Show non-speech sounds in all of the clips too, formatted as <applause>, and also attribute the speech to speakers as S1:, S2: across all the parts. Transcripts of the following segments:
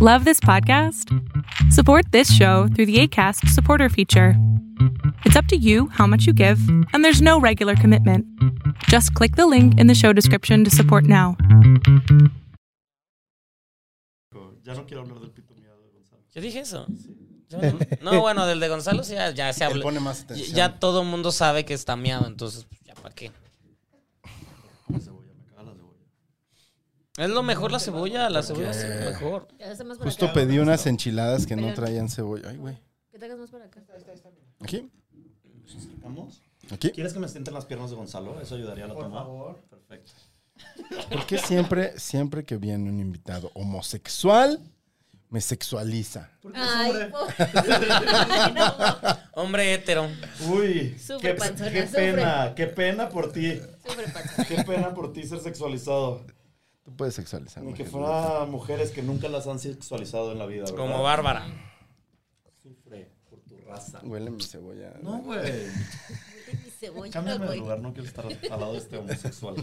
S1: Love this podcast? Support this show through the ACAST supporter feature. It's up to you how much you give, and there's no regular commitment. Just click the link in the show description to support now.
S2: Ya no quiero hablar del pito miado de Gonzalo.
S3: Yo dije eso. Yo no- no, bueno, del de Gonzalo sí, ya, ya se
S4: Él
S3: habla.
S4: pone más
S3: Ya,
S4: atención.
S3: ya todo el mundo sabe que está miado, entonces, pues, ya para qué.
S2: La cebolla, me caga la cebolla.
S3: Es lo mejor la cebolla, la cebolla es lo mejor.
S5: Ya, está más para
S4: Justo
S5: acá.
S4: pedí unas enchiladas que no
S5: Perdón.
S4: traían cebolla. Ay, güey.
S5: Que te hagas más para acá.
S4: ¿Aquí?
S2: ¿Estamos?
S4: ¿Aquí?
S2: ¿Quieres que me sienten las piernas de Gonzalo? Eso ayudaría a la toma. Por favor. Perfecto.
S4: ¿Por qué siempre, siempre que viene un invitado homosexual, me sexualiza?
S5: Ay,
S4: <laughs>
S5: po-
S3: Hombre hétero.
S2: Uy, qué,
S5: Sufre, panzona,
S2: qué
S5: sufre.
S2: pena, qué pena por ti.
S5: Súper panzona.
S2: Qué pena por ti ser sexualizado.
S4: Tú puedes sexualizar.
S2: Ni que
S4: mujer.
S2: fuera mujeres que nunca las han sexualizado en la vida, ¿verdad?
S3: Como Bárbara.
S2: Sufre por tu raza.
S4: Huele mi cebolla.
S2: No, güey.
S5: Mi cebolla,
S2: Cámbiame de
S5: güey.
S2: lugar, no quiero estar al lado de este homosexual.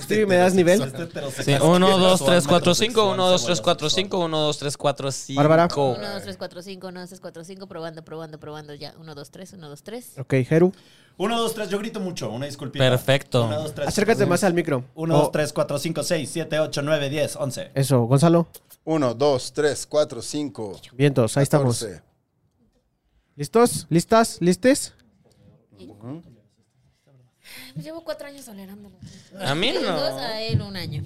S6: Stevie, ¿me das nivel?
S2: Este heterosexual.
S3: 1, 2,
S2: heterosexual,
S3: 3, 4, 5,
S2: metrosexual,
S3: 1, 2, 3,
S2: cebolla
S3: 4,
S2: sexual.
S3: 5, 1, 2, 3, 4, 5.
S6: Bárbara.
S5: 1, 2, 3, 4, 5, 1, 2, 3, 4, 5, probando, probando, probando ya. 1, 2, 3, 1, 2, 3.
S6: Ok, Jeru.
S2: Uno, dos, tres, yo grito mucho, una disculpita.
S3: Perfecto.
S2: Una, dos, tres.
S6: Acércate más al micro.
S2: 1,
S6: Oh,
S2: 2, 3, 4, 5, 6, 7, 8, 9, 10, 11.
S6: Eso, Gonzalo.
S4: Uno, dos, tres, cuatro, cinco.
S6: Vientos, ahí estamos.
S4: catorce.
S6: ¿Listos? ¿Listas? ¿Listes?
S5: Pues Llevo cuatro años tolerándolo.
S3: A mí no.
S5: Dos a él un año.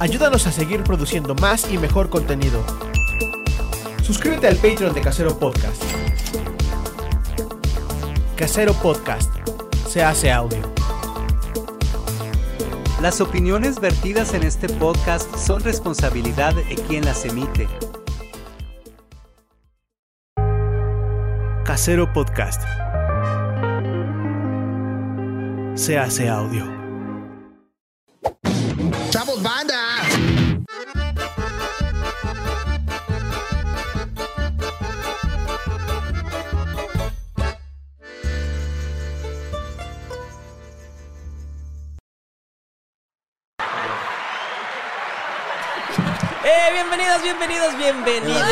S6: Ayúdanos a seguir produciendo más y mejor contenido. Suscríbete al Patreon de Casero Podcast. Casero Podcast. Se hace audio.
S7: Las opiniones vertidas en este podcast son responsabilidad de quien las emite.
S6: Casero Podcast. Se hace audio.
S3: Eh, bienvenidas, bienvenidos, bienvenidos.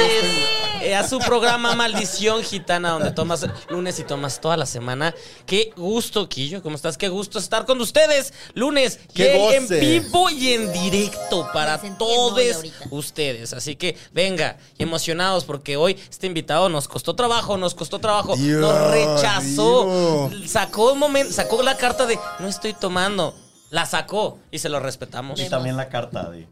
S3: eh, a su programa Maldición Gitana, donde tomas lunes y tomas toda la semana. Qué gusto, Quillo, ¿cómo estás? Qué gusto estar con ustedes lunes
S4: Qué
S3: yay,
S4: goce.
S3: en vivo y en directo para
S5: Me sentí muy
S3: todos
S5: ahorita.
S3: ustedes. Así que venga, y emocionados porque hoy este invitado nos costó trabajo, nos costó trabajo,
S4: Dios,
S3: nos rechazó,
S4: Dios.
S3: sacó un momento, sacó la carta de no estoy tomando. La sacó y se lo respetamos.
S2: Y también la carta
S5: <laughs>
S2: de.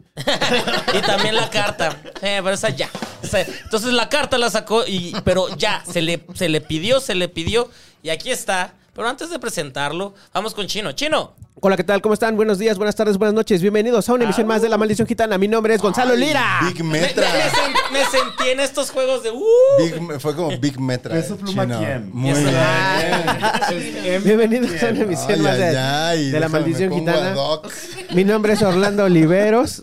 S3: Y también la carta. Eh, pero esa ya. O sea, entonces la carta la sacó, y, pero ya, se le, se le pidió, se le pidió. Y aquí está. Pero antes de presentarlo, vamos con Chino. Chino.
S6: Hola, ¿qué tal? ¿Cómo están? Buenos días, buenas tardes, buenas noches. Bienvenidos a una emisión más de La Maldición Gitana. Mi nombre es Gonzalo Lira.
S4: Big
S3: Me, me-
S4: Metra.
S3: me sen- me sentí en estos juegos de... ¡uh!
S4: Big Me- fue como Big Metra.
S2: ¿Peso
S4: eh,
S2: pluma
S4: chino.
S2: quién?
S4: Muy
S3: Eso.
S4: bien.
S6: Bienvenidos a una emisión
S4: Ay,
S6: más de,
S4: ay, ay,
S6: de La
S4: déjame,
S6: Maldición
S4: me pongo ad
S6: Gitana.
S4: hoc.
S6: Mi nombre es Orlando Oliveros,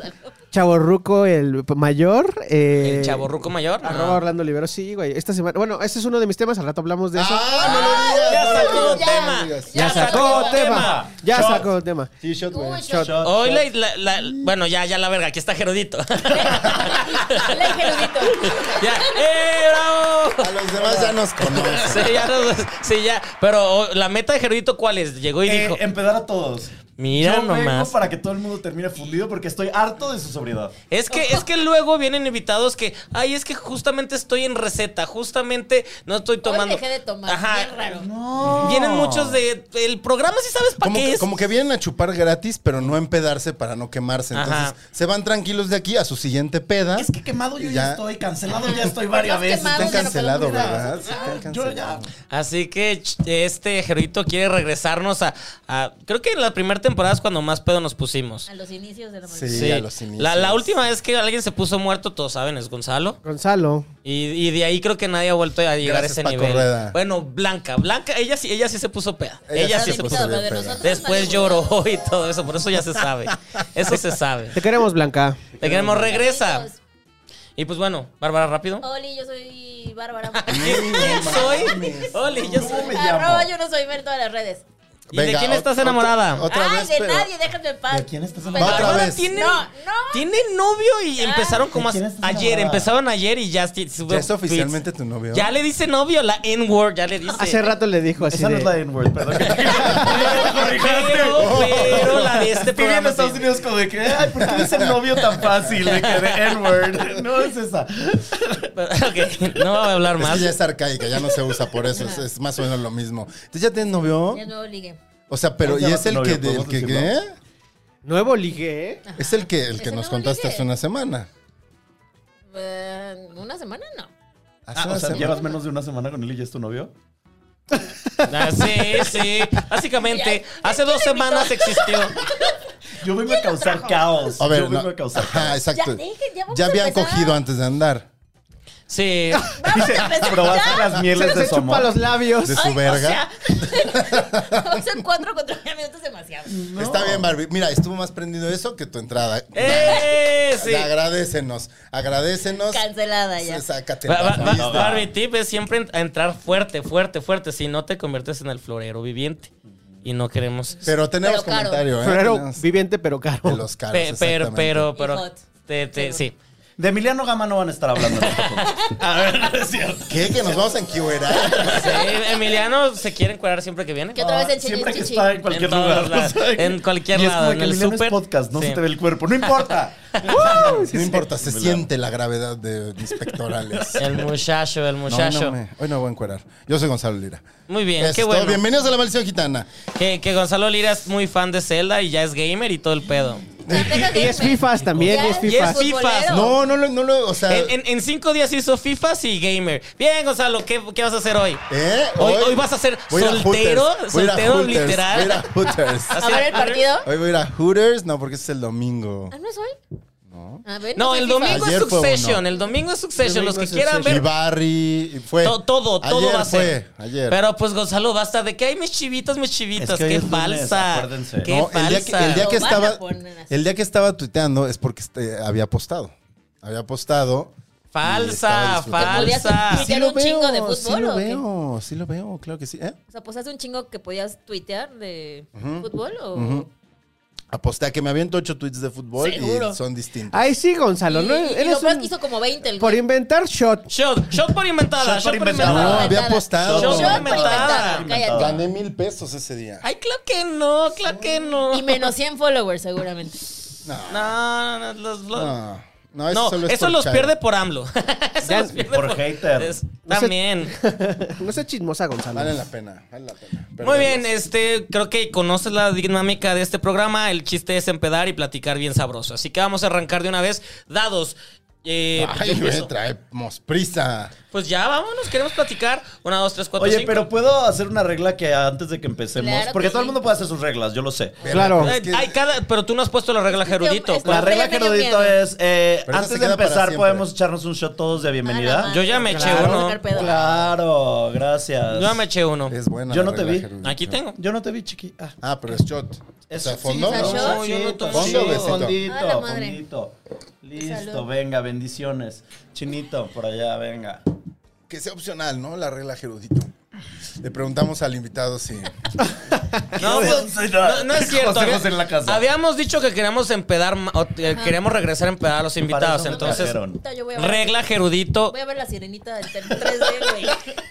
S6: Chaborruco el mayor. eh,
S3: El chaborruco mayor.
S6: Arroba Orlando Oliveros, sí, güey. Esta semana, bueno, este es uno de mis temas, al rato hablamos de eso.
S4: Ah,
S3: ya
S4: no lo digas, no
S3: sacó
S4: lo digas,
S3: tema.
S4: no lo digas.
S6: ya sacó tema. Ya
S2: Shot.
S6: sacó tema.
S4: Sí, shot, güey.
S5: Uy, shot.
S2: Shot.
S3: Hoy la, la- la- Bueno, ya, ya la verga. Aquí está
S6: <laughs>
S3: Gerudito.
S5: Ley Gerudito.
S3: <laughs> ya. ¡Eh, bravo!
S4: A los demás ya nos conocen.
S3: <laughs> Sí, ya, no- sí, ya. Pero oh, la meta de Gerudito, ¿cuál es? Llegó y
S2: Eh,
S3: dijo...
S4: em,
S2: empedar a todos.
S3: Mira
S2: Yo vengo
S3: nomás.
S2: para que todo el mundo termine fundido porque estoy harto de su sobriedad.
S3: Es que, es que luego vienen invitados que, ay, es que justamente estoy en receta, justamente no estoy tomando.
S5: dejé de tomar, bien raro.
S2: No.
S3: Vienen muchos de. El programa sí sabes para
S4: Como
S3: qué
S4: que,
S3: es.
S4: como que vienen a chupar gratis, pero no empedarse para no quemarse. Entonces,
S3: Ajá.
S4: se van tranquilos de aquí a su siguiente peda.
S2: Es que quemado yo ya,
S4: Ya.
S2: estoy, cancelado ya estoy varias
S5: Estás
S2: veces.
S5: quemado,
S4: Están
S2: Están
S5: ya no
S4: cancelados,
S5: podemos
S4: ¿verdad? Sí, están
S2: can- Yo ya.
S4: cancelados.
S3: Así que ch- este Gerudito quiere regresarnos a, a- Creo que en la primera temporadas cuando más pedo nos pusimos.
S5: A los inicios de la
S4: Sí,
S5: maldición.
S4: a los inicios.
S3: La, la última vez que alguien se puso muerto, todos saben, es Gonzalo.
S6: Gonzalo.
S3: Y, y de ahí creo que nadie ha vuelto a llegar
S4: Gracias,
S3: a ese
S4: Paco
S3: nivel.
S4: Rueda.
S3: Bueno, Blanca, Blanca, ella sí, ella sí se puso peda. Ella,
S4: Ella
S3: sí
S4: se
S3: se
S4: puso
S3: puso.
S5: Pero
S4: bien
S5: nosotros
S4: peda.
S5: no
S3: Después
S5: salimos.
S3: lloró y todo eso, por eso ya se sabe. Eso se sabe.
S6: Te queremos, Blanca.
S3: Te queremos regresa.
S5: Amigos,
S3: Y pues bueno, Bárbara, rápido.
S5: Oli, yo soy
S3: <laughs>
S5: Bárbara.
S3: ¿Quién soy? Oli, yo soy.
S4: me llamo?
S5: Arroba, yo no soy ver en todas las redes.
S3: ¿Y de quién estás enamorada?
S4: Otra, otra
S5: Ay,
S4: vez,
S5: Ah, de
S4: pero-
S5: nadie, déjame en paz.
S2: ¿De quién estás
S5: Pero-
S4: Va otra
S3: Bárbara
S4: vez.
S3: tiene,
S5: No, Ah. no.
S3: tiene novio y empezaron como
S2: ¿De quién
S3: as-
S2: estás
S3: ayer.
S2: enamorada?
S3: Empezaron ayer y ya, esti- subió
S4: ¿Ya es
S3: tweets.
S4: oficialmente tu novio?
S3: Ya le dice novio, la N-word, ya le dice.
S6: Hace rato le dijo así.
S2: Esa no
S6: de-
S2: es la
S3: <laughs>
S2: N-word, perdón.
S3: Pero, pero la de este
S2: Estoy viendo
S3: programa.
S2: Estados
S3: sí.
S2: Unidos como de que, ay, ¿por qué es el novio tan fácil de que de N-word? <laughs> No es esa.
S3: Ok, no va a hablar
S4: Es
S3: más.
S4: que ya es arcaica, ya no se usa por eso, es, es más o menos lo mismo. Entonces ya tienes novio.
S5: Ya nuevo ligue.
S4: O sea, pero ¿y
S2: Ya
S4: es el
S2: novio,
S4: que, de- el
S2: ¿podemos
S4: que qué?
S2: decirlo?
S6: Nuevo ligue, ¿eh?
S4: Es el que el
S5: Es
S4: que
S5: el
S4: nos
S5: nuevo
S4: contaste
S5: ligue.
S4: hace una semana.
S5: Eh, ¿Una semana? No.
S4: Hace una
S2: Ah, o sea,
S4: semana.
S2: ¿llevas menos de una semana con él y ya es tu novio?
S3: Ah, sí, sí. Básicamente,
S5: Ya,
S3: hace dos semanas existió.
S2: Yo vengo a causar caos.
S4: A ver,
S2: Yo vengo
S4: no.
S2: a causar
S4: Ajá,
S2: caos.
S4: exacto.
S5: Ya, dejen, ya vamos
S4: Ya
S5: a
S4: habían
S5: empezar.
S4: cogido antes de andar.
S3: Sí.
S5: Vamos a
S2: <laughs>
S5: empezar
S2: Probaste
S5: ya.
S2: las mieles
S6: Se
S2: de su
S6: chupa
S2: amor.
S6: los labios.
S4: De su
S5: Ay,
S4: verga.
S5: O sea, <laughs> o sea, cuatro contra un minutos es demasiado.
S4: Está bien, Barbie. Mira, estuvo más prendido eso que tu entrada.
S3: ¡Eh! Sí.
S4: Agradecenos. Agradecenos.
S5: Cancelada ya.
S4: Sácate
S3: Ba- ba-
S4: la
S3: ba-
S4: lista.
S3: Barbie Tip es siempre en- entrar fuerte, fuerte, fuerte. Si no, te conviertes en el florero viviente. Y no queremos. eso.
S4: Pero tenemos
S5: Pero caro.
S4: comentario, ¿eh?
S6: Florero
S4: Tenemos
S6: viviente, pero
S4: de
S6: caro.
S4: los caros,
S3: Pe- pero,
S4: exactamente.
S3: pero,
S5: Y
S3: pero.
S5: hot.
S3: te- te- sí.
S2: De Emiliano Gama no van a estar hablando. este
S5: <laughs>
S3: A ver, es cierto.
S4: ¿Qué? ¿Que nos vamos a enquiverar?
S3: <laughs> Sí, Emiliano se quiere encuadrar siempre que viene.
S5: Que otra vez el chichi
S2: Siempre que
S5: chichi.
S2: está en cualquier
S3: En todos
S2: lugar.
S3: lados.
S2: <laughs> O sea,
S3: En cualquier
S2: y es
S3: lado,
S2: como
S3: en
S2: que
S3: el
S2: Emiliano es
S3: súper.
S2: podcast, no
S3: Sí.
S2: se te ve el
S3: <laughs>
S2: cuerpo. ¡No importa!
S4: No importa, se
S2: ¿Verdad?
S4: siente la gravedad de mis pectorales.
S3: El muchacho, el <laughs>
S4: No,
S3: muchacho.
S4: no me, hoy no voy a encuerar. Yo soy Gonzalo Lira.
S3: Muy bien,
S4: Eso
S3: qué
S4: es
S3: bueno.
S4: todo. Bienvenidos a la maldición gitana.
S3: Que, que Gonzalo Lira es muy fan de Zelda y ya es gamer y todo el pedo.
S5: Ya, deja
S6: Y
S5: que-
S6: es FIFAs también,
S5: Ya
S6: y es
S5: es
S6: FIFAs.
S3: fifas.
S5: futbolero.
S4: No, no, lo- no, lo- o sea,
S3: En, en- en cinco días hizo FIFA y gamer. Bien, Gonzalo, ¿qué, qué vas a hacer hoy?
S4: ¿eh?
S3: Hoy- hoy vas a ser
S4: voy ir a
S3: soltero,
S4: Hooters, voy ir a
S3: soltero
S4: Hooters,
S3: literal.
S4: Voy a ir a
S3: <laughs>
S4: Hooters.
S5: A ver el partido.
S4: Hoy voy a ir a Hooters, no, porque es el domingo.
S5: Ah, no es hoy. No. A ver,
S3: No,
S5: soy
S3: el
S5: FIFA.
S3: domingo
S4: Ayer
S3: es
S4: fue
S3: Succession.
S4: uno.
S3: El domingo es Succession. Los que quieran
S4: Y
S3: ver.
S4: Barry, y fue.
S3: to- todo, todo
S4: Ayer
S3: va a ser.
S4: fue, ayer.
S3: Pero pues Gonzalo, basta de que hay mis chivitos, mis chivitas.
S2: Es que hoy
S3: qué
S2: es lunes,
S3: falsa.
S2: acuérdense.
S3: Qué
S4: No, el día que,
S3: falsa.
S4: el día que
S5: Lo van a
S4: estaba,
S5: poner así.
S4: el día que estaba tuiteando es porque este, había apostado. Había apostado. y estaba
S3: Falsa,
S4: disfrutando.
S5: podías
S3: falsa.
S5: ¿Tuitear un chingo de fútbol,
S4: sí lo
S5: o qué?
S4: veo, sí lo veo, claro que sí. ¿Eh?
S5: O sea, posaste un chingo que podías tuitear de fútbol o.
S4: Aposté a que me aviento ocho tweets de fútbol
S5: Seguro.
S4: y son distintos.
S6: Ay, sí, Gonzalo.
S5: y,
S6: ¿no?
S5: y- y
S6: Eres
S5: lo más
S6: un-
S5: hizo como 20 el
S6: Por
S5: güey.
S6: inventar shot.
S3: Shot, shot por inventada,
S2: Shot por
S3: shot por
S2: inventada.
S4: no,
S3: inventada.
S4: había apostado.
S3: Yo
S5: Yo
S3: no
S5: por
S3: inventaba.
S5: inventada, cállate.
S4: Gané mil pesos ese día.
S3: Ay, claro que no, claro que no.
S5: Y menos 100 followers, seguramente.
S3: No, no, los, los- no.
S4: No, Ah, no, eso, solo es
S3: eso
S4: por
S3: los
S4: Chairo.
S3: pierde por AMLO. <laughs> Eso
S6: Ya-
S3: los pierde
S2: por hater.
S3: Es- También.
S6: No seas chismosa, Gonzalo.
S4: Vale la pena, vale la pena.
S3: Muy bien,
S4: Perderlos.
S3: este, creo que conoces la dinámica de este programa. El chiste es empedar y platicar bien sabroso. Así que vamos a arrancar de una vez. Dados. Eh, pues yo
S4: Ay, güey,
S3: empiezo.
S4: traemos prisa.
S3: pues ya vámonos, queremos platicar. Una, dos, tres, cuatro,
S2: Oye,
S3: cinco.
S2: pero ¿puedo hacer una regla que antes de que empecemos?
S5: Claro
S2: Porque
S5: que
S2: todo el
S5: sí.
S2: mundo puede hacer sus reglas, yo lo sé.
S6: Claro.
S4: Pero
S3: Eh,
S4: es que-
S3: hay cada, pero tú no has puesto la regla,
S5: Es que yo-
S3: Gerudito.
S5: es-
S2: La
S5: Pues
S2: regla
S5: me
S2: que
S5: dio
S2: Rodito
S5: miedo.
S2: es, eh,
S4: Pero eso se
S2: antes de
S4: queda para
S2: empezar
S4: siempre.
S2: podemos echarnos un shot todos de
S5: Ah,
S2: bienvenida.
S5: no,
S3: Yo ya me
S5: claro.
S3: eché
S5: Vamos a
S3: uno.
S5: sacar pedo.
S2: Claro, gracias.
S3: Yo ya me eché uno.
S4: Es buena.
S2: Yo
S4: la
S2: no te
S4: regla,
S2: vi.
S4: Gerudito.
S3: Aquí
S2: <laughs>
S3: tengo.
S2: Yo no te vi, chiqui. Ah.
S4: Ah, pero es shot.
S2: Es-
S4: o sea, fondo.
S5: sí, es
S4: ¿no?
S5: shot.
S3: No, yo no tomo.
S4: Fondo, besito.
S2: fondito,
S5: A la madre.
S2: fondito. Listo,
S5: Salud.
S2: venga, bendiciones. Chinito, por allá, venga.
S4: Que sea opcional, ¿no? La regla Gerudito. Le preguntamos al invitado si.
S3: No, pues, no, no es cierto.
S2: Consejos
S3: Había-
S2: en la casa.
S3: Habíamos dicho que queríamos empedar, ma- o, eh, queríamos regresar a empedar a los invitados.
S2: eso me
S3: Entonces,
S2: trajeron.
S5: Puta, yo voy a ver-
S3: regla Gerudito.
S5: Voy a ver la sirenita del 3D,
S6: <laughs>
S5: güey.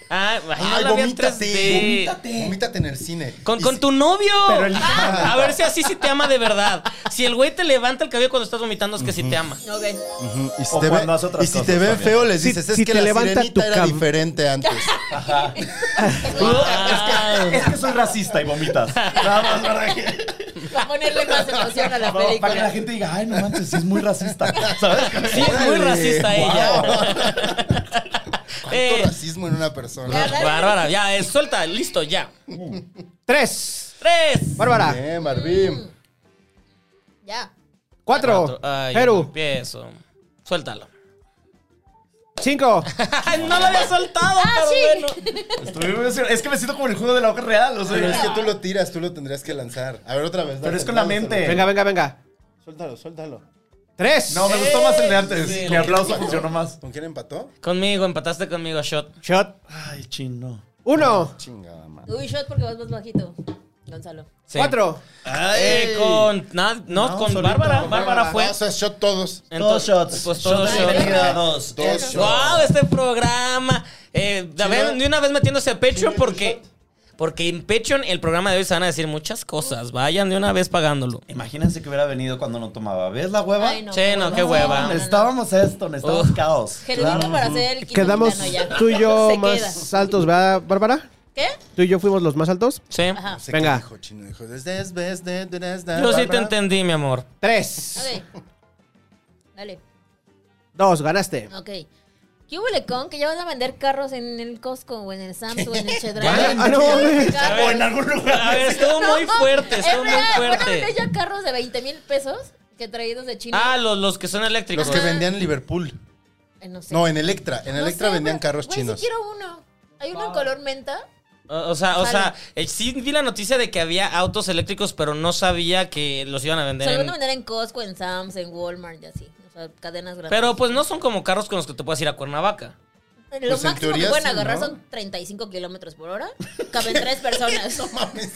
S3: Ah, ay, no
S4: Ay,
S3: la vi en
S4: vomítate.
S3: 3D.
S4: Vomítate. Vomítate en el cine.
S3: Con,
S4: Y
S3: con
S4: si-
S3: tu novio.
S4: Pero el-
S3: Ah, a ver si así sí te ama de verdad. Si el güey te levanta el cabello cuando estás vomitando, es que sí te ama.
S5: Ok.
S4: Ujú, Y si
S2: O
S4: te,
S2: cuando
S4: ve-
S2: hace otras
S4: y si
S2: cosas
S4: te ven
S2: también.
S4: feo, les
S6: Si-
S4: dices, es
S6: si
S4: que
S6: te
S4: la
S6: levanta tu
S4: sirenita era
S6: cab-
S4: diferente antes.
S3: <laughs> Ay.
S2: Ah, Es que soy racista y vomitas. Nada más para que,
S5: Para ponerle más emoción a la
S2: para- para que la
S5: película.
S2: gente diga, ay, no manches, sí es muy racista. ¿Sabes?
S3: Sí, es muy
S4: Órale,
S3: racista
S4: wow.
S3: ella.
S4: ¿Cuánto
S3: Eh,
S4: racismo en una persona?
S5: Ya, dale.
S3: Bárbara, ya, eh, suelta, listo, ya.
S6: Tres.
S3: ¡Tres!
S6: Bárbara.
S4: Bien, Marvin.
S5: Ya.
S6: Cuatro.
S3: Ay, yo
S6: Heru.
S3: Empiezo. Suéltalo. <laughs>
S6: Cinco.
S3: ¡Ay, no lo había soltado, pero bueno.
S2: Estoy muy emocionado. Es que me siento como en el juego de la hoja real. O sea,
S4: Pero es que tú lo tiras, tú lo tendrías que lanzar. A ver, otra vez.
S2: Pero
S4: dale,
S2: es con la
S4: dale,
S2: mente.
S6: Venga, venga, venga.
S4: Suéltalo, suéltalo. suéltalo.
S6: Tres.
S2: no, me gustó más el de antes.
S3: Sí.
S2: Mi aplauso funcionó más.
S4: ¿Con quién empató?
S3: Conmigo, empataste conmigo, Shot.
S6: Shot.
S2: Ay, chino.
S6: Uno.
S4: Chingada madre.
S5: Uy, shot porque vas más bajito. Gonzalo.
S3: Sí.
S6: Cuatro.
S3: Eh, con. na- no,
S2: No,
S3: con
S2: solito.
S3: Bárbara. Bárbara fue.
S4: No, o sea, shot todos.
S3: Entonces, Pues todos shots.
S2: Dos.
S4: Dos shots.
S3: Wow, este programa. Eh, de, haber- de una vez metiéndose a Patreon porque. Porque en Patreon el programa de hoy se van a decir muchas cosas. Vayan de una vez pagándolo.
S2: Imagínense que hubiera venido cuando no tomaba. ¿Ves la hueva?
S5: Ay, no.
S3: Che, no, qué hueva.
S2: Necestábamos esto, necesitamos
S3: Uf.
S2: caos.
S5: Jerónimo para hacer el quinto
S6: Quedamos
S5: gitano ya.
S6: tú y yo
S5: <laughs> Se
S6: más altos, ¿verdad, Bárbara?
S5: queda. ¿Qué?
S6: Tú y yo fuimos los más altos.
S3: Sí.
S5: Ajá.
S4: No sé
S6: Venga.
S4: qué dijo Ah, chino. Dijo, "Des, des, des, des, des, des,
S3: Yo sí te
S4: Bárbara".
S3: entendí, mi amor.
S6: Tres.
S5: Ok. Dale.
S6: Dos. Ganaste.
S5: Ok. ¿Qué huele con que ya van a vender carros en el Costco o en el Sam's o en el Chedraui?
S6: <laughs> Ah, no,
S5: <laughs>
S6: mames.
S5: Carros.
S2: O en algún lugar.
S3: A ver, estuvo
S5: <laughs> No,
S3: muy fuerte,
S5: es
S3: estuvo muy
S5: real, Van a
S3: fuerte.
S5: vender ya carros de 20 mil pesos que traídos de China.
S3: Ah, los, los que son eléctricos.
S4: Los que vendían en Liverpool.
S5: Eh, no sé.
S4: No, en Electra. En
S5: No
S4: Electra
S5: sé,
S4: vendían
S5: güey.
S4: carros
S5: Güey,
S4: chinos.
S5: Sí quiero uno. Hay uno en color menta.
S3: O, o sea, o sea,
S5: Jalo.
S3: eh, sí vi la noticia de que había autos eléctricos, pero no sabía que los iban a vender.
S5: Se lo van a
S3: en-
S5: vender en Costco, en Sam's, en Walmart y así. O sea, cadenas grandes.
S3: Pero pues no son como carros con los que te puedas ir a Cuernavaca.
S5: Lo
S4: Pues, en
S5: máximo que
S4: teoría
S5: pueden
S4: sí,
S5: agarrar
S4: ¿no?
S5: son 35 kilómetros por hora.
S4: <laughs>
S5: Caben tres personas.
S4: <laughs> <laughs>
S5: <laughs>
S4: No, mames,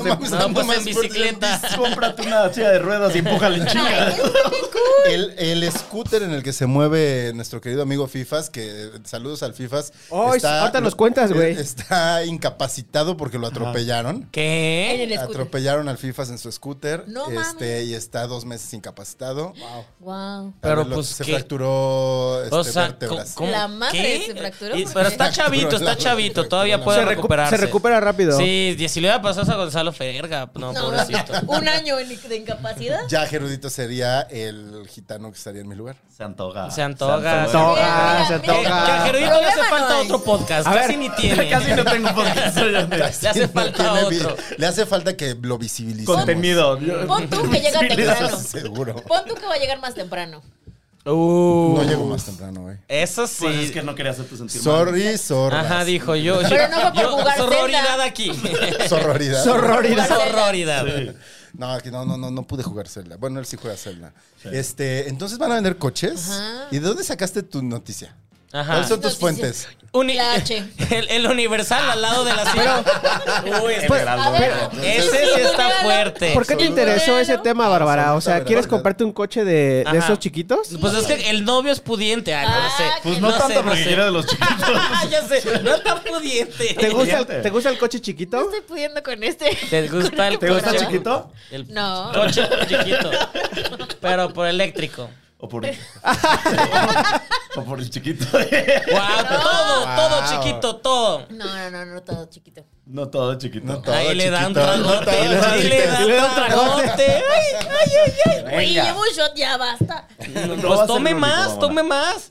S3: No,
S4: tanto
S3: pues
S4: más
S3: en
S4: fuerte.
S3: bicicleta.
S2: Cómprate una silla de ruedas y empújale
S5: Ay,
S2: chica.
S5: es muy cool.
S4: El, el scooter en el que se mueve nuestro querido amigo Fifas, que saludos al Fifas. eh,
S6: Oh, ahorita nos cuentas, güey.
S4: Está incapacitado porque lo atropellaron.
S5: En
S3: ¿Qué?
S5: el scooter.
S4: Atropellaron al Fifas en su scooter.
S5: No
S4: este,
S5: mames.
S4: y está dos meses incapacitado.
S5: Wow.
S3: Pero,
S4: También lo-
S3: pues,
S4: se
S3: ¿qué?
S4: fracturó este,
S3: O sea,
S4: vértebras.
S3: co- ¿cómo?
S5: La madre
S3: ¿Qué?
S5: se fracturó,
S3: Y-
S5: ¿por
S3: pero
S5: qué?
S3: está chavito,
S4: Fracturó,
S3: está
S4: la-
S3: chavito,
S4: fracturó
S3: todavía
S4: la-
S3: puede
S6: Se recu-
S3: recuperarse.
S6: se recupera rápido.
S3: Sí, y si le hubiera pasado eso a Gonzalo Ferga, no,
S5: No,
S3: pobrecito.
S5: <laughs> un año en- de incapacidad.
S4: Ya Gerudito sería el gitano que estaría en mi lugar.
S2: Se antoja.
S3: Se antoja.
S6: Se
S4: ah,
S6: antoja, se
S5: Mira,
S3: Que- Que a
S6: antoja.
S3: Gerudito le hace
S5: Problema
S3: falta
S5: no hay.
S3: otro podcast.
S6: A ver.
S3: Casi ni
S6: <laughs>
S3: tiene.
S2: Casi no tengo podcast.
S3: <laughs> Le hace
S4: <laughs> No
S3: falta
S4: tiene vi-
S3: otro.
S4: Le hace falta que lo visibilicemos.
S2: Contenido.
S5: Pon tú que llega temprano.
S4: Eso seguro.
S5: Pon tú que va a llegar más temprano.
S4: No
S3: Uh,
S4: llego más temprano, güey.
S3: eso sí.
S2: Pues es que no quería hacerte sentir mal.
S4: Sorry, sorry.
S3: Ajá, dijo yo.
S5: Pero no fue por
S3: yo-
S5: jugar
S3: Sororidad
S5: Zelda. <laughs>
S3: aquí.
S4: Sorroridad.
S6: Sororidad.
S3: Sororidad.
S4: No, aquí no, no, no, no pude jugar Zelda. Bueno, él sí juega Zelda. Este, entonces van a vender coches.
S5: Ajá.
S4: ¿Y de dónde sacaste tu noticia?
S3: Ajá.
S4: ¿Cuáles son tus
S5: Noticia.
S4: fuentes?
S3: Uni-
S5: La H.
S3: <laughs> El, el universal al lado de la ciudad. Uy,
S2: El
S3: pues,
S5: A
S2: Heraldo.
S5: ver,
S3: ese sí está fuerte.
S6: ¿Por qué te
S5: Sí.
S6: interesó ese
S5: Bueno.
S6: tema, Bárbara? O sea,
S4: Absoluta
S6: ¿quieres
S4: verdad.
S6: comprarte un coche de, de
S3: Ajá.
S6: esos chiquitos?
S3: Pues es que el novio es pudiente. Ay, no lo sé.
S5: Ah,
S2: Pues no,
S3: sé,
S2: tanto
S3: no
S2: porque
S3: sé. <laughs>
S2: quiera de los chiquitos.
S3: ya sé, no es tan pudiente.
S6: ¿Te gusta, el,
S2: Fíjate.
S6: ¿Te gusta el coche
S5: No
S6: chiquito?
S5: estoy pudiendo <laughs> con este.
S3: ¿Te gusta el
S2: ¿Te gusta
S3: coche?
S2: chiquito?
S3: El
S5: No.
S3: coche chiquito. Pero por eléctrico.
S2: <laughs> O por <laughs> el, o por el chiquito.
S3: Wow, todo, todo chiquito, todo.
S5: No, no, no, no, todo chiquito.
S2: No todo chiquito.
S4: No todo
S3: Ahí le dan
S4: chiquito, no
S3: tragote.
S4: todo
S3: Ahí le
S4: chiquito.
S3: dan
S2: <laughs>
S3: tragote. Ay, ay, ay, ay.
S5: Oye, llevo un shot, ya basta.
S2: No vas a
S3: Pues
S2: ser
S3: tome
S2: el único,
S3: más,
S2: mamá.
S3: tome más.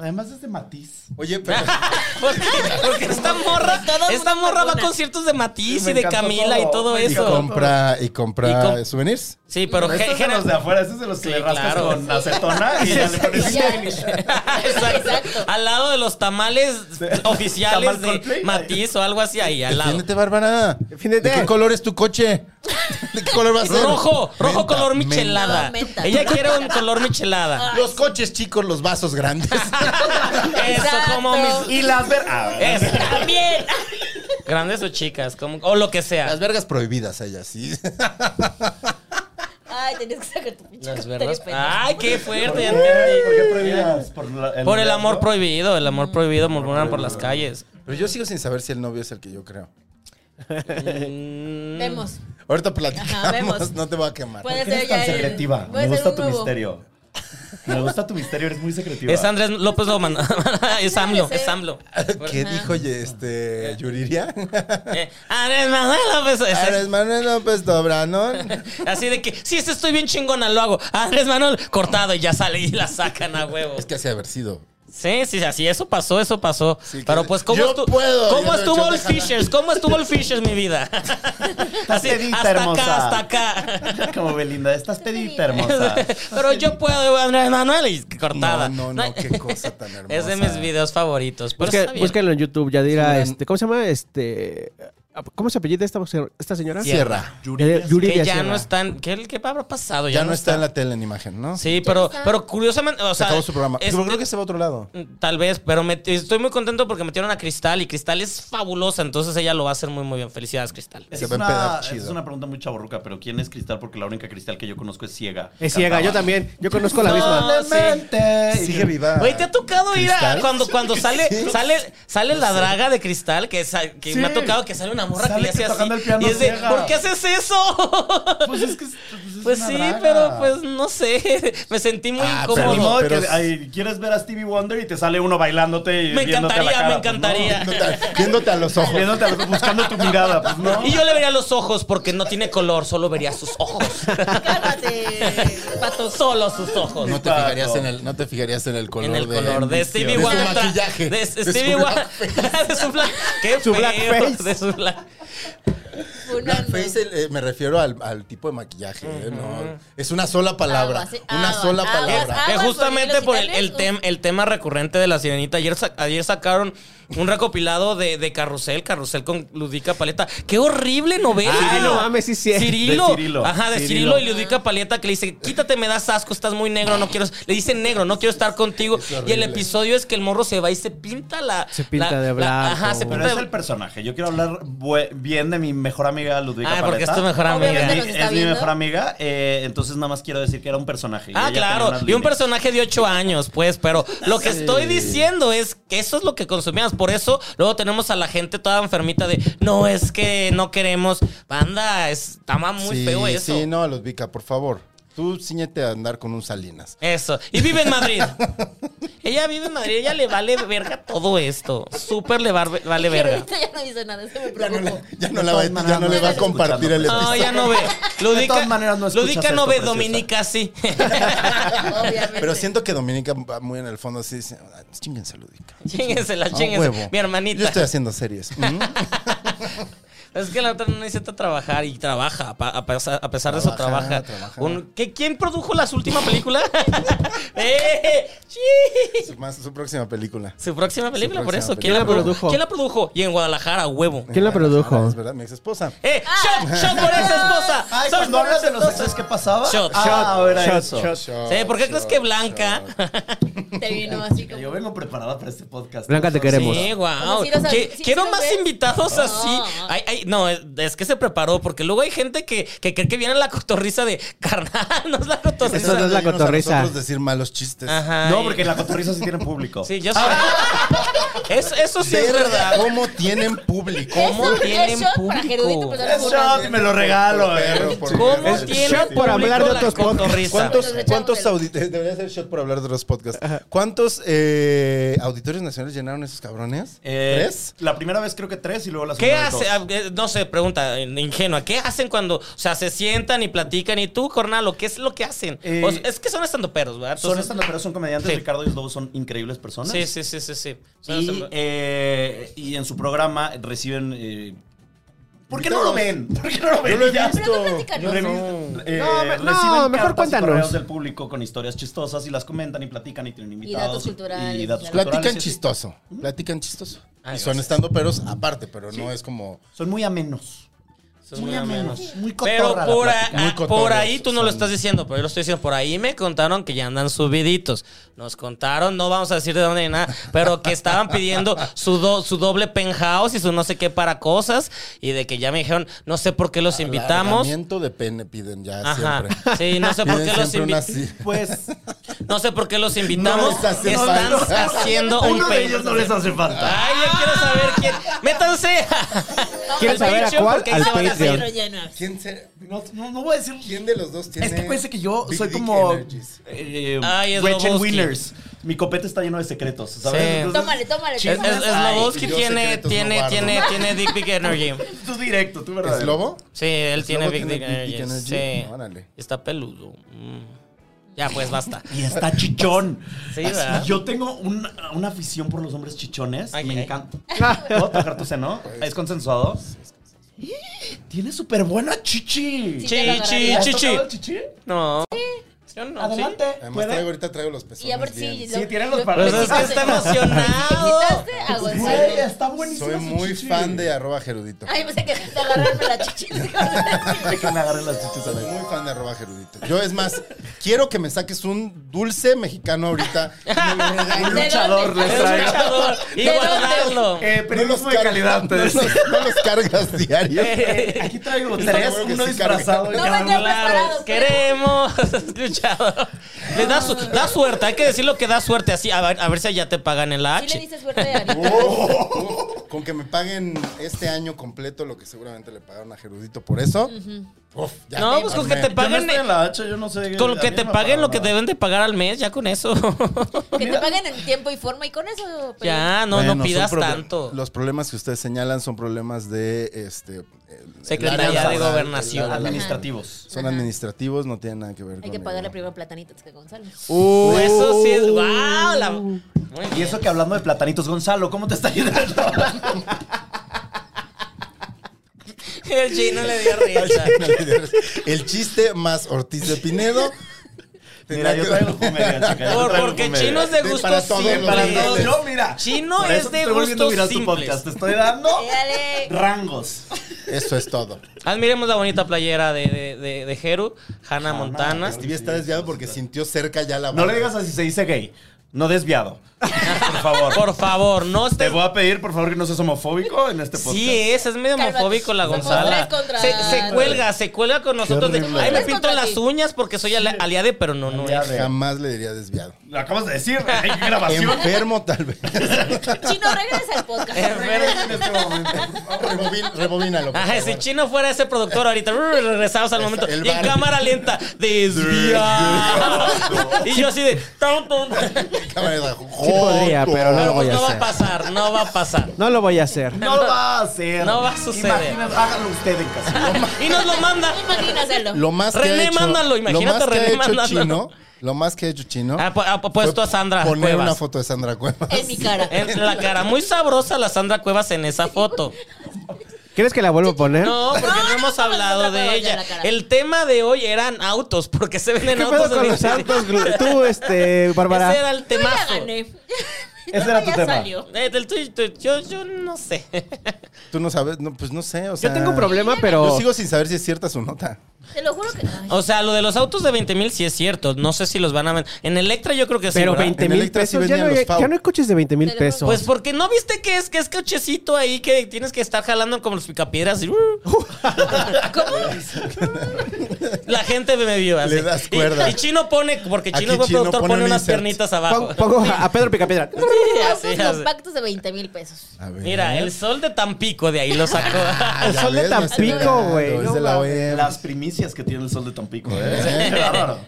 S2: Además es de matiz.
S3: <laughs>
S4: Oye, pero
S3: Porque, porque esta morra,
S5: Todo
S3: esta
S5: una
S3: morra va a
S5: persona.
S3: conciertos de Matiz
S2: Me
S3: y de
S2: encantó
S3: Camila
S2: todo.
S3: y todo
S2: Me
S4: y
S3: eso.
S4: compra y compra
S3: Y com-
S4: souvenirs.
S3: Sí, pero
S2: Pero estos
S3: gen-
S2: Este es de los de afuera, estos es de los que
S3: Sí,
S2: le rascas
S3: claro.
S2: con acetona y ya le pones
S5: Ya.
S2: finish.
S3: <laughs> Exacto.
S5: Exacto.
S3: Al lado de los tamales oficiales
S2: Tamal
S3: de
S2: Coldplay.
S3: Matiz o algo así, ahí al lado.
S4: Defiéndete, Bárbara.
S6: Defiéndete.
S4: ¿De qué color es tu coche? <laughs> ¿De qué color va a ser?
S3: Rojo, rojo
S4: Menta,
S3: color
S4: menta.
S3: michelada.
S5: No, menta.
S3: Ella quiere un color
S5: <laughs>
S3: michelada.
S4: Los coches chicos, los
S3: <laughs>
S4: vasos grandes.
S3: Eso
S5: Exacto.
S3: como mis...
S2: Y las ver. Ah,
S3: Eso.
S5: También.
S3: Grandes o chicas, como, o lo que sea.
S4: Las vergas prohibidas a ella, sí.
S5: Ay, tenías que sacar tu pinche.
S3: Las
S5: comentario
S3: vergas.
S5: pendejo.
S3: Ay, qué fuerte. ya
S2: <laughs> ¿Por qué? ¿Por
S3: entendí.
S2: qué prohibidas? Por, la-
S3: Por el amor
S2: noviazgo?
S3: prohibido, el
S5: Mm.
S3: amor prohibido murmuran por las calles.
S4: <laughs> Pero yo sigo sin saber si el novio es el que yo creo.
S3: Mm.
S5: Vemos.
S4: Ahorita
S5: Ajá,
S4: platicamos,
S5: vemos.
S4: no te voy a quemar.
S2: ¿Por
S5: Puede
S2: qué
S5: ser
S2: eres
S5: ya
S2: tan
S5: el-
S2: secretiva?
S5: puede
S2: Me
S5: ser
S2: gusta
S5: un
S2: tu
S5: nuevo.
S2: misterio. Me gusta tu misterio, eres muy secretiva.
S3: Es Andrés López Loman. <laughs> es AMLO,
S5: Puede ser.
S3: es AMLO.
S4: ¿Qué dijo ye- este
S3: <laughs>
S4: Yuriria?
S3: Eh, Andrés Manuel López. es-
S4: Ah, Eres Manuel López Dobranón.
S3: <laughs> así de que, sí, Ah, este estoy bien chingona, lo hago. Andrés Manuel, cortado y ya sale y la sacan a huevo.
S4: Es que así ha de haber sido.
S3: Sí, sí, así, eso pasó, eso pasó.
S4: Sí,
S3: Pero
S4: que-
S3: pues, ¿cómo,
S4: yo
S3: estu-
S4: puedo,
S3: ¿cómo
S4: yo
S3: estuvo
S4: no he
S3: el
S4: hecho nada.
S3: Fishers? ¿Cómo estuvo el Fishers, mi
S4: <laughs>
S3: vida?
S2: Estás pedita,
S3: hasta
S2: hermosa.
S3: acá, hasta acá.
S4: <laughs>
S2: <laughs> Como Belinda, estás
S3: <laughs>
S2: pedita, hermosa.
S3: Pero yo puedo, Andrés Manuel, y cortada.
S4: No, no,
S3: <laughs>
S4: no, qué cosa tan hermosa.
S3: Es de mis videos favoritos. Pero
S6: Busca-
S3: está bien.
S6: búscalo en YouTube, Yadira.
S4: Sí, la-
S6: este, ¿Cómo se llama? Este, ¿Cómo se apellida esta, esta señora?
S3: Sierra.
S6: Yadira- Yuridia
S3: que ya
S6: Sierra.
S3: no están. ¿Qué, qué habrá pasado?
S4: Ya no está en la tele en imagen, ¿no?
S3: Sí, pero,
S5: está.
S3: pero curiosamente. O
S4: Se
S3: sea,
S4: acabó su programa.
S3: es-
S4: Yo creo que se va a otro lado.
S3: Mm, Tal vez, pero me- estoy muy contento porque metieron a Cristal y Cristal es fabulosa, entonces ella lo va a hacer muy, muy bien. Felicidades, Cristal.
S4: Se
S2: es,
S4: va a
S2: una,
S4: empedar chido.
S2: es una pregunta muy chaborruca, pero ¿quién es Cristal? Porque la única Cristal que yo conozco es ciega.
S6: Es ciega, yo
S2: Cantaba.
S6: también. Yo conozco la misma.
S2: Probablemente.
S4: Sigue viva.
S3: Güey, te ha tocado ir a
S4: ¿Cristal?
S3: cuando, cuando sale, sale, sale la draga de cristal, que, sa- que
S2: Sí.
S3: me ha tocado que sale una morra
S2: Sale
S3: que le hace
S2: que
S3: así.
S2: tocando el piano
S3: y es de,
S2: ciega.
S3: ¿por qué haces eso?
S2: <laughs> <laughs> Pues es que. es- es
S3: Pues
S2: una
S3: sí,
S2: draga.
S3: pero pues no sé. <laughs> Me sentí muy
S4: Ah,
S2: Pero
S3: incómodo.
S2: ni modo
S4: pero
S2: que
S4: es-
S2: ay, quieres ver a Stevie Wonder y te sale uno bailándote y
S3: me
S2: viéndote a la
S3: encantaría,
S2: cara,
S3: me
S2: pues, ¿no?
S3: encantaría.
S4: Viéndote- Viéndote a los ojos.
S2: <laughs> Viéndote a los- buscando tu mirada, pues
S3: <laughs>
S2: no.
S3: Y yo le vería los ojos porque no tiene color, solo vería sus ojos.
S5: Cálmate.
S3: Pato, solo sus ojos.
S2: No
S4: No te, fijarías en el, no te fijarías en el color
S3: en el color de, Stevie
S4: de su
S3: Wonder.
S4: maquillaje.
S3: De
S4: su
S3: Stevie Wonder.
S4: <laughs> blackface.
S3: <laughs> De su black. Qué
S6: Su
S3: feo,
S6: blackface.
S3: De su black.
S5: Funando.
S4: Blackface, el- eh, me refiero al, al tipo de maquillaje. eh, no. Es una sola palabra.
S5: Aguas, eh,
S4: una
S5: aguas,
S3: Ah,
S4: sola
S5: aguas,
S4: palabra.
S5: aguas.
S3: Que justamente por
S5: porque
S3: el,
S5: Ah, pues, los
S3: el tem- el tema recurrente de la sirenita. Ayer, sa- ayer sacaron un recopilado de, de Carrusel, Carrusel con Ludica Paleta. ¡Qué horrible novela!
S6: Cirilo, mames, sí, sí.
S3: Cirilo.
S2: De Cirilo.
S3: Ajá, de Cirilo.
S2: Cirilo.
S3: y Ludica Paleta que le dice, quítate, me das asco, estás muy negro, no quiero... Le dice negro, no quiero estar contigo.
S4: Es
S3: Y
S4: horrible.
S3: el episodio es que el morro se va y se pinta la...
S6: Se pinta
S3: la-
S6: de
S3: la-
S6: blanco.
S3: ajá, se
S2: Pero
S3: pinta
S2: es
S3: de
S2: el personaje. Yo quiero hablar bue- bien de mi mejor amiga Ludwika
S3: Ah, porque es
S2: Paleta.
S3: tu mejor
S5: Obviamente
S3: amiga.
S5: nos
S2: Es,
S5: está
S2: mi
S5: viendo.
S2: mejor amiga. eh, entonces nada más quiero decir que era un personaje. y
S3: Ah,
S2: ella tenía
S3: claro.
S2: unas
S3: Y un
S2: líneas.
S3: personaje de 8 años, pues, pero lo que estoy diciendo es que eso es lo que consumíamos. Por eso luego tenemos a la gente toda enfermita de, no, es que no queremos. Banda, es, está ma- muy
S4: sí,
S3: feo eso.
S4: Sí, no, los Vica, por favor. Tú ciñete a andar con
S3: <laughs>
S4: un Salinas.
S3: Eso. Y vive en Madrid. <laughs> ella vive en Madrid, ella le vale verga todo esto. Súper le va- vale verga.
S5: Ahorita ya no hizo nada, se me
S4: Ya no,
S5: preocupó.
S4: la- ya no la va-
S2: todas
S4: ya no le va a
S2: maneras,
S4: compartir el
S3: No,
S4: episodio.
S3: ya no ve. Ludica,
S2: De todas maneras, no escuchas
S3: Ludica no
S2: esto,
S3: ve,
S2: preciosa.
S3: Dominica
S2: <laughs>
S3: sí. <laughs>
S5: Obviamente.
S4: Pero siento que Dominica va muy en el fondo así dice, "Ah, chínguense, Ludica.
S3: chíngensela,
S4: A
S3: chíngensela.
S4: huevo.
S3: Mi hermanita.
S4: Yo estoy
S3: <laughs>
S4: haciendo series. Mm.
S3: Es que la otra no necesita trabajar y trabaja. a pa- A pesar, a pesar de eso, trabaja.
S4: Trabaja, trabaja.
S3: Un- ¿qué- ¿Quién produjo las últimas películas? <laughs> ¡Eh! ¡Sí!
S4: su, más- su próxima película.
S3: Su próxima película,
S4: Su
S3: por eso.
S4: próxima
S3: ¿Quién la
S6: película. Ah.
S3: produjo? ¿Quién la produjo? Y en Guadalajara, huevo.
S6: ¿Quién la produjo?
S4: Es verdad, mi ex esposa.
S3: ¡Eh! ¡Shot! ¡Shot por esa esposa!
S2: <laughs> Ay,
S3: ¡Shot
S2: cuando
S3: por
S2: hablas
S3: esa
S2: de los
S3: esposa!
S2: exes, ¿qué pasaba?
S3: Shot,
S2: ah,
S6: shot,
S2: ahora
S6: shot,
S2: eso.
S6: shot.
S3: Sí, ¿Por qué crees que Blanca? <laughs>
S5: Te vino así como.
S2: Yo vengo preparada para este podcast.
S6: Blanca, te queremos.
S3: Sí,
S5: Vamos
S3: wow.
S5: a ir a sal- sí,
S3: quiero
S5: sí lo
S3: más
S5: ves.
S3: invitados
S5: Ah.
S3: así. Ay, ay, no, es- es que se preparó, porque luego hay gente que, que cree que viene la cotorriza de carnal, <laughs> no es la cotorriza.
S6: Eso no es la
S4: Oírnos a
S6: cotorriza.
S4: nosotros decir malos chistes.
S3: Ajá.
S2: No,
S3: y-
S2: porque en la cotorriza sí tiene público.
S3: Sí, yo soy. eso, eso sí es
S4: Verga,
S3: verdad.
S4: ¿Cómo tienen público?
S3: ¿Cómo
S5: Eso
S3: tienen
S5: es shot para
S3: público?
S5: Gerudito, pero no
S2: Es shot y me lo regalo, eh.
S3: ¿Cómo
S6: Es
S3: tiene
S6: shot por
S3: público
S6: hablar de
S3: la
S6: otros podcasts.
S3: cotorriza?
S4: ¿Cuántos,
S5: Nos echamos
S4: cuántos
S5: del-
S4: auditores? Debería ser shot por hablar de los podcasts. ¿Cuántos eh, auditorios nacionales llenaron esos cabrones?
S2: Eh,
S4: ¿Tres?
S2: La primera vez creo que tres y luego la
S3: ¿Qué
S2: segunda. vez
S3: hace?
S2: dos.
S3: ah, eh, No sé, pregunta eh, ingenua. ¿Qué hacen cuando, o sea, se sientan y platican y tú, Cornalo, qué es lo que hacen?
S2: Eh,
S3: O sea, es que son estando perros, ¿verdad?
S2: Son
S3: Entonces-
S2: estando, pero son comediantes.
S3: Sí.
S2: Ricardo y los Lobos son increíbles personas.
S3: Sí, sí, sí, sí, sí. Son
S2: Y,
S3: estando-
S2: eh, y en su programa reciben. eh, ¿Por qué no lo ven? ¿Por qué no lo ven?
S4: Yo lo he
S2: Ya.
S4: visto.
S5: platicanos.
S2: Revi- eh,
S6: No, me- no,
S2: reciben
S6: mejor
S2: cartas y
S6: cuéntanos.
S2: correos del público con historias chistosas y las comentan y platican y tienen invitados.
S5: datos culturales,
S2: y datos culturales,
S5: claro.
S4: Platican
S2: sí, sí.
S4: chistoso. Platican chistoso.
S3: Ay,
S4: y son
S3: gracias.
S4: estando peros aparte, pero no es como.
S2: Son muy amenos.
S3: son muy amenos.
S2: Muy
S3: Pero
S2: cotorra la
S3: por,
S2: plática.
S3: a-
S4: Muy
S3: ah,
S4: cotorros,
S3: por ahí tú no lo
S4: son-
S3: estás diciendo, pero yo lo estoy diciendo. Por ahí me contaron que ya andan subiditos. Nos contaron, no vamos a decir de dónde ni nada, pero que estaban pidiendo su, do- su doble penthouse y su no sé qué para cosas. Y de que ya me dijeron, no sé por qué los invitamos.
S4: Alargamiento de pene piden ya
S3: Ajá.
S4: siempre.
S3: Sí, no sé por
S4: Piden
S3: qué los
S4: siempre una
S3: invi-
S4: así.
S2: Pues. <laughs>
S3: No sé por qué los invitamos.
S4: les hace
S3: están <laughs>
S4: falta.
S3: haciendo un
S2: uno de
S3: penthouse.
S2: ellos no les hace falta.
S3: Ay, yo quiero saber quién. Métanse.
S6: ¿Quieres
S3: al
S6: saber a
S3: Patreon,
S6: cuál?
S3: porque ahí
S6: Al
S3: se van a
S6: Patreon.
S3: hacer-
S4: ¿Quién, se-
S2: No, no, no voy a decir.
S4: quién de los dos tiene?
S2: Es que parece que yo
S4: Big
S2: soy
S4: Dick
S2: como.
S4: Energies?
S2: Eh,
S3: Ay, es
S2: Gretchen
S3: Lebowski.
S2: Winners. Mi copete está lleno de secretos, ¿sabes?
S3: Sí.
S5: Tómale, tómale.
S3: Es, es, es
S5: tómale.
S3: Lobosky
S4: Yo
S3: tiene,
S4: secretos no
S3: tiene,
S4: guardo.
S3: tiene, tiene Dick Big Energy.
S2: Tú directo, tú verdad.
S4: ¿Es lobo?
S3: Sí, él
S4: ¿Es
S3: tiene
S4: lobo
S3: Big Dick
S4: Big Dick
S3: Energy.
S4: Energy?
S3: Sí.
S4: Órale.
S3: Está peludo. Mm. Ya, pues basta.
S2: Y está chichón.
S3: Sí,
S2: Así,
S3: ¿verdad?
S2: yo tengo una, una afición por los hombres chichones.
S3: Ay,
S2: me
S3: ay.
S4: <laughs>
S2: encanta.
S4: Ah.
S2: ¿Puedo tocar tu seno? ¿Es consensuado? Tiene súper buena
S3: <laughs>
S2: chichi.
S5: Sí, ya lo
S3: Chichi,
S5: agarré.
S2: ¿Has
S3: chichi.
S2: tocado el chichi?
S3: No. Yo no,
S2: Adelante.
S4: Además,
S2: ¿Puede?
S4: traigo, ahorita traigo los pezones
S5: Y a ver si.
S4: bien.
S2: Sí, tiene los
S3: Pero
S5: Pues
S2: parlantes.
S3: Pues es que
S5: <laughs>
S3: está emocionado.
S5: Quitaste a
S2: Güey,
S5: Gonzalo.
S2: está buenísima
S4: Soy
S2: su
S4: muy
S2: chichi.
S4: fan de arroba gerudito.
S5: Ay, pensé que te agarraron la chichis.
S2: De que <laughs> me agarren las chichis a
S4: Soy
S2: la
S4: muy fan de arroba gerudito. Yo, es más, <laughs> quiero que me saques un dulce mexicano
S5: <laughs>
S4: ahorita. No lo regales.
S2: Un luchador les
S3: Es
S2: trae.
S3: luchador. Y
S5: ¿De
S3: guardarlo.
S2: Eh,
S4: No los
S2: periodismo de
S4: cargas-
S2: calidad, pues. te
S4: no
S2: decía.
S4: los- no los cargas diario.
S2: <laughs> Aquí traigo
S4: Está
S2: tres,
S4: bueno que
S2: uno
S4: sí <laughs>
S2: disfrazado.
S4: cargue.
S2: y
S5: No
S2: cada
S5: vengas
S2: uno-
S5: preparados,
S3: Claro, queremos <laughs> escuchador. Le da, su- da suerte, hay que decir lo que da suerte así, a ver, a ver si allá te pagan en la
S5: Sí le
S3: H.
S5: diste suerte a Anita.
S4: Uf, Oh, Con que me paguen este año completo lo que seguramente le pagaron a Gerudito por eso. Uf, ya.
S3: No, pues con que te
S2: Yo no
S3: paguen
S2: estoy en la H, yo no sé.
S3: con lo
S2: a
S3: que
S2: mí
S3: te
S2: no me
S3: paguen lo
S2: pagaron
S3: que
S2: nada.
S3: deben de pagar al mes, ya con eso. <laughs>
S5: Que te paguen en tiempo y forma y con eso. pues, pero-
S3: ya, no,
S4: Bueno,
S3: no
S4: son
S3: pidas
S4: proble-
S3: tanto.
S4: Los problemas que ustedes señalan son problemas de este el- el
S3: Secretaría
S4: área
S3: de
S4: laboral,
S3: Gobernación.
S4: el área laboral.
S2: Administrativos.
S4: Son administrativos, no tienen nada que ver
S5: Hay que pagarle primero a Platanito antes que a Gonzalo.
S4: Uh,
S3: Pues Eso
S4: <laughs>
S3: sí es. ¡Wow! la- <laughs> muy
S2: Y
S3: bien.
S2: eso que hablando de platanitos, Gonzalo, ¿cómo te está
S3: <laughs>
S2: yendo?
S3: El chino le dio risa. <laughs>
S4: El chiste más Ortiz de
S5: <laughs>
S4: Pinedo.
S2: Mira, yo traigo comedia, chica. yo
S3: Por-
S2: traigo
S3: porque
S2: comedia.
S3: chino es de
S4: De
S3: gusto
S4: para todos los
S3: simple.
S2: Para todos, yo, mira.
S3: Chino
S2: Por
S3: es
S2: eso
S3: de
S2: te estoy volviendo
S3: gustos
S2: viral tu
S3: simples.
S2: podcast. Te estoy dando
S3: <laughs>
S5: Eh,
S2: <laughs>
S5: Dale.
S2: rangos.
S4: Eso es todo.
S3: Admiremos la bonita playera de, de, de, de Jero, Hannah Montana.
S4: Stevie está desviado porque sintió cerca ya la
S2: No
S4: barra.
S2: le digas así, se dice gay. No desviado. Por
S3: <laughs>
S2: favor.
S3: Por favor, no
S2: Te
S3: estés
S2: voy a pedir, por favor, que no seas homofóbico en este podcast.
S3: Sí, eh. es, es medio
S5: Cálmate,
S3: homofóbico la
S5: somos
S3: Gonzala.
S5: tres contra-
S3: Se, se cuelga, se cuelga con nosotros. de,
S4: horrible.
S3: Ay, me
S5: Tres
S3: pinto
S5: contra
S3: las
S5: ti".
S3: uñas porque soy ali- aliade, pero no, no
S2: Ya
S3: es.
S2: ve.
S4: Jamás le diría desviado.
S2: Lo acabas de decir.
S3: <laughs>
S2: Hay grabación.
S4: Enfermo tal <laughs> vez. este
S5: Chino, regresa al
S3: <laughs>
S5: podcast.
S3: Eh, Enfermo.
S2: en este momento.
S4: Rebobin- rebobínalo. por
S3: Ah,
S4: favor.
S3: si chino fuera ese productor ahorita, brr, regresamos al momento.
S4: el
S3: Y en
S4: bar.
S3: cámara lenta, desviado. y yo así de. tum, tum.
S4: Cámara de abajo.
S6: Sí podría, pero no lo
S3: Pero pues
S6: voy a
S3: no va a
S6: hacer.
S3: pasar, no va a pasar.
S6: No lo voy a hacer.
S2: No lo va a hacer.
S3: No va a suceder.
S2: Imagínate, hágalo usted en casa.
S3: Y nos lo manda.
S5: Imagínaselo.
S4: Lo más que
S3: René,
S4: ha hecho,
S3: mándalo, imagínate,
S4: lo más que
S3: René,
S4: ha hecho
S3: mándalo.
S4: Chino, lo más que ha hecho Chino.
S3: Ha, pu- ha puesto
S4: fue
S3: a Sandra
S4: Poner
S3: Cuevas.
S4: una foto de Sandra Cuevas.
S5: En mi cara.
S3: En la cara muy sabrosa la Sandra Cuevas en esa foto.
S6: ¿Quieres que la vuelva a poner?
S3: No, porque no,
S5: No, no
S3: hemos
S5: pongas otra
S3: hablado
S5: cosa
S3: de
S5: en
S3: ella.
S5: la cara.
S3: El tema de hoy eran autos, porque se
S6: ¿Qué
S3: venden
S6: pedo
S3: autos
S6: con
S3: en
S6: los
S3: internet.
S6: autos? gl- Tú, este,
S3: Ese era
S6: Bárbara.
S3: el
S5: Yo ya
S3: temazo.
S5: gané.
S2: Ese era tu
S5: Ya
S2: tema.
S5: salió.
S3: Eh, del tuyo, tu- yo, yo no sé. <laughs>
S4: Tú no sabes, no, pues no sé, o sea.
S6: Yo tengo un problema, pero...
S4: Yo sigo sin saber si es cierta su
S3: <laughs>
S4: nota.
S5: Te lo juro que. Ay,
S3: O sea, lo de los autos de 20 mil sí es cierto. No sé si los van a vender. En Electra yo creo que sí.
S6: Pero
S3: ¿verdad?
S6: 20
S4: En
S6: mil
S4: Electra sí
S6: pesos. Ya no,
S4: venían los
S6: hay,
S4: Pau.
S6: ya no hay coches de 20 mil
S5: Pero-
S6: pesos.
S3: Pues porque no viste que es que es cochecito ahí que tienes que estar jalando como los picapiedras. y, uh,
S5: ¿Cómo?
S3: la gente me vio así.
S4: Le das cuerda.
S3: Y, y Chino pone, porque Chino
S4: Aquí
S3: es buen
S4: Chino
S3: productor,
S4: pone
S3: pone
S4: un
S3: unas
S4: insert.
S3: piernitas
S6: Pongo,
S3: abajo.
S6: pongo a a Pedro Picapiedra.
S3: Así,
S5: Autos
S3: así.
S5: compactos de 20 mil pesos.
S4: A ver.
S3: Mira, el sol de Tampico de ahí lo sacó.
S4: Ah, ya
S6: Son de
S4: ves, no es
S6: Tampico,
S4: Eldorado,
S6: güey,
S4: Es
S6: no
S4: de la E
S6: mames.
S4: OEM.
S2: Las primicias que tiene el sol de Tampico,
S3: <laughs>
S2: ¿eh? Qué bárbaro.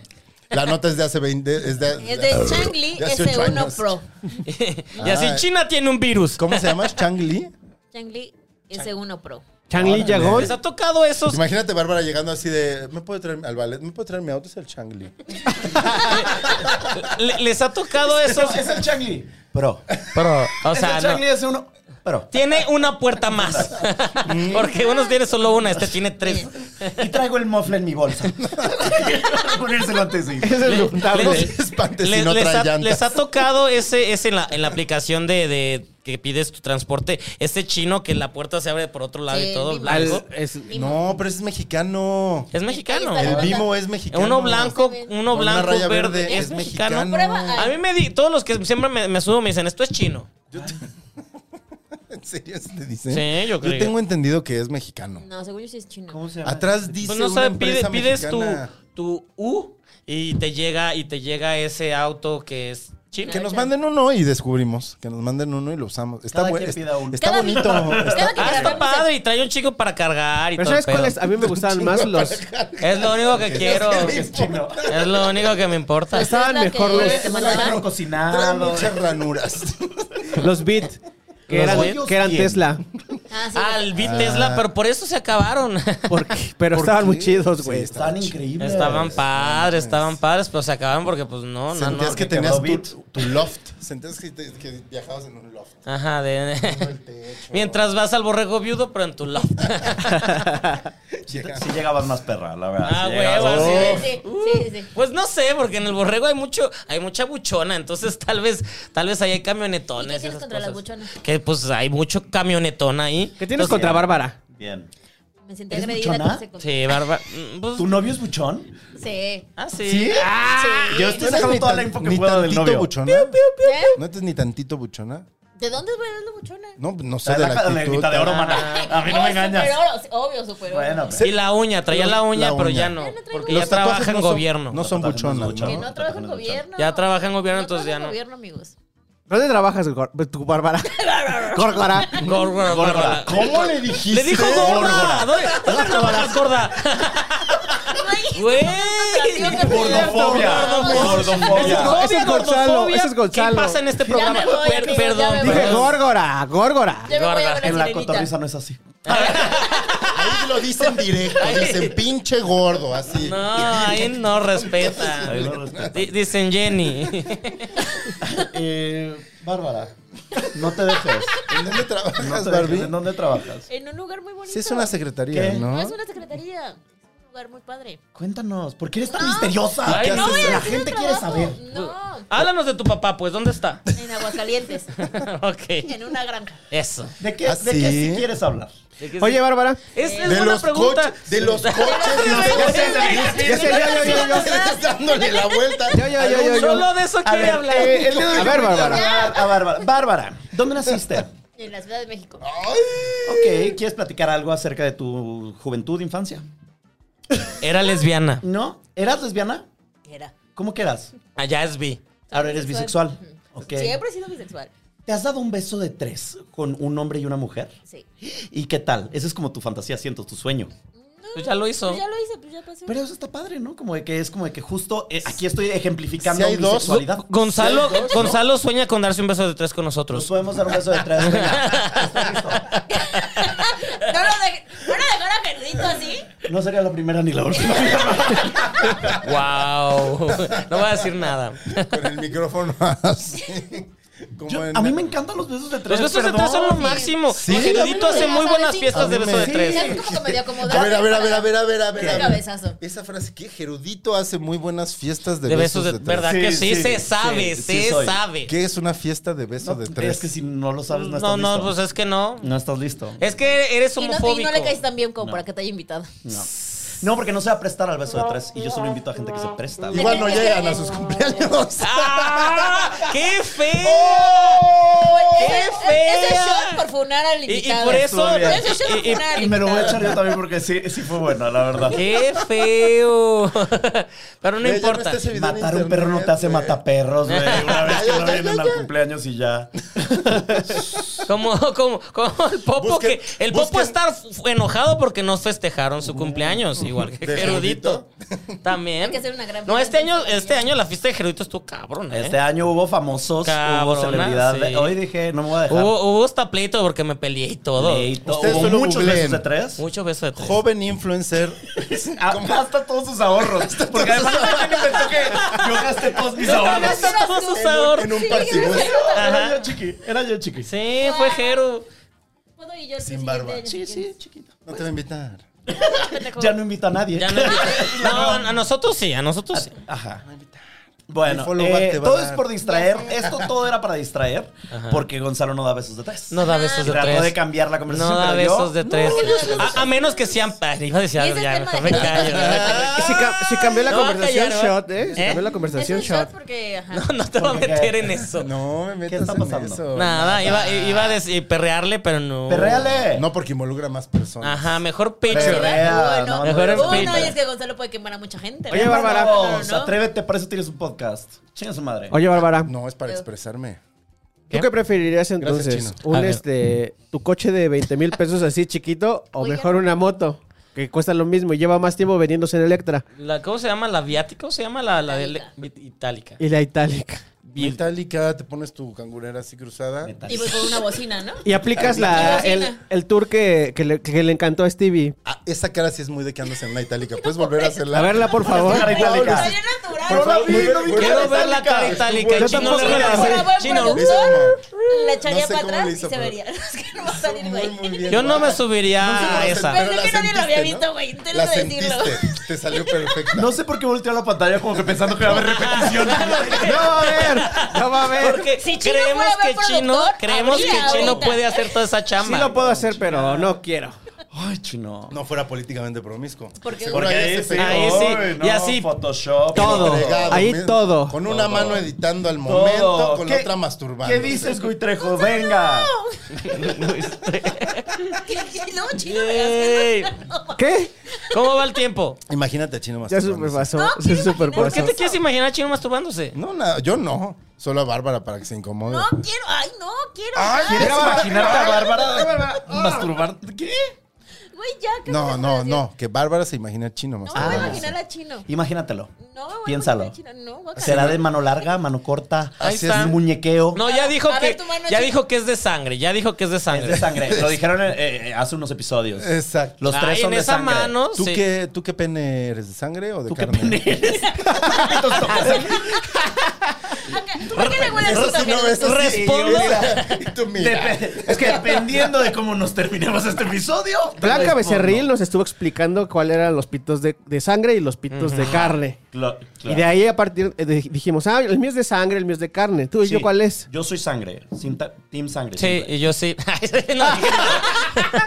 S4: La nota es de hace 20. Es de,
S5: Es de Changli
S4: de hace ocho
S5: S1
S4: años.
S5: Pro.
S3: <laughs> y así
S4: Ah.
S3: China tiene un virus.
S4: ¿Cómo se llama? ¿Chang Li?
S5: Changli S1 Pro.
S6: Changlin
S3: <laughs>
S6: Yagón.
S3: ¿Les ha tocado esos?
S4: Imagínate Bárbara llegando así de. ¿Me puede traer al ballet? ¿Me puede traer mi auto? Es el Chang
S3: <laughs>
S4: Li.
S3: le- ¿Les ha
S4: <laughs>
S3: tocado esos?
S2: Es el Changli. Pero.
S3: Pero, o
S2: Es
S3: sea,
S2: el
S3: no.
S2: Changli es uno. Pero.
S3: tiene una puerta más.
S4: <laughs>
S3: Porque uno tiene solo una, este tiene tres.
S2: Y traigo el mofle en mi bolsa. Ponérselo antes de ir.
S6: Es el
S3: Le-
S4: No
S6: Duntable.
S4: se espante
S3: le-
S4: si no
S3: les,
S4: trae
S3: ha,
S4: llantas.
S3: les ha tocado ese, ese en, la, en la aplicación de, de que pides tu transporte, este chino que la puerta se abre por otro lado y
S5: Sí,
S3: todo
S5: mi
S3: blanco.
S6: Al- es-
S4: No, pero ese es mexicano.
S3: Es mexicano.
S5: Ahí
S4: El
S5: está la
S4: Bimo
S5: nota.
S4: es mexicano.
S3: Uno blanco, uno
S4: Con una
S3: blanco,
S4: raya
S3: verde,
S4: verde,
S3: es,
S4: es
S3: mexicano.
S4: mexicano.
S5: Prueba.
S3: A mí me di, todos los que siempre me, me subo me dicen, esto es chino.
S4: ¿En serio se te dice?
S3: Sí, yo creo.
S4: tengo entendido que es mexicano.
S5: No, según yo sí es chino.
S2: ¿Cómo se llama?
S4: Atrás dice
S3: Pues no
S4: una
S3: sabes, pide-
S4: empresa
S3: pides tu,
S4: mexicana.
S3: tu U y te llega y te llega ese auto que es chino.
S4: Que nos manden uno y descubrimos. Que nos manden uno y lo usamos. Está,
S2: Cada
S4: bu-
S2: quien
S4: es-
S2: pida uno.
S4: está
S5: Cada-
S4: bonito.
S5: Cada
S4: Está,
S5: que
S3: Ah, está
S5: grabamos el-
S3: padre y trae un chico para cargar y
S6: Pero
S3: todo. el
S6: ¿sabes cuáles?
S3: pedo.
S6: A mí <laughs> me gustaban más los...
S3: Es lo único que quiero.
S2: Es
S3: Es
S2: chino.
S3: lo único que me importa.
S5: Pues
S6: Estaban
S5: es la
S6: mejor
S5: que
S6: los-
S5: te
S2: Trae
S5: mandaban.
S2: carro
S4: trae
S2: cocinado.
S4: muchas ranuras.
S6: Los Beat. Que
S3: Los
S6: eran,
S3: Beat.
S6: que eran
S2: ¿Quién?
S6: Tesla.
S5: Ah, sí.
S3: Ah, el Beat Tesla, pero por eso se acabaron.
S6: Porque- pero
S4: ¿Por
S6: estaban
S4: qué?
S6: muy chidos,
S4: Sí,
S6: güey.
S4: está-
S2: Están
S3: <laughs>
S2: increíbles.
S3: Estaban padres, estaban padres, pero se acabaron porque pues <laughs> no, no,
S4: Sentías
S3: no.
S4: que
S2: que quedó
S4: tenías
S2: beat.
S4: tu, tu loft. Sentías que, te- que viajabas en un loft.
S3: Ajá, de...
S4: El techo.
S3: <laughs> Mientras vas al borrego viudo, pero en tu loft.
S4: Llega-
S2: Si llegabas más perra, la verdad.
S3: Ah,
S2: sí llegabas-
S3: huevo,
S2: Oh.
S3: sí.
S5: sí, sí, sí, sí.
S3: Pues no sé, porque en el borrego hay mucho, hay mucha buchona, entonces tal vez, tal vez ahí hay camionetones.
S5: ¿Y qué tienes
S3: esas
S5: contra las
S3: cosas.
S5: buchonas?
S3: Que pues hay mucho camionetón ahí.
S6: ¿Qué tienes contra Bárbara?
S2: Bien.
S5: Me sentí
S2: ¿Eres
S5: agredida
S2: buchona?
S5: con ese con-
S3: Sí, barba. mm, pues-
S2: ¿Tu novio es buchón?
S5: Sí.
S3: ah, sí.
S2: ¿Sí?
S5: Sí.
S4: ¿No
S2: Yo estoy
S4: eres
S2: sacando
S4: ni
S2: toda
S4: tan-
S2: la info que
S4: ni
S2: puedo del
S4: tantito
S2: novio.
S4: buchona?
S5: ¿Eh?
S4: ¿No estás ni tantito buchona?
S5: ¿De dónde es verdad la buchona?
S4: No, no sé
S2: La
S4: de la
S2: la
S4: actitud.
S2: negrita de oro,
S4: tal.
S2: mana. A mí no
S5: Oh,
S2: me engañas.
S5: superoro, sí, obvio, super
S2: Bueno,
S5: oro.
S2: pero-
S3: Y la uña, traía la uña,
S4: La
S3: pero
S4: uña.
S3: ya no.
S5: Ya no traigo
S3: Porque
S5: uña.
S3: ya
S4: tatuajes
S5: Los
S3: trabaja en
S4: no son-
S3: gobierno.
S4: No son
S2: Los tatuajes no
S4: buchonas,
S2: son
S5: Que
S4: ¿no?
S5: no trabaja en
S2: No,
S5: gobierno.
S3: Ya trabaja en gobierno, entonces
S5: trabaja
S3: ya
S5: en
S3: no.
S5: gobierno, amigos. <laughs>
S6: ¿Dónde trabajas, Gor- tu Bárbara? Górgora.
S3: Górgora, Bárbara.
S4: ¿Cómo le dijiste?
S3: Le dijo gorda. ¿Dónde dónde trabajas, gorda? Güey.
S2: Gordofobia.
S6: No,
S2: Gordofobia.
S6: ese
S3: Gordofobia.
S6: es Gonzalo, ese es
S3: ¿Qué
S6: Gonzalo.
S3: pasa en este
S5: Ya
S3: programa?
S5: me voy,
S3: Per-
S5: amigo, ya
S3: perdón.
S5: me voy.
S6: Dije
S3: perdón.
S6: Górgora, Górgora.
S5: Yo me voy a
S3: Gorda.
S5: ver
S2: En la
S5: sirenita.
S2: cotorriza no es así.
S4: Ahí lo dicen directo. Dicen pinche gordo, así.
S3: No, ahí no respeta.
S2: Ahí no respeta.
S3: Di- Dicen Jenny. <laughs>
S2: Eh, Bárbara, no te dejes.
S4: ¿En dónde trabajas,
S2: No te dejes.
S4: Barbie?
S2: ¿En dónde trabajas?
S5: <laughs> En un lugar muy bonito.
S4: Sí, es una secretaría,
S2: ¿Qué?
S4: ¿no?
S5: No es una secretaría. Es un lugar muy padre.
S2: Cuéntanos, ¿por qué eres tan misteriosa?
S3: Ah, Ay,
S2: ¿Qué
S3: no
S2: haces?
S3: voy a
S2: La
S5: decir
S2: gente
S5: el
S2: quiere
S5: trabajo.
S2: saber.
S5: No.
S3: Háblanos de tu papá, pues, ¿dónde está? <laughs>
S5: En Aguascalientes. <laughs>
S3: ok.
S5: en una granja.
S3: Eso.
S2: ¿De qué,
S4: ¿Ah,
S2: de qué
S4: sí?
S2: sí quieres hablar?
S6: Oye, Bárbara.
S3: es, es
S4: De
S3: buena
S4: los,
S3: pregunta.
S4: coches, de los coches, no sé, ya sé, ya sé, ya, ya, ya, ya, ya estás <laughs> dándole la vuelta.
S6: Yo, yo, yo, yo, yo.
S3: Solo de eso
S2: A
S3: quiere
S2: ver,
S3: hablar.
S2: eh, el día de hoy
S6: A ver,
S2: vamos
S6: Bárbara.
S2: hablar a Bárbara. Bárbara, ¿dónde naciste?
S5: En la Ciudad de México.
S2: Ok, ¿quieres platicar algo acerca de tu juventud, infancia?
S3: Era lesbiana.
S2: ¿No? ¿Eras lesbiana?
S5: Era.
S2: ¿Cómo que eras?
S3: Allá Ah, es bi.
S2: Ahora eres bisexual. Ok.
S5: Siempre he sido bisexual.
S2: ¿Te has dado un beso de tres con un hombre y una mujer?
S5: Sí.
S2: ¿Y qué tal? Esa es como tu fantasía, siento, tu sueño.
S3: Pues ya lo hizo.
S5: Pues ya lo hice, pues ya pasó.
S2: Pero eso está padre, ¿no? Como de que es como de que justo eh, aquí estoy ejemplificando
S4: Si hay
S2: mi
S4: dos,
S2: sexualidad.
S3: Gonzalo,
S4: Sí, hay dos, ¿no?
S3: Gonzalo sueña con darse un beso de tres con
S2: Nos
S3: nosotros.
S2: podemos dar un beso de tres. Venga, ¿estás listo?
S5: <laughs> No lo dejé. No lo dejó la perrito así.
S2: No sería la primera ni
S4: <laughs>
S2: la última.
S3: wow. No voy a decir nada.
S4: Con el micrófono así. como
S2: Yo-
S4: en-
S2: a mí me encantan los besos de tres.
S3: Los besos de tres son lo
S2: perdón.
S3: máximo.
S4: Sí,
S3: Y Gerudito
S4: a mí me-
S3: hace muy
S5: Ya
S3: buenas
S5: sabes,
S3: fiestas
S4: sí.
S3: de
S4: A mí
S3: beso de
S4: me-
S5: Ya
S3: tres.
S5: es como que medio acomodado.
S4: A ver, a ver, a ver, a ver, a ver, a ver.
S5: Un
S4: a ver.
S5: cabezazo.
S4: Esa frase, qué gerudito hace muy buenas fiestas de,
S3: De
S4: besos,
S3: besos de.
S4: tres.
S3: ¿Verdad
S2: Sí,
S3: que sí?
S2: sí,
S3: Se
S2: sí,
S3: sabe,
S2: sí
S3: se
S2: soy.
S3: sabe.
S4: ¿Qué es una fiesta de beso
S2: No,
S4: de tres?
S2: Es que si no lo sabes, no estás
S3: No,
S2: listo.
S3: no, pues es que no.
S2: No estás listo.
S3: Es que eres
S5: Y no, y
S3: homofóbico.
S5: no le caes tan bien como para que te haya invitado.
S2: No. No, porque no se va a prestar al beso de tres. Y yo solo invito a gente que se presta. güey.
S4: Igual no llegan a sus cumpleaños.
S3: ¡Ah!
S5: <laughs>
S3: ¡Qué feo!
S5: Oh.
S3: ¡Qué
S5: Eso-
S3: fea!
S5: Eso es shot por funar al
S3: Y, y
S5: invitado.
S3: por eso.
S2: Estuvo bien.
S5: Eso es shot por
S3: y- y-
S5: funar al
S2: Y me lo voy a
S5: invitado.
S2: echar yo también porque sí, sí fue bueno, la verdad.
S3: ¡Qué feo! <laughs> Pero no
S4: Güey, ya
S3: importa.
S4: este video en
S2: Matar un
S4: internet,
S2: perro no te hace
S4: güey.
S2: mataperros, güey.
S3: <laughs>
S2: Una vez que
S4: Ya,
S2: no
S4: ya,
S2: vienen
S4: ya,
S2: al
S4: ya.
S2: cumpleaños y ya.
S3: ¿Eh? Como, como, como el popo
S4: Busquen-
S3: que. El popo
S4: busquen-
S3: está f- enojado porque no festejaron su cumpleaños, igual que
S4: ¿De
S3: Gerudito. También.
S5: Hay que hacer una gran
S3: no, este año,
S5: fiesta.
S3: este año la fiesta de Gerudito estuvo cabrón, ¿eh?
S2: Este año hubo famosos, hubo
S3: Cabrona,
S2: celebridades.
S3: sí.
S2: Hoy dije, no me voy a dejar.
S3: Hubo, hubo hasta pleito porque me peleé y todo.
S2: Pleito.
S4: Ustedes
S2: hubo
S4: solo
S2: muchos
S4: googleen.
S2: besos de <laughs> tres.
S3: Mucho beso de tres.
S4: Joven influencer.
S2: Ah,
S4: ¿Cómo?
S2: Gasta todos sus ahorros. Porque además la gente pensó que yo gasté todos
S3: <laughs>
S2: mis
S3: Yo también
S2: ahorros.
S3: gasté todos sus
S4: En un-
S3: ahorros.
S4: En un partido.
S2: Era
S3: Ajá.
S2: yo chiqui, era yo chiqui.
S3: Sí, fue Jero.
S5: Puedo ir yo el
S4: Sin
S5: siguiente
S4: barba.
S5: año,
S2: Sí,
S5: si
S2: sí,
S5: quieres.
S2: chiquito.
S4: No te va a invitar.
S5: Pendejo.
S2: Ya no invito a nadie.
S3: Ya no, <laughs> no, a nosotros sí, a nosotros sí.
S2: Ajá.
S4: El
S2: Bueno,
S4: follow
S2: eh,
S4: back te va a
S2: todo
S4: dar.
S2: es por distraer. Esto todo era para distraer. Porque Gonzalo no da besos de tres.
S3: No da besos de
S2: Trató
S3: tres.
S2: de cambiar la
S3: No
S2: conversación.
S3: da
S2: pero yo-
S3: besos de tres. a, a menos que sean. pa- Iba a decir
S5: Y
S3: algo
S5: ese
S3: ya,
S5: tema
S3: mejor
S5: de
S3: me
S5: Gerudito.
S3: callo.
S6: Si, ca- si cambió la
S3: No,
S6: conversación
S3: callaron.
S6: shot, ¿eh? Si
S3: ¿Eh?
S6: cambió la
S5: Es
S6: conversación
S5: un
S6: shot.
S5: shot porque. Ajá.
S3: <laughs> No, no te voy a
S2: Porque-
S3: meter en eso.
S4: <laughs> No me metas
S2: está
S4: en
S2: pasando?
S4: eso.
S3: Nada, iba, iba a decir perrearle, pero no.
S2: Perréale.
S4: No, porque involucra más personas.
S3: Ajá, mejor picture.
S2: Perrear. Perrea,
S5: Bueno,
S2: no,
S3: mejor en
S5: uy, no,
S3: Twitter.
S5: y es que Gonzalo puede quemar a mucha gente.
S6: Oye,
S5: ¿no?
S6: Bárbara.
S5: No, no,
S2: Vamos,
S5: no.
S2: atrévete, para eso tienes un podcast. Chinga su madre.
S6: Oye, Bárbara,
S4: No, es para expresarme.
S6: ¿tú qué preferirías
S4: Gracias,
S6: entonces?
S4: Chino.
S6: ¿Un
S3: A ver.
S6: este, tu coche de 20 mil pesos así chiquito o
S5: Oye.
S6: mejor una moto que cuesta lo mismo y lleva más tiempo vendiéndose en Electra?
S3: La, ¿Cómo se llama? ¿La viática? ¿Cómo se llama la, la de- itálica?
S6: Y la itálica.
S3: bien.
S4: Metallica, te pones tu cangurera así cruzada.
S5: Y pues, voy con una bocina, ¿no?
S6: Y aplicas la,
S5: Y
S6: el,
S5: bocina.
S6: el tour que, que le, que le encantó a Stevie.
S4: Ah, esa cara sí es muy de que andas en una itálica. ¿Puedes volver a hacerla?
S6: A verla, por favor.
S5: Está
S2: Metallica.
S5: bien natural.
S4: Por favor,
S5: güey.
S4: volver- volver
S3: Quiero
S4: a
S3: ver la cara itálica.
S4: Metallica.
S6: Yo
S3: Y chino
S6: tampoco
S3: le
S6: la-
S5: Si fuera
S3: regresa.
S5: buen
S3: Chino.
S5: productor, le
S4: No
S5: echaría
S4: sé
S5: para
S4: cómo
S5: atrás
S4: le
S5: y
S4: hizo,
S5: se
S4: pero-
S5: vería. <laughs> Es que no va a salir, güey.
S4: Muy, muy bien,
S3: Yo no
S4: Bárbara.
S3: me subiera a
S4: Pero
S3: esa.
S5: Pero es que nadie lo había
S4: sentiste, ¿no?
S5: visto, güey. Intento
S4: La
S5: decirlo.
S4: sentiste. Te salió perfecta.
S2: No sé por qué volteó a la pantalla como que pensando que iba a
S4: <laughs>
S2: haber repetición.
S6: <laughs> No va a haber, no va a haber.
S3: Porque
S5: Si Chino
S3: creemos
S5: fuera
S3: que
S5: buen
S3: Chino,
S5: productor,
S3: creemos que
S5: habría
S3: Chino
S5: ahorita.
S3: puede hacer toda esa
S6: Sí
S3: chamba.
S6: lo puedo hacer, pero no quiero.
S2: Ay, chino.
S4: No fuera políticamente promiscuo.
S5: ¿Por qué?
S4: Seguro
S2: Porque
S4: ahí se
S2: ahí sí.
S4: pegó.
S3: Ahí sí. Y así-
S2: Photoshop.
S6: Todo.
S4: Entregado,
S6: ahí
S4: men.
S6: todo.
S4: Con una mano editando al
S2: Todo.
S4: momento, con la
S2: ¿Qué-
S4: otra masturbando.
S2: ¿Qué dices, Gui Trejo? <laughs> Venga. este.
S5: Y luego chino, ¿verdad?
S3: Ey,
S6: ¿Qué?
S3: ¿Cómo va el tiempo?
S4: Imagínate a Chino
S6: Ya
S4: masturbando.
S6: superpasó.
S5: No,
S6: Se
S5: quiero
S6: superpasó.
S5: imaginar
S3: ¿Qué te quieres imaginar a Chino masturbándose?
S4: No, nada, yo no. Solo a Bárbara para que se incomode.
S5: No quiero, ay, no quiero.
S4: Ah,
S2: ¿Quieres imaginarte a Bárbara masturbar? ¿Qué?
S5: Güey, ya. ¿qué
S4: No,
S5: estás
S4: no,
S5: haciendo?
S4: no, que Bárbara se imagina a Chino
S5: No me voy a
S2: Ah.
S4: masturbando.
S5: imaginar a chino.
S2: Imagínatelo.
S5: No me voy
S2: Piénsalo.
S5: a imaginar a chino. No, guácala.
S2: ¿Será de mano larga, mano corta?
S3: Ahí
S4: Así
S3: está.
S4: es.
S2: Muñequeo.
S3: No, ya dijo
S5: A
S3: que
S5: ver, tu mano,
S3: ya
S5: Chino.
S3: dijo que es de sangre, ya dijo que es de
S2: Es
S3: sangre.
S2: de
S4: <laughs>
S2: sangre. Lo dijeron eh, eh, hace unos episodios.
S4: Exacto.
S2: Los tres
S3: Ay,
S2: son
S3: en
S2: de
S3: esa
S2: sangre.
S3: mano,
S4: ¿Tú,
S3: sí.
S4: qué, ¿Tú qué pene eres? ¿De sangre o de
S2: ¿Tú qué
S4: carne?
S2: pene eres?
S3: Ah,
S5: ¿Por qué le huele a
S4: Eso
S5: eso
S4: sí
S5: también?
S4: no ves así.
S3: Respondo.
S4: Mira, <laughs> y tú mira.
S2: Dep- es que dependiendo de cómo nos terminemos este episodio. pues,
S6: Blanca
S2: respondo.
S6: Becerril nos estuvo explicando cuáles eran los pitos de, de sangre y los pitos de carne.
S2: Cla- claro.
S6: Y de ahí a partir eh, de- dijimos, ah, el mío es de sangre, el mío es de carne. ¿Tú y
S2: Sí.
S6: yo cuál es?
S2: Yo soy sangre. sin ta- Team sangre.
S3: Sí,
S2: siempre.
S3: y yo sí. <laughs> No dije nada.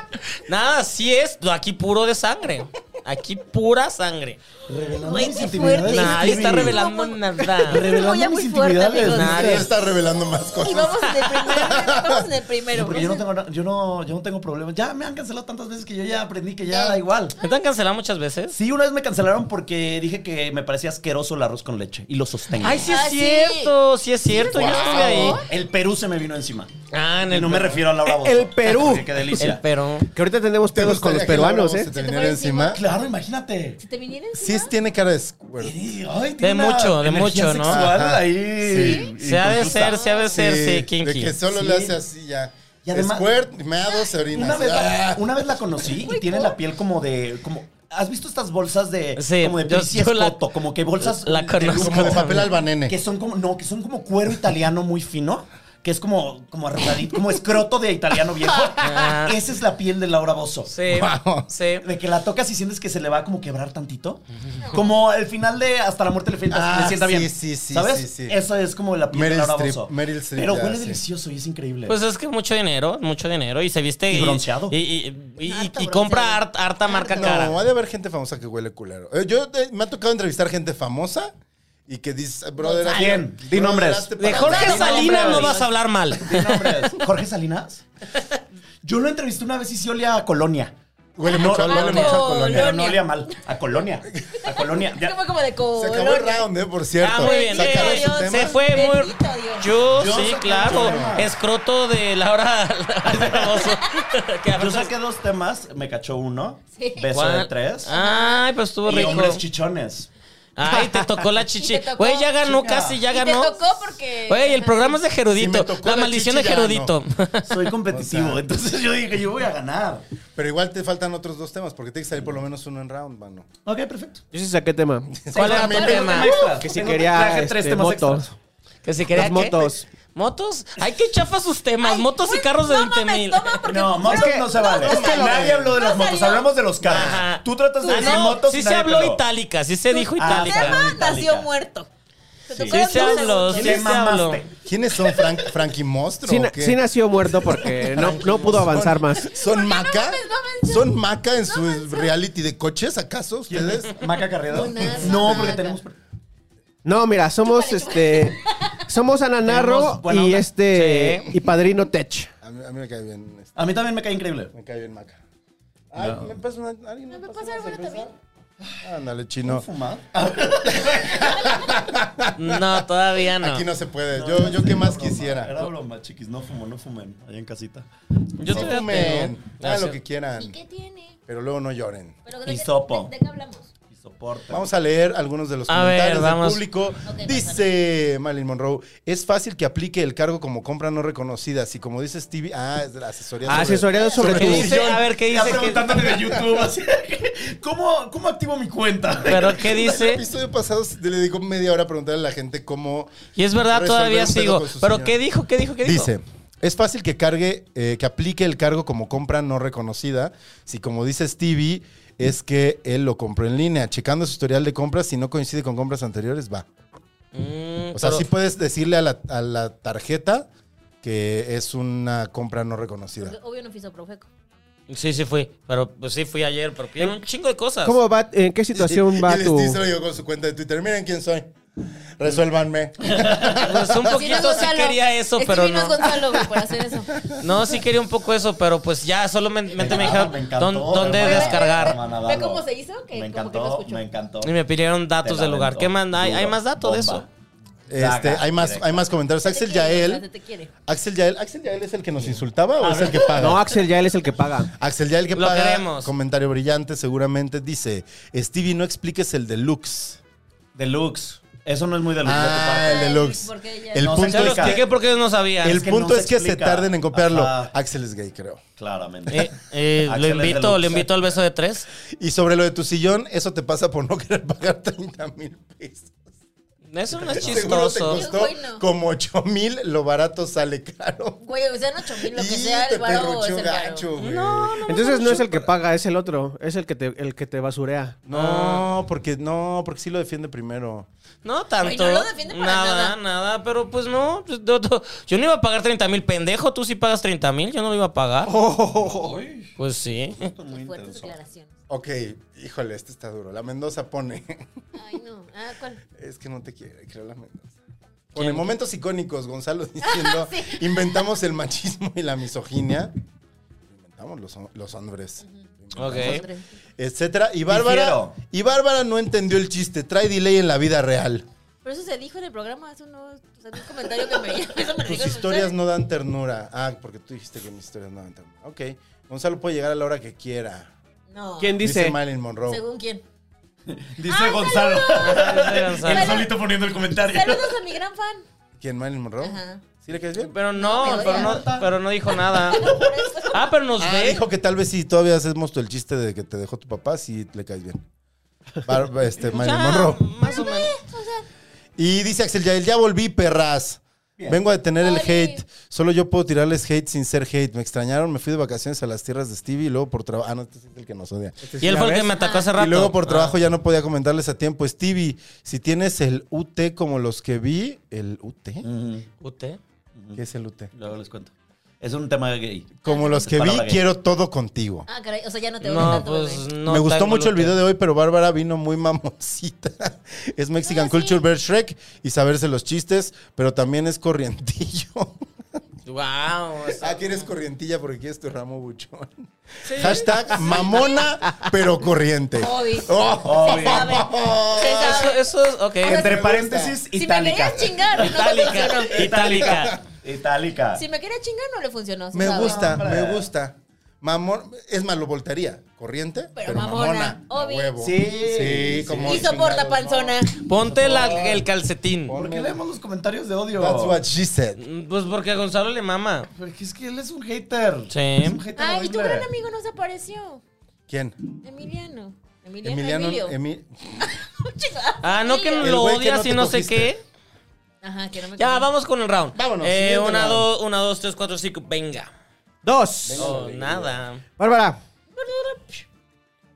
S3: Nada, sí es aquí puro de sangre. Aquí pura sangre.
S5: Güey, qué fuerte.
S3: Nadie está revelando nada.
S5: Revelando
S2: Revelando
S5: Oye,
S2: mis
S5: mis muy fuerte,
S2: intimidades.
S5: intimidades. amigos.
S4: Pero está revelando más
S5: Y
S4: cosas.
S5: vamos en el primero. Vamos en el primero.
S2: Porque yo no tengo, na- yo no, yo no tengo problemas. Ya me han cancelado tantas veces que yo ya aprendí que ya da igual.
S3: ¿Me te han cancelado muchas veces?
S2: Sí, una vez me cancelaron porque dije que me parecía asqueroso el arroz con leche y lo sostengo.
S3: Ay, sí es
S5: Ah, sí.
S3: cierto, sí es cierto. Yo estuve ahí.
S2: El Perú se me vino encima.
S3: Ah, en
S2: Y
S3: el
S2: no me refiero a Laura Bozo.
S6: El Perú.
S2: Porque Qué delicia.
S3: El Perú.
S6: Que ahorita tenemos
S4: ¿Te
S6: pedos con los
S4: gustaría que Laura
S6: peruanos,
S4: Bozo
S6: ¿eh?
S4: se
S5: ¿Se
S4: te
S5: te
S4: viniera
S5: pone
S4: encima?
S2: Claro, imagínate.
S5: Si te viniera
S4: Sí
S5: encima.
S4: es- tiene cara de squirt.
S2: Sí, ay, tiene
S3: De
S2: una
S3: mucho, de
S2: energía
S3: mucho, ¿no?
S2: sexual
S4: Ajá.
S2: ahí.
S3: Se ha de
S2: inconclusa.
S3: ser, se ha de ser, sí,
S4: De
S3: kinky.
S4: que solo
S2: Sí.
S4: le hace así ya.
S2: Y además-
S4: squirt, meado, se orina.
S2: Una vez,
S4: Ah.
S2: la, una vez la conocí y tiene la piel como de. Como, ¿Has visto estas bolsas de.
S3: Sí,
S2: como de
S3: yo-
S2: Pepsi
S3: yo la-
S2: Scotto? Como que bolsas.
S3: la
S2: de
S3: conozco
S2: lujo,
S4: Como de papel albanene.
S2: Que son como. No, que son como cuero italiano muy fino. Que es como, como arrugadito, como escroto de italiano viejo.
S3: <laughs> Ah.
S2: Esa es la piel de Laura Bozo.
S3: Sí.
S4: Wow.
S3: Sí.
S2: De que la tocas y sientes que se le va a como quebrar tantito. Como el final de Hasta la muerte le, fe-
S4: Ah,
S2: le sienta
S4: sí,
S2: bien.
S4: sí, sí,
S2: ¿Sabes?
S4: sí, sí.
S2: Eso es como la piel
S4: Meryl
S2: de Laura
S4: Streep,
S2: Bozo.
S4: Meryl Streep,
S2: Pero
S4: ya,
S2: huele
S4: sí.
S2: delicioso y es increíble.
S3: Pues es que mucho dinero, mucho dinero. Y se viste.
S2: Y bronceado.
S3: Y, y- y- y-
S5: Harto
S3: y compra
S5: bronceado.
S3: harta, harta marca cara.
S4: No, ha de haber gente famosa que huele culero. Eh, Yo eh, me ha tocado entrevistar gente famosa y que dice, brother, hazte-
S2: ¿Quién? Di
S4: brother,
S2: nombres.
S4: hazte
S3: De
S4: para
S3: Jorge
S4: acá.
S3: Salinas no
S2: nombres.
S3: vas a hablar mal.
S2: Di nombres. <laughs> ¿Jorge Salinas? Yo lo entrevisté una vez y sí olía a Colonia.
S4: Huele mucho,
S2: No,
S4: huele mucho a colonia.
S2: Pero no olía mal. A Colonia. A Colonia.
S5: <laughs> Es
S2: Ya.
S5: como, como de
S4: Se
S5: color.
S4: acabó el round, eh, por cierto.
S3: Ah, muy bien.
S4: Se acabó
S3: Eh,
S4: ese
S5: Dios,
S4: tema.
S3: se fue muy.
S5: Bendito Dios.
S3: Yo,
S2: Yo
S3: sí,
S2: saqué
S3: claro.
S2: un tema.
S3: Escroto de Laura. <laughs> Laura Bozo. Que
S2: <laughs> Yo
S3: hablas-
S2: saqué dos temas. Me cachó uno.
S5: Sí.
S2: Beso
S3: ¿Cuál?
S2: de tres.
S3: Ay, pues estuvo
S2: y hombres
S3: rico.
S2: chichones.
S3: Ay, te tocó la
S5: <laughs> Y
S3: chichi.
S5: te tocó.
S3: Güey, ya ganó
S2: Chica.
S3: casi, ya
S5: Y te
S3: ganó.
S5: tocó pues, porque.
S3: Güey, el programa es de
S4: Si me
S3: Gerudito.
S4: tocó
S3: la
S4: la
S3: maldición de
S4: chichi, ya no.
S3: Gerudito.
S2: Soy competitivo.
S4: O sea.
S2: entonces yo dije, yo voy a ganar.
S4: Pero igual te faltan otros dos temas porque tiene que salir por lo menos uno en round, mano.
S2: Ok, perfecto.
S6: Yo sí saqué tema.
S3: <laughs> ¿Cuál era
S2: Tengo
S3: tu tema?
S2: extras.
S6: Que si
S2: Tengo-
S6: quería
S2: traje
S6: este, motos.
S2: extras.
S3: Que si quería
S6: Las
S3: ¿qué?
S6: motos.
S3: ¿Motos? Ay, qué chafa sus temas.
S5: Ay,
S3: motos y
S5: güey,
S3: carros de
S5: no
S3: 20
S5: mames,
S3: mil.
S5: toma, porque
S2: No, motos
S5: fueron-
S2: no se vale.
S5: no se
S2: Nadie
S5: vale.
S2: habló de las
S5: No
S2: motos,
S5: salió.
S2: hablamos de los carros.
S3: Ajá.
S2: Tú tratas de
S3: Ah,
S2: decir
S3: no,
S2: motos. y
S3: sí se
S2: nadie
S3: habló
S2: peló.
S3: itálica, sí se dijo
S2: Ah,
S5: El
S3: itálica.
S5: tema
S2: Itálica.
S5: nació muerto. Te tocó
S3: Sí
S5: en
S3: se
S5: dos
S3: habló,
S5: segundos.
S3: sí
S2: Le
S3: se
S2: mamaste.
S3: habló.
S4: ¿Quiénes son
S3: <laughs>
S4: Frank, Frankie Monstro?
S6: Sí,
S4: o
S6: na-
S4: qué?
S6: sí nació muerto porque no, no pudo avanzar más.
S4: ¿Son maca?
S5: mames, no manches.
S4: ¿Son maca en su reality de coches, acaso ustedes?
S2: ¿Maca Carredo?
S5: No, nada,
S2: No, porque
S5: nada.
S2: tenemos.
S6: No, mira, somos este. Somos Ananarro
S2: Tenemos buena
S6: y
S2: onda.
S6: este. Y Padrino Tech.
S4: A mí, a mí me cae bien, este,
S2: A mí también me cae increíble.
S4: me cae bien maca. Ay, me pasa una, alguien me,
S5: ¿Me
S4: pasa
S5: pasa
S4: una
S5: alguna
S4: cerveza? Ándale, chino.
S2: Fumar.
S3: No, todavía no.
S4: Aquí no se puede. yo yo qué más
S2: Era
S4: quisiera.
S2: broma, chiquis. No fumo, no fumen. Allá en casita.
S3: Yo todavía
S4: Fumen,
S3: tengo.
S4: hagan lo
S3: Gracias.
S4: que quieran,
S5: ¿Y qué tiene?
S4: pero luego no lloren.
S5: Pero de qué-
S2: Hisopo.
S5: ¿De de qué hablamos?
S2: Soporta.
S4: Vamos a leer algunos de los
S3: A ver,
S4: comentarios del
S3: vamos.
S4: público. Dice Marilyn Monroe, es fácil que aplique el cargo como compra no reconocida. Si como dice Stevie, ah, es de la asesoría. sobre-
S6: Asesoreado sobre
S3: ¿Qué
S6: tu-
S3: dice? A ver, ¿qué
S2: Está
S3: dice? ¿Qué-
S2: preguntándole de YouTube. así, ¿Cómo, ¿Cómo activo mi cuenta?
S3: ¿Pero
S4: <laughs>
S3: qué
S4: El
S3: dice?
S4: episodio pasado le dedicó media hora a preguntarle a la gente cómo.
S3: Y es verdad,
S4: resolver
S3: todavía
S4: un pedo
S3: sigo.
S4: con su
S3: ¿Pero
S4: señor.
S3: qué dijo? ¿Qué dijo? ¿Qué dijo?
S4: Dice. Es fácil que cargue, eh, que aplique el cargo como compra no reconocida. Si como dice Stevie, es que él lo compró en línea. Checando su historial de compras, si no coincide con compras anteriores, va.
S3: Mm,
S4: O sea,
S3: pero-
S4: sí puedes decirle a la, a la tarjeta que es una compra no reconocida.
S5: Obvio no fizo Profeco.
S3: Sí, sí fui. Pero pues, sí fui ayer, pero pidieron un chingo de cosas.
S6: ¿Cómo va? ¿En qué situación va
S4: y el
S6: tu...?
S4: Steve se lo llegó con su cuenta de Twitter. Miren quién soy. Resuélvanme.
S3: Pues un poquito sí quería eso, pero
S5: no. es
S3: no.
S5: Gonzalo, güey, por
S4: <laughs>
S5: hacer eso.
S3: No, sí quería un poco eso, pero pues ya solamente me dijeron
S2: Me encantó,
S3: "¿Dón- dónde
S2: hermano.
S3: descargar.
S2: Hermana,
S5: ¿Ve
S2: dalo.
S5: cómo se hizo? Que
S2: me
S5: como que no
S2: encantó,
S5: escuchó.
S2: me encantó.
S3: Y me pidieron datos
S2: Te
S3: del lugar.
S2: lamento.
S3: ¿Qué más? ¿Hay,
S2: Duro,
S3: hay más datos de eso?
S2: bomba.
S4: Este, hay más, hay más comentarios. Axel
S5: Se
S4: Yael.
S5: te quiere.
S4: Axel Yael. ¿Axel Yael es el que nos insultaba o es el que paga?
S6: No, Axel ya él es el que paga.
S4: Axel Yael que
S3: Lo
S4: paga.
S3: queremos.
S4: Comentario brillante, seguramente. Dice: Stevie, no expliques el deluxe.
S2: Deluxe. Eso no es muy deluxe. de tu
S4: Ah,
S2: parte.
S3: eh.
S4: el
S5: Ay,
S4: deluxe.
S5: ¿por qué ya?
S4: El
S2: No, se
S4: punto
S3: Ya lo
S4: es
S2: explica.
S4: que.
S3: expliqué porque yo no sabía.
S4: El
S2: Es que
S4: punto
S2: no se
S4: es que se
S2: explica.
S4: tarden en copiarlo.
S2: Ajá.
S4: Axel es gay, creo.
S2: Claramente.
S3: Eh,
S4: <laughs>
S3: eh, lo
S2: Axel es
S3: invito, le
S2: deluxe.
S3: invito al beso de tres.
S4: Y sobre lo de tu sillón, eso te pasa por no querer pagar 30 mil pesos.
S3: Eso no es
S4: <laughs> Seguro te
S3: chistoso.
S4: costó
S5: Güey, no.
S4: como 8 mil, lo barato sale caro.
S5: Güey, o sea, no 8 mil, lo que
S4: Y
S5: sea,
S4: te
S5: el varo es
S4: perruchó
S5: el
S4: gacho,
S5: varo.
S4: güey.
S6: Entonces no es el que paga, es el otro. Es el que te, el que te basurea.
S4: No, porque no, porque sí lo defiende primero.
S3: No tanto.
S5: Güey, no lo defiende para
S3: nada,
S5: nada.
S3: nada, pero pues no. pues, no, no. Yo no iba a pagar 30 mil, pendejo. Tú sí pagas 30 mil, yo no lo iba a pagar. Pues sí.
S5: Qué fuertes declaraciones.
S4: Ok, híjole, este está duro. La Mendoza pone.
S5: Ay, no. Ah, ¿cuál?
S4: Es que no te quiere, creo la Mendoza. Pone momentos icónicos, Gonzalo <laughs> diciendo, inventamos el machismo y la misoginia. Inventamos los, hom- los hombres.
S3: Ok.
S5: Tres.
S4: Etcétera. Y Bárbara,
S2: Difiero.
S4: y Bárbara no entendió el chiste. Trae delay en la vida real.
S5: Pero eso se dijo en el programa hace unos. O sea, en un comentario que me <laughs> eso me lo dijo
S4: Tus
S5: el
S4: historias
S5: Gonzalo.
S4: no dan ternura. Ah, porque tú dijiste que mis historias no dan ternura. Ok. Gonzalo puede llegar a la hora que quiera.
S5: No.
S6: ¿Quién
S4: Dice,
S6: dice?
S4: Marilyn Monroe.
S3: <laughs>
S5: ¿Según quién?
S2: Dice
S5: Ah,
S2: Gonzalo. <laughs> Él
S5: Saludos.
S2: solito poniendo el comentario.
S5: Saludos a mi gran fan.
S4: ¿Quién? Marilyn Monroe.
S5: Ajá.
S4: ¿Sí le caes bien?
S3: Pero no,
S5: No,
S3: pero no, pero no dijo
S5: <laughs>
S3: nada. Ah, pero nos
S4: Ah,
S3: ve.
S4: dijo que tal vez si todavía hacemos el chiste de que te dejó tu papá, sí le caes bien. Bar- este, Marilyn
S3: Ya,
S4: Monroe.
S3: Más o menos.
S4: Y dice Axel Yael, ya volví, perras. Vengo a detener el
S5: Oli.
S4: hate. Solo yo puedo tirarles hate sin ser hate. Me extrañaron, me fui de vacaciones a las tierras de Stevie y luego por trabajo. Ah, no, este es el que nos odia.
S3: Y él fue el que me atacó hace rato.
S4: Y luego por
S3: Ah.
S4: trabajo ya no podía comentarles a tiempo. Stevie, si tienes el UT como los que vi, el UT,
S3: Ah, ¿Usted?
S4: ¿qué es el UT?
S2: Luego les cuento. Es un tema gay.
S4: Como los que vi,
S2: Palabra gay.
S4: quiero todo contigo.
S5: Ah, caray. O sea, ya no te voy
S3: No,
S5: tanto,
S3: pues
S5: bebé.
S3: no.
S4: Me gustó
S3: tengo
S4: mucho
S3: lo
S4: el
S3: que-
S4: video de hoy, pero Bárbara vino muy <laughs> mamoncita. Es Mexican
S5: Ah, sí.
S4: Culture ver Shrek y saberse los chistes, pero también es corrientillo.
S3: Wow. o sea,
S4: Ah, que eres corrientilla porque quieres tu ramo buchón.
S3: sí.
S4: Hashtag mamona, pero corriente.
S5: Obvio.
S4: Oh.
S5: Se sabe. Se
S3: Eso,
S5: sabe.
S3: eso, es- ok.
S2: Entre paréntesis,
S5: Si me
S2: itálica.
S5: querías chingar, no te funcionó.
S3: Itálica, itálica.
S2: Itálica.
S5: <laughs> Si me quería chingar, no le funcionó. se
S4: Me
S5: sabe.
S4: gusta,
S2: hombre.
S4: me gusta. Mamón, es más, lo voltaría. Corriente, pero,
S5: Pero
S4: mamona.
S5: mamona,
S4: a
S5: obvio.
S4: huevo.
S2: Sí.
S4: Sí, como.
S5: Y soporta,
S4: chingados,
S5: panzona.
S3: Ponte la- el calcetín.
S2: ¿Por qué leemos los comentarios de
S4: no.
S2: odio?
S4: That's what she said.
S3: Pues porque a Gonzalo le mama.
S2: Porque es que él es un hater.
S3: Sí.
S2: Es un hater
S5: Ay, y tu
S2: horrible.
S5: gran amigo nos apareció.
S4: ¿Quién?
S5: Emiliano. Emiliano.
S4: Emiliano. Em-
S5: Emilio. <laughs> Oh,
S4: Emi-
S5: Chingada.
S3: Ah, no que
S4: El
S3: lo
S4: güey que
S3: odias
S4: no te
S3: y no sé
S4: cogiste.
S3: qué.
S5: Ajá, que no me
S3: Ya,
S5: acuerdo.
S3: vamos con el round.
S4: Vámonos,
S3: Eh,
S4: siguiente
S3: una,
S4: round.
S3: dos, una, dos, tres, cuatro, cinco. Venga.
S6: Dos.
S3: Oh, nada.
S6: Bárbara.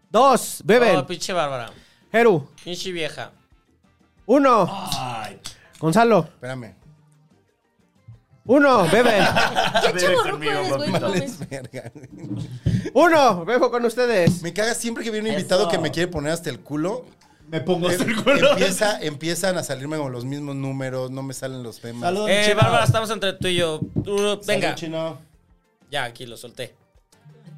S6: Dos. Beben.
S3: Oh, pinche Bárbara.
S6: Heru.
S3: Pinche vieja.
S6: Uno.
S2: Ay,
S6: Gonzalo.
S4: Espérame.
S6: Uno. Beben.
S5: ¿Qué
S2: Bebe
S5: chavorruco
S2: conmigo,
S5: eres, güey?
S2: papito.
S5: No mames.
S4: Vales verga.
S6: Uno. Bebo con ustedes.
S4: Me caga siempre que viene un invitado
S2: Eso.
S4: que me quiere poner hasta el culo.
S2: me pongo
S4: Em-
S2: hasta el culo.
S4: Empieza, empiezan a salirme con los mismos números, no me salen los temas.
S2: Saludos,
S3: Eh,
S2: chino.
S3: Bárbara, estamos entre tú y yo. Tú, Venga.
S4: Salud, chino.
S3: Ya, aquí lo solté.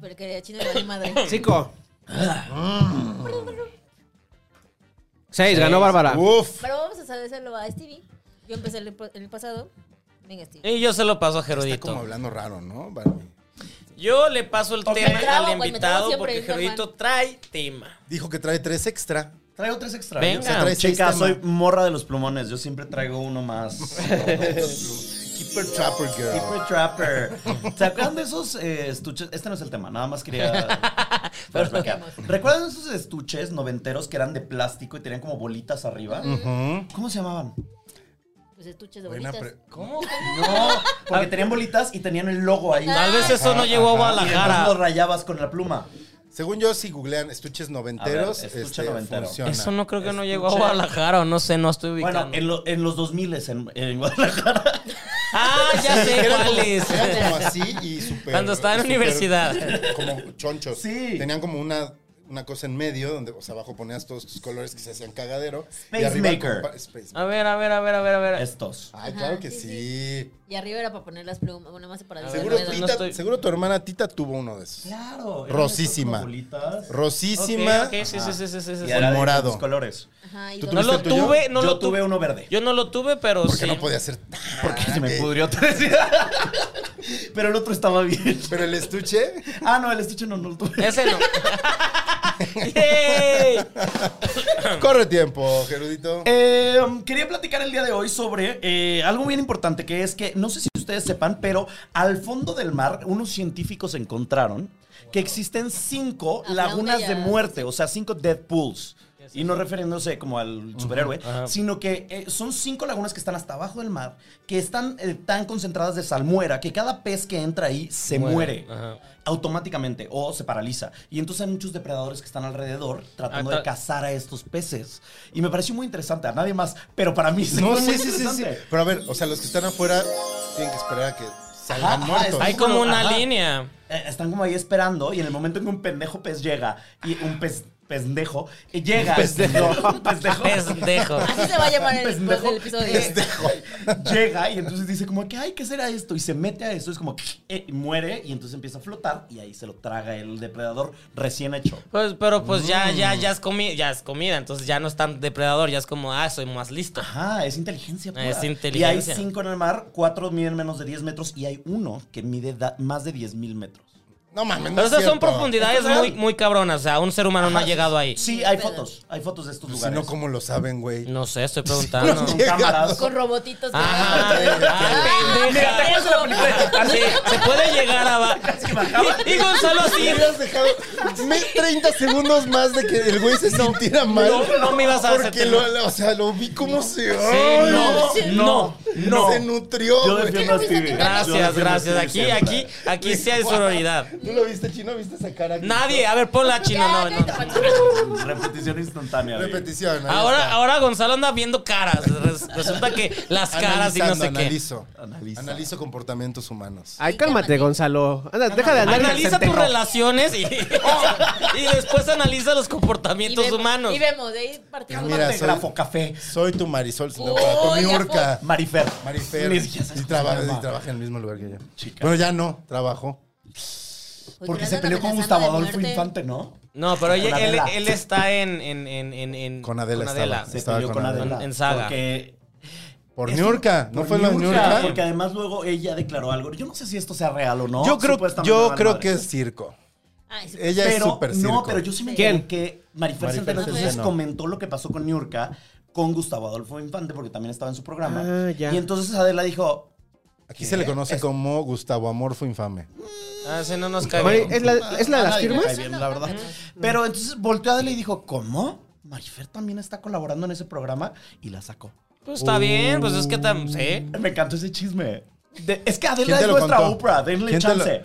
S5: Pero que de chino le vale madre.
S6: Cinco. Ah. Seis. Ganó Bárbara.
S4: Uf.
S5: Pero vamos a saberlo a Stevie. Yo empecé el, el pasado. Venga, Stevie.
S3: Y yo se lo paso a
S4: Está como
S3: Gerudito.
S4: hablando raro, ¿no? Vale.
S3: Yo le paso el tema
S5: me trabo,
S3: al
S5: güey, me trabo
S3: invitado
S5: siempre,
S3: porque
S5: es normal.
S3: Gerudito trae tema.
S4: Dijo que trae tres extra.
S2: Traigo tres Este extra.
S3: Venga.
S2: O sea,
S4: traes seis
S2: Ah, chica,
S4: temas.
S2: soy morra de los plumones. Yo siempre traigo uno <laughs> más.
S4: Keeper Trapper Girl.
S2: Tipo Trapper. ¿Se acuerdan de esos eh, estuches? Este no es el tema, nada
S3: <laughs>
S2: más quería. flashbackear. ¿Recuerdan esos estuches noventeros que eran de plástico y tenían como bolitas arriba? ¿Cómo se llamaban?
S3: Eh.
S5: Los estuches de
S4: Buena
S5: bolitas.
S4: pre-
S2: ¿Cómo? No, porque tenían bolitas y tenían el logo ahí.
S3: Tal vez eso no llegó Ah. a
S2: Y entonces lo
S3: Guadalajara.
S2: rayabas con la pluma.
S4: Según yo, si googlean estuches noventeros,
S2: A ver, estuche
S4: este,
S2: noventero.
S4: funciona.
S3: Eso no creo que no llegó a
S2: Escuché.
S3: Guadalajara o no sé, no estoy ubicando.
S2: Bueno, en, lo- en los 2000 en, en <laughs> Guadalajara.
S3: Ah, ya
S4: <laughs>
S3: sé
S4: Eran como,
S3: cuál es.
S4: eran como así
S3: <laughs>
S4: y super.
S3: Cuando estaba en
S4: y super-
S3: universidad.
S4: <laughs> Como chonchos.
S2: Sí.
S4: Tenían como una, una cosa en medio donde, o sea, abajo ponías todos tus colores que se hacían cagadero.
S2: Space Maker.
S4: como pa- Space
S3: A ver, a ver, a ver, a ver, a ver.
S2: Estos.
S4: Ay,
S5: Ajá,
S4: claro que sí.
S5: sí, Y arriba era para poner las plumas, bueno, más para
S3: A ver,
S4: Seguro,
S3: no, no
S4: Tita-
S3: estoy-
S4: seguro tu hermana Tita tuvo uno de esos.
S2: Claro. eran
S4: Rosísima.
S2: estas bolitas.
S4: Rosísima.
S3: Ok, ok, sí, sí, sí, sí, sí, sí.
S2: Y era de
S4: morado.
S2: esos colores.
S5: Ajá, y
S4: ¿Tú
S5: dos-
S3: No
S4: tuviste
S3: lo
S4: el tuyo?
S3: tuve, no
S2: Yo
S3: lo tuve.
S2: tuve uno verde.
S3: Yo no lo tuve, pero
S4: Porque
S3: sí.
S4: no podía ser.
S2: Porque se me
S4: Ah, Ok.
S2: pudrió tres <laughs> Pero el otro estaba bien.
S4: Pero el estuche.
S2: Ah, no, el estuche no, no lo
S3: <laughs>
S2: tuve.
S3: Ese
S4: <laughs>
S3: no. Yay.
S4: Corre tiempo, Gerudito.
S2: Eh, quería platicar el día de hoy sobre eh, algo bien importante que es que no sé si ustedes sepan, pero al fondo del mar unos científicos encontraron que existen cinco
S5: Aplaude
S2: lagunas
S5: ya.
S2: de muerte, o sea, cinco dead pools. Y no refiriéndose como al superhéroe, sino que eh, son cinco lagunas que están hasta abajo del mar, que están eh, tan concentradas de salmuera que cada pez que entra ahí se muere,
S3: Ajá.
S2: automáticamente o se paraliza. Y entonces hay muchos depredadores que están alrededor tratando
S3: Ah,
S2: de
S3: ta-
S2: cazar a estos peces. Y me pareció muy interesante, a nadie más, pero para mí sí
S4: No,
S2: fue muy
S4: sí, sí, sí, sí.
S2: interesante.
S4: Pero a ver, o sea, los que están afuera tienen que esperar a que
S2: Ajá,
S4: salgan
S2: ajá,
S4: muertos.
S2: está-
S3: Hay como una
S2: Ajá.
S3: línea.
S2: Eh, Están como ahí esperando y en el momento en que un pendejo pez llega y un pez pendejo eh, llega. Un pendejo.
S3: Pendejo.
S5: Así se va a llamar el,
S2: Pendejo.
S5: el episodio.
S4: Este.
S2: Llega y entonces dice como que, ay, ¿qué será esto? Y se mete a eso, es como, eh, y muere y entonces empieza a flotar y ahí se lo traga el depredador recién hecho.
S3: Pues, pero pues ya,
S4: Mm.
S3: ya, ya es comida, ya es comida, entonces ya no es tan depredador, ya es como, ah, soy más listo.
S2: Ajá, es inteligencia. Pura.
S3: Es
S2: Y
S3: inteligencia.
S2: hay cinco en el mar, cuatro miden menos de 10 metros y hay uno que mide da- más de 10 mil metros.
S4: No mames, no
S3: Pero
S4: es
S3: esas son
S4: cierto.
S3: profundidades
S2: ¿Esto es
S3: muy,
S2: real?
S3: muy cabronas, o sea, un ser humano no ha
S2: Ajá.
S3: llegado ahí.
S2: Sí, hay fotos. Hay fotos de estos
S4: Pues, Si
S2: lugares.
S4: no, ¿cómo lo saben, güey? Ah,
S3: No sé, estoy preguntando.
S4: No,
S2: Con
S4: Llega. <laughs>
S2: cámaras.
S5: Con robotitos. Ah, que-
S4: Ah,
S3: Ajá. Ah,
S2: Mira, ¿te acuerdas de la película de
S3: pendeja.
S2: Titanic?
S3: Sí, se puede llegar abajo.
S2: que me acaba de-
S3: <laughs> Y Gonzalo así.
S4: Me hubieras dejado me- 30 segundos más de que el güey se sintiera mal.
S3: no, no me ibas a hacer
S4: Porque
S3: tener-
S4: lo, lo- o sea, lo vi como se.
S3: Sí, no, no,
S2: no, no.
S4: Se nutrió.
S2: Yo
S4: güey.
S2: defiendo a Stevie. Yo
S3: Gracias,
S2: defiendo a
S3: gracias.
S2: Stevie
S3: Aquí,
S2: siempre.
S3: aquí, aquí sí hay sororidad.
S4: ¿Tú lo viste, chino? ¿Viste esa cara? aquí?
S3: Nadie, a ver, ponla Ah, chino, no, no.
S2: Repetición instantánea. baby.
S4: Repetición. ahí
S3: Ahora,
S4: está.
S3: ahora Gonzalo anda viendo caras. Res- Resulta que las caras y no
S4: Analizando,
S3: sé qué.
S4: Analizo.
S2: Analiza.
S4: Analizo comportamientos humanos.
S6: Ay, cálmate, Gonzalo. Anda, deja de andar en el
S3: Analiza tus
S6: centeno.
S3: relaciones y, y después analiza los
S5: Y
S3: comportamientos
S5: vemos-
S3: humanos.
S5: Y vemos, de ahí partimos.
S4: Mira,
S2: Mira,
S4: soy-
S2: grafo café.
S4: Soy tu Marisol, sino
S5: Oh,
S4: para Tommy
S5: ya
S4: Urca.
S2: Marifer.
S4: Marifer.
S2: Ni siquiera sabes
S4: Y
S2: cómo
S4: trabaja,
S2: se llama.
S4: y trabaja en el mismo lugar que yo.
S2: Chica.
S4: Bueno, ya no, trabajo.
S3: Pues
S5: Oye,
S2: Porque
S5: pero
S2: se
S5: andan
S2: peleó con
S5: amenazando
S2: Gustavo
S5: de
S2: Adolfo
S5: muerte.
S2: Infante, ¿no?
S3: No, pero ella-
S2: Con
S3: él,
S2: Adela.
S3: él está en, en, en, en, en-
S4: Con Adela estaba.
S2: Se
S4: Estaba
S2: peleó
S4: con
S2: con
S4: Adela.
S2: Adela.
S3: En Saga.
S2: Porque
S4: Por
S2: Eso-
S4: Niurka, ¿no
S2: por
S4: fue la Niurka?
S2: Porque además luego ella declaró algo. Yo no sé si esto sea real o no.
S4: yo creo,
S2: Supuestamente
S4: yo
S2: vale
S4: creo
S2: madre.
S4: que es circo.
S5: Ay, sí.
S4: Ella es
S2: Pero,
S4: súper circo.
S2: no, pero yo sí me
S6: ¿Quién?
S2: enteré que Marifer,
S4: Marifer
S2: Centeno entonces
S4: Centeno.
S2: comentó lo que pasó con Niurka con Gustavo Adolfo Infante, porque también estaba en su programa.
S6: Ah, ya.
S2: Y entonces Adela dijo,
S4: Aquí se le conoce como Gustavo Amorfo Infame.
S3: Ah, sí, no nos cae
S6: Mari,
S3: bien.
S6: ¿Es la, es la de las
S2: "Ah, "Nadie me cae
S6: firmas?
S2: bien, la verdad. Pero entonces volteó a Adela y dijo, ¿cómo? Marifer también está colaborando en ese programa y la sacó.
S3: Pues está bien, pues es que tam, sí.
S2: Me encantó ese chisme. De- es que
S4: ¿Quién
S2: Adela
S4: te
S2: es
S4: lo
S2: nuestra
S4: contó?
S2: Oprah, denle
S4: ¿Quién te lo-
S2: chance.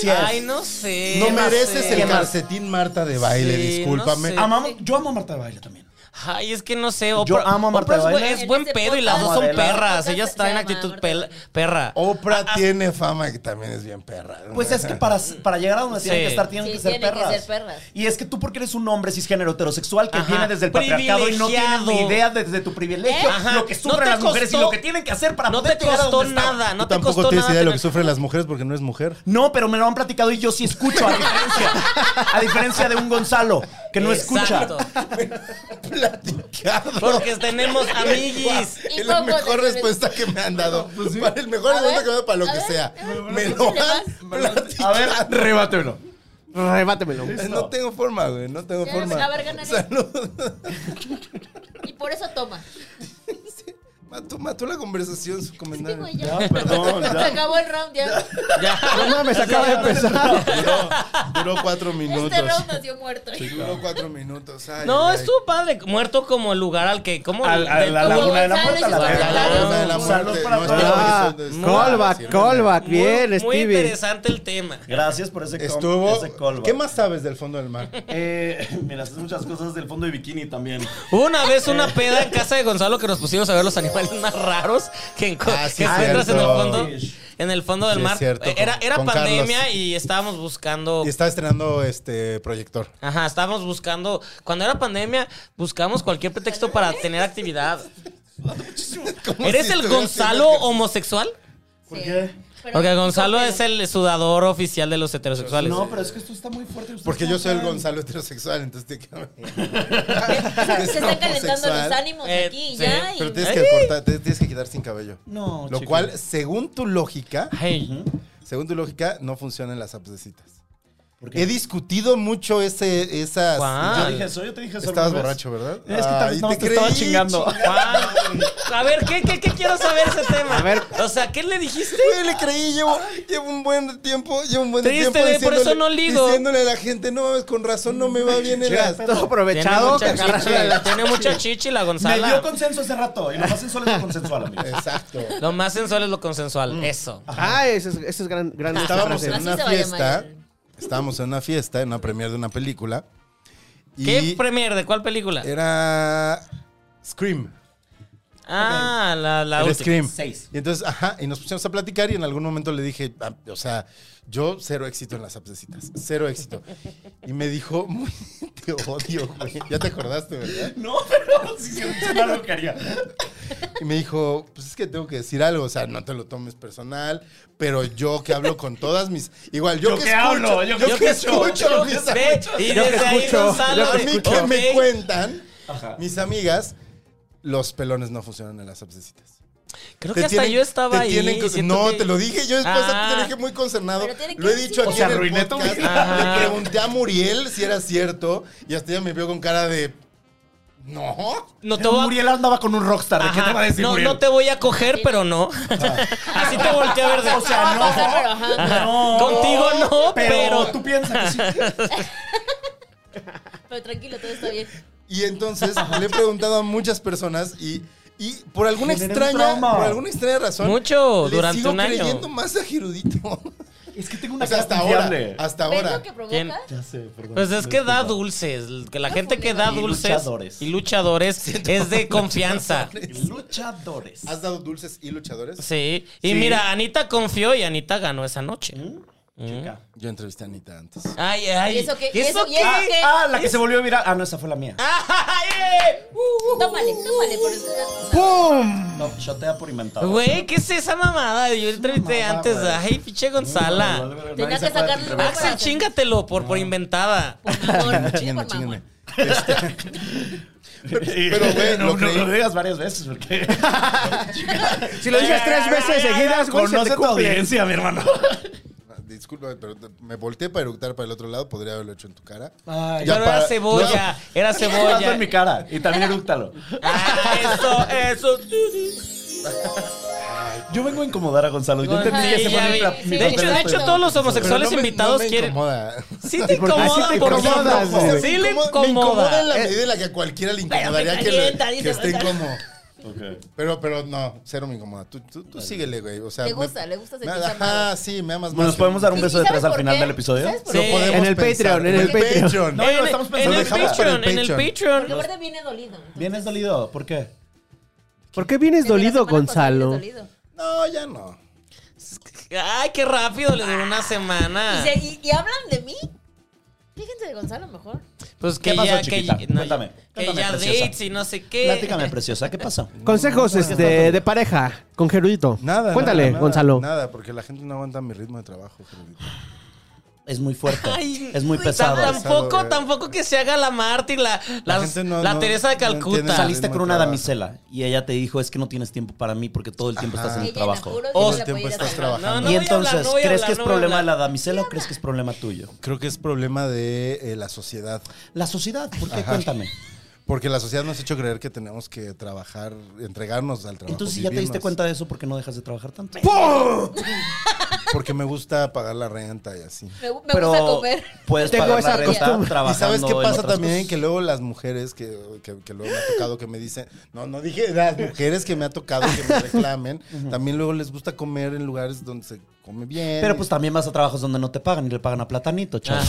S2: Sí es.
S3: Ay, no sé.
S4: No
S3: sé.
S4: mereces
S3: ¿Qué
S4: el
S3: más?
S4: calcetín Marta de baile,
S3: Sí,
S4: discúlpame.
S3: no sé.
S2: Amamos- yo amo a Marta de Baile también.
S3: Ay, es que no sé.
S2: Yo
S3: Oprah-
S2: amo a Marta
S3: Oprah es
S2: de
S3: buen-
S2: Baile.
S3: Es buen
S5: En este
S3: pedo y las dos
S5: podcast-
S3: son
S2: Amo a Adela.
S3: perras. Ellas
S5: Se
S3: traen
S5: llama
S3: actitud
S5: Marta
S3: pel- perra.
S2: Oh,
S3: ¿Eh?
S4: Oprah tiene fama que también es bien perra.
S2: Pues es que para, para llegar a donde
S3: Sí.
S2: tienen que estar tienen
S5: Sí,
S2: que ser
S5: tienen que
S2: perras.
S5: ser perras.
S2: Y es que tú porque eres un hombre cisgénero heterosexual que
S3: Ajá.
S2: viene desde el patriarcado y no tienes ni
S3: Privilegiado.
S2: idea desde tu privilegio
S3: ¿Eh? Ajá.
S2: lo que
S3: No
S2: sufren
S3: te
S2: las mujeres y
S3: costó-
S2: lo que tienen que hacer para
S3: No
S2: poder
S3: te
S2: llegar a
S3: costó
S2: donde estaban.
S3: nada, no
S4: <laughs> Tú
S3: te
S4: tampoco
S3: costó
S4: tienes
S3: nada.
S4: idea de lo que
S3: tener-
S4: sufren las mujeres porque no es mujer.
S2: No, pero me lo han platicado y yo sí escucho, a diferencia, <laughs> a diferencia de un Gonzalo que no
S3: Exacto.
S2: escucha.
S4: <laughs> Platicado.
S3: <laughs> Porque
S2: <laughs>
S3: tenemos amiguis.
S4: <laughs>
S5: Y
S4: Es la
S5: poco
S4: mejor
S5: de-
S4: respuesta que me han dado. Para el mejor
S5: A
S4: respuesta
S5: ver,
S4: que me han dado para lo
S5: a
S4: que
S5: ver,
S4: sea.
S5: a ver,
S4: Me lo
S5: échale
S4: han
S5: más.
S2: A ver, arrebátelo.
S6: Rebátemelo.
S4: Eh, No tengo forma, güey. No tengo
S5: Ya,
S4: forma.
S5: a ver, gánale.
S4: Salud.
S5: Y por eso toma.
S4: <laughs> Mató, mató la conversación su comentario. <laughs>
S5: Digo, ya.
S8: Ya, perdón,
S5: <laughs> Se
S8: ya.
S5: acabó el round ya. Este
S6: No mames, acaba de empezar.
S4: Duró, duró cuatro minutos.
S5: Este round nos dio muerto.
S4: Duró cuatro minutos. Ay,
S3: No,
S4: ay,
S3: es tu padre. Muerto como el lugar al que. ¿Cómo?
S8: Al- a
S3: del-
S8: la
S5: como
S8: laguna de la
S5: González
S8: muerte. a la
S5: y
S8: verga.
S4: La laguna de la
S2: Salud
S4: muerte.
S2: para
S4: No,
S2: todos.
S4: está
S6: Ah,
S4: bueno, está bueno
S6: callback,
S4: decirlo.
S6: callback.
S3: Muy-
S6: Bien,
S3: Muy
S6: Stevie.
S3: interesante el tema.
S2: Gracias por ese, com- ese
S4: Estuvo.
S2: callback.
S4: ¿Qué más sabes del fondo del mar?
S2: Eh, <laughs> mira, haces muchas cosas del fondo de bikini también.
S3: Hubo Una vez una peda en casa de Gonzalo que nos pusimos a ver los animales <laughs> más raros que, enco-
S4: Ah, sí,
S3: que
S4: es
S3: encuentras en el
S4: cierto.
S3: fondo. En el fondo del
S4: Sí, es
S3: mar.
S4: cierto, con-
S3: era era
S4: con
S3: pandemia
S4: Carlos.
S3: y estábamos buscando.
S4: Y está estrenando este proyector.
S3: Ajá, estábamos buscando. Cuando era pandemia, buscamos cualquier pretexto para tener
S4: <laughs>
S3: actividad. ¿Eres
S4: si
S3: el
S4: estuviera
S3: Gonzalo
S4: haciendo
S3: homosexual?
S5: ¿Por qué?
S3: Porque Gonzalo es el sudador oficial de los heterosexuales.
S2: No, pero es que esto está muy fuerte. ustedes
S4: Porque
S2: no
S4: yo soy el
S2: saben.
S4: Gonzalo heterosexual, entonces te
S5: <laughs>
S4: quedo.
S5: Se están calentando los ánimos
S3: Eh,
S5: aquí
S3: sí,
S5: ya. y-
S4: Pero tienes que cortar, te tienes que quedar sin cabello.
S2: No,
S4: Lo
S2: chico.
S4: cual, según tu lógica,
S3: Ay,
S4: según tu lógica, no funcionan las apps de citas.
S2: ¿Por qué?
S4: He discutido mucho ese, esas.
S3: Juan.
S2: Yo dije eso, yo te dije eso.
S4: Estabas
S2: alguna vez.
S4: borracho, ¿verdad?
S2: Es que tal vez
S4: Ay,
S2: no, te,
S4: creí,
S2: estaba chingando.
S4: ching-
S3: Juan. Ah, A ver, ¿qué, qué, qué quiero saber ese tema?
S6: A ver.
S3: O sea, ¿qué le dijiste?
S4: Güey, le creí, llevo, llevo un buen tiempo, llevo un buen
S3: Triste,
S4: tiempo
S3: güey, por eso
S4: diciéndole-
S3: no ligo.
S4: Diciéndole a la gente, no mames, con razón no me va bien el
S6: Mira,
S4: as.
S6: Todo
S3: Tiene
S6: aprovechado.
S3: mucha
S6: que agarraste
S3: chichi,
S6: la-
S3: tiene mucha chichi la
S2: Me dio
S3: Gonzala.
S2: consenso hace rato. Y lo más sensual es lo consensual, amigo.
S4: Exacto.
S3: Lo más sensual es lo consensual. Eso.
S6: Ah, eso es, eso es gran, gran
S4: Estábamos en
S5: Así
S4: una
S5: se va a
S4: fiesta,
S5: llamar.
S4: estábamos en una fiesta, en una premiere de una película. Y Eh,
S3: ¿Qué premier? ¿De cuál película?
S4: Era Scream.
S3: Ah, la, la
S4: el
S3: última.
S4: Scream.
S2: Seis.
S4: Y entonces, ajá, y nos pusimos a platicar y en algún momento le dije, ah, o sea, yo cero éxito en las apps de citas, cero éxito. Y me dijo, muy, <laughs> te odio, güey. Ya te acordaste, ¿verdad?
S2: No, pero sí, sí, es una loquería.
S4: Y me dijo, pues es que tengo que decir algo, o sea, no te lo tomes personal, pero yo que hablo con todas mis... Igual, yo,
S2: Yo
S4: que,
S2: que
S4: escucho,
S2: hablo, yo
S4: yo,
S2: que
S4: que
S2: escucho,
S4: escucho,
S2: yo
S4: mis
S2: que-
S3: Ve, y
S6: Yo que
S3: desde ahí
S6: escucho,
S3: Gonzalo.
S4: A mí que me
S3: ok.
S4: cuentan,
S2: Ajá.
S4: mis amigas, los pelones no funcionan en las abscisitas.
S3: Creo que hasta yo estaba ahí. siento
S4: no,
S3: que-
S4: te lo dije. Yo después
S3: Ah.
S4: te dije muy consternado.
S5: Pero tiene que
S4: Lo he
S5: decir.
S4: dicho aquí
S5: O sea,
S4: en el
S2: arruiné tu
S4: podcast.
S3: vida.
S4: Le pregunté a Muriel si era cierto y hasta ella me vio con cara de... No.
S3: No te voy a
S2: Muriel andaba con un rockstar. ¿De qué
S3: Ajá.
S2: te va a decir
S3: no,
S2: Muriel?
S3: no te voy a coger, pero no. Así te volteé a ver de.
S2: O sea, no.
S5: Pero, ajá.
S3: Ajá.
S2: No.
S3: Contigo no,
S2: pero,
S3: pero-
S2: tú piensas que sí.
S5: Pero tranquilo, todo está bien.
S3: <laughs>
S4: Y entonces le he preguntado a muchas personas y, y por alguna
S2: Generé un
S4: extraña
S2: trauma.
S4: por alguna extraña razón
S3: Mucho,
S4: le
S3: durante
S4: sigo
S3: un año.
S4: creyendo más a Gerudito.
S2: <laughs> Es que tengo una
S4: O sea, hasta
S2: cara
S4: ahora,
S2: confiable.
S4: hasta
S5: ¿Ves lo
S4: ahora.
S5: que provoca?
S3: ¿Quién?
S2: Ya sé, perdón.
S3: Pues es que da
S2: Disculpa.
S3: dulces. Que la gente que da
S2: Y
S3: dulces
S2: luchadores.
S3: y luchadores es de confianza.
S2: Luchadores.
S4: ¿Has dado dulces y luchadores?
S3: Sí. Y
S2: Sí.
S3: mira, Anita confió y Anita ganó esa noche.
S2: Chica.
S4: Yo entrevisté a Anita antes.
S3: Ay, ay.
S5: ¿Y eso qué? ¿Y
S3: ¿Eso
S5: eso- y eso
S3: qué?
S5: qué?
S2: Ah, la que se volvió viral. Ah, no, esa fue la mía.
S3: <laughs> Ay,
S5: Tómale, tómale por eso.
S2: No, shotea por inventado.
S3: Güey, ¿qué es esa mamada? Yo entrevisté
S2: mamada,
S3: antes.
S2: güey.
S3: Ay, pinche
S2: No, no,
S3: Gonzala.
S2: no, no,
S5: Tenía
S2: nadie
S5: que
S2: se acuerda de
S5: sacarle-
S2: tu entrevista.
S3: Axel, chingatelo por, por inventada.
S5: Por amor, sí,
S4: Chíngame,
S5: por
S4: chíngame.
S5: mamón.
S4: Pero, güey,
S2: no,
S4: lo
S2: no,
S4: creí.
S2: lo digas varias veces porque
S6: Si lo dices tres veces seguidas, güey, se te
S2: conoce tu
S6: cumple.
S2: audiencia, mi hermano.
S4: Ah, Disculpa, pero te- me volteé para eructar para el otro lado, podría haberlo hecho en tu cara.
S2: Ay,
S4: Ya
S3: Pero
S4: para-
S3: era cebolla, era
S2: Hazlo
S3: cebolla.
S2: en mi cara y también erúctalo.
S3: Ah, eso, eso.
S2: Yo vengo a incomodar a Gonzalo. Yo
S3: Gonzalo,
S2: entendí que
S3: sí,
S2: ese fue
S3: ya
S2: mi
S3: vi.
S2: pla- mi
S3: de, hecho,
S2: papel
S3: de
S2: actual.
S3: hecho, todos los
S4: Pero no
S3: homosexuales
S4: me- no
S3: invitados
S4: me
S3: quieren.
S4: incomoda. <laughs>
S3: Sí te
S6: Porque-
S3: incomoda
S6: así te
S3: por
S6: incomodas,
S3: modo.
S6: güey.
S3: Sí le
S4: Me incomoda en la
S3: incomoda. Eh,
S4: medida en la que a cualquiera le incomodaría que, le-
S5: calienta, dice
S4: que estén
S5: Gonzalo.
S4: como.
S2: Ok.
S4: Pero, pero no, cero me incomoda. Tú, tú, tú síguele, güey. O sea,
S5: Le
S4: me-
S5: gusta, le gusta
S4: me-
S5: sentirse
S4: Ajá,
S5: amado.
S4: sí, me amas más.
S2: ¿Nos
S4: que-
S2: podemos dar un
S5: ¿Y-
S2: beso
S5: y
S2: de
S5: sabes
S2: tres al
S5: por
S2: final
S5: qué?
S2: del episodio?
S5: ¿Sabes por
S4: Lo
S5: qué?
S4: podemos
S6: En el
S4: pensar,
S6: Patreon, en el Patreon.
S2: No, no,
S3: En-
S2: estamos
S3: en
S2: pensando.
S3: el
S4: dejamos
S3: Patreon,
S4: para el
S3: en el
S4: Patreon.
S5: Porque
S3: Patreon.
S5: aparte viene dolido.
S2: ¿Vienes dolido? ¿Por qué?
S6: ¿Por qué vienes
S5: Desde la
S6: dolido,
S5: semana pasada vienes
S6: Gonzalo?
S5: dolido.
S4: No, ya no.
S3: Ay, qué rápido, les duró una
S5: Ah. ¿Y,
S3: semana.
S5: se- y- y hablan de mí? Fíjense de Gonzalo mejor.
S3: Pues
S2: ¿Qué
S3: que
S2: pasó,
S3: ya, que,
S2: chiquita?
S3: no,
S2: Cuéntame,
S3: que
S2: cuéntame,
S3: ya
S2: preciosa.
S3: dates y no sé qué.
S2: Platícame, preciosa. ¿Qué pasó?
S6: Consejos este, de pareja con Gerudito.
S4: Nada.
S6: Cuéntale,
S4: nada, nada,
S6: Gonzalo.
S4: Nada, porque la gente no aguanta mi ritmo de trabajo. Gerudito.
S2: es muy fuerte.
S3: Ay,
S2: es muy
S3: tam-
S2: pesado.
S4: Pesado,
S3: Tampoco,
S4: güey.
S3: tampoco que se haga la mártir, la, la,
S4: La gente no-
S3: la
S4: no-
S3: Teresa de
S4: no entiende
S3: Calcuta.
S4: el
S2: Saliste
S4: ritmo
S2: con
S4: de
S2: una
S4: trabajo.
S2: damisela y ella te dijo, es que no tienes tiempo para mí porque todo el tiempo estás en
S5: Ella
S2: el
S5: en
S2: trabajo.
S5: apuros
S3: Oh,
S4: Todo
S5: dice
S4: el
S5: la
S4: tiempo
S5: puede ir a
S4: estás
S5: bailar.
S3: No,
S4: trabajando.
S3: no. voy
S2: y
S3: a hablar,
S2: entonces,
S3: no voy a
S2: ¿crees
S3: hablar,
S2: que es
S3: no voy a
S2: problema de
S3: hablar.
S2: la damisela o crees que es problema tuyo?
S4: Creo que es problema de eh, la sociedad.
S2: La sociedad, ¿por qué?
S4: Ajá.
S2: Cuéntame.
S4: Porque la sociedad nos ha hecho creer que tenemos que trabajar, entregarnos al trabajo.
S2: Entonces, si ya te diste
S4: vivirnos.
S2: cuenta de eso, ¿por qué no dejas de trabajar tanto? <laughs>
S4: Porque me gusta pagar la renta y así.
S5: Me, gu- me gusta comer. <laughs>
S2: puedes
S6: Tengo
S2: pagar
S6: esa
S2: la renta
S6: costumbre.
S4: ¿Y
S2: trabajando
S4: sabes qué
S2: en
S4: pasa
S2: otras
S4: también?
S2: cosas.
S4: Que luego las mujeres que, que, que luego me ha tocado que me dicen, no, no dije, las mujeres que me ha tocado que me
S2: <laughs>
S4: reclamen, también luego les gusta comer en lugares donde se come bien.
S2: Pero pues también vas a trabajos donde no te pagan y le pagan a platanito, chaval.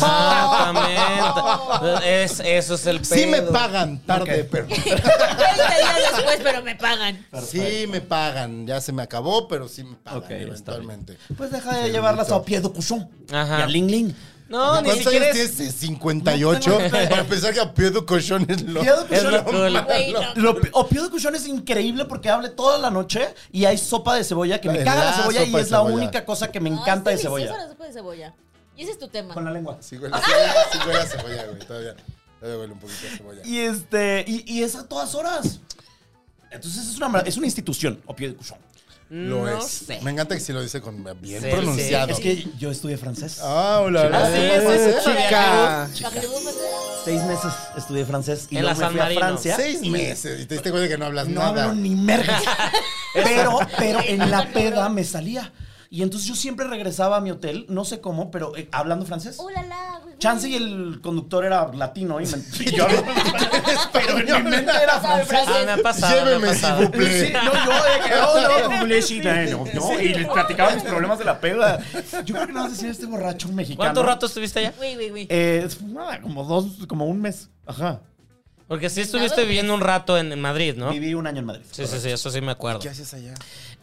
S3: Exactamente. Es, eso es el pedo.
S4: sí me pagan tarde,
S2: <laughs>
S4: pero
S5: 30 días después, pero me pagan.
S4: sí me pagan. Ya se me acabó, pero sí me pagan
S2: Ok, está bien.
S4: eventualmente.
S2: Pues deja de llevarlas a pie de cusón.
S3: Ajá.
S2: Y a Ling Ling.
S3: No, ni
S4: ¿Cuántos
S3: siquiera
S4: años
S3: es...
S4: tienes? Eh, 58. <laughs>
S2: <laughs>
S4: Para pensar que a pie de cochón es lo...
S2: Pie de cochón
S3: Es lo cool.
S5: Güey, no.
S2: Lo pi- o pío de cuchón es increíble porque hable toda la noche y hay sopa de cebolla que me
S4: Es
S2: caga
S4: la
S2: la cebolla y
S4: sopa de
S2: es la
S4: cebolla.
S2: única cosa que me
S5: No,
S2: encanta de
S5: es deliciosa
S2: cebolla.
S5: la sopa de cebolla. Y ese es tu tema.
S2: Con la lengua.
S4: Sí huele a cebolla, sí huele a cebolla, güey, todavía. Todavía huele un poquito a cebolla.
S2: Y este, y, y es a todas horas. Entonces es una, mara- es una institución, opio de cuchón.
S4: Lo
S3: no
S4: es.
S3: sé.
S4: Me encanta que sí lo dice con eh, bien
S3: Sí,
S4: pronunciado.
S2: Es que yo estudié francés.
S4: Ah, hola, hola.
S3: Ah, sí, es
S4: Eh,
S3: ese
S6: Chica.
S5: Para que yo me-
S2: Seis meses estudié francés y
S3: En la
S2: luego me
S3: San
S2: fui a
S3: Marino.
S2: Francia.
S4: Seis meses y te diste cuenta que no hablas
S2: No
S4: nada.
S2: hablo ni <laughs> merda. pero, pero en la peda me salía. Y entonces yo siempre regresaba a mi hotel, no sé cómo, pero eh, hablando francés.
S5: Oh, la, la, güey.
S2: Chance y el conductor era latino y, me, y yo hablaba francés, <laughs> pero en mi mente era
S5: Sabe
S2: francés.
S3: Ah, me ha pasado, me ha
S4: Lléveme, s'il
S3: pasado.
S4: vous plaît.
S2: <laughs> Sí, no, yo de que no, no, culé, sí, bueno, no, y les platicaba mis problemas de la peda. Yo creo que no vas a decir este borracho mexicano.
S3: ¿Cuánto rato estuviste allá?
S5: Güey, güey, güey.
S2: Eh, nada, como dos, como un mes. Ajá.
S3: Porque sí estuviste viviendo un rato en, en Madrid, ¿no?
S2: pues. Viví un año en Madrid.
S3: Sí, sí, sí, eso sí me acuerdo.
S4: ¿Qué haces allá?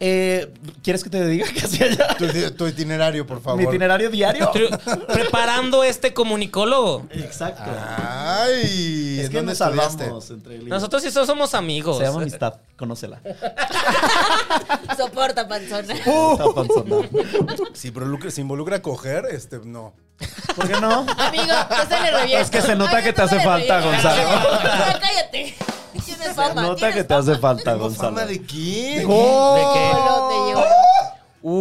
S2: Eh, ¿Quieres que te diga qué hacía allá?
S4: Tu, tu itinerario, por favor.
S2: Mi itinerario diario.
S3: Tri- Preparando este comunicólogo.
S2: Exacto.
S4: Ay,
S2: es
S4: ¿en
S2: que
S4: dónde
S2: nos
S4: estudiaste?
S2: salvamos entre él y yo.
S3: Nosotros eh, sí so- somos amigos.
S2: Se llama amistad, <laughs> conócela.
S5: Soporta, panzona.
S2: Está panzona.
S4: Si involucra, si involucra a coger, este, no.
S2: ¿Por qué no?
S5: Amigo, te sale re bien.
S2: Es que se nota
S5: Ay,
S2: que
S5: no
S2: te hace
S5: sale
S2: falta,
S5: re bien.
S2: Gonzalo.
S5: No, cállate. Tienes fama.
S2: Nota
S5: tienes
S2: que te hace
S5: fama.
S2: falta,
S4: ¿Tengo
S2: Gonzalo.
S4: fama de quién?
S3: ¿De
S5: Solo te llevo.
S3: qué?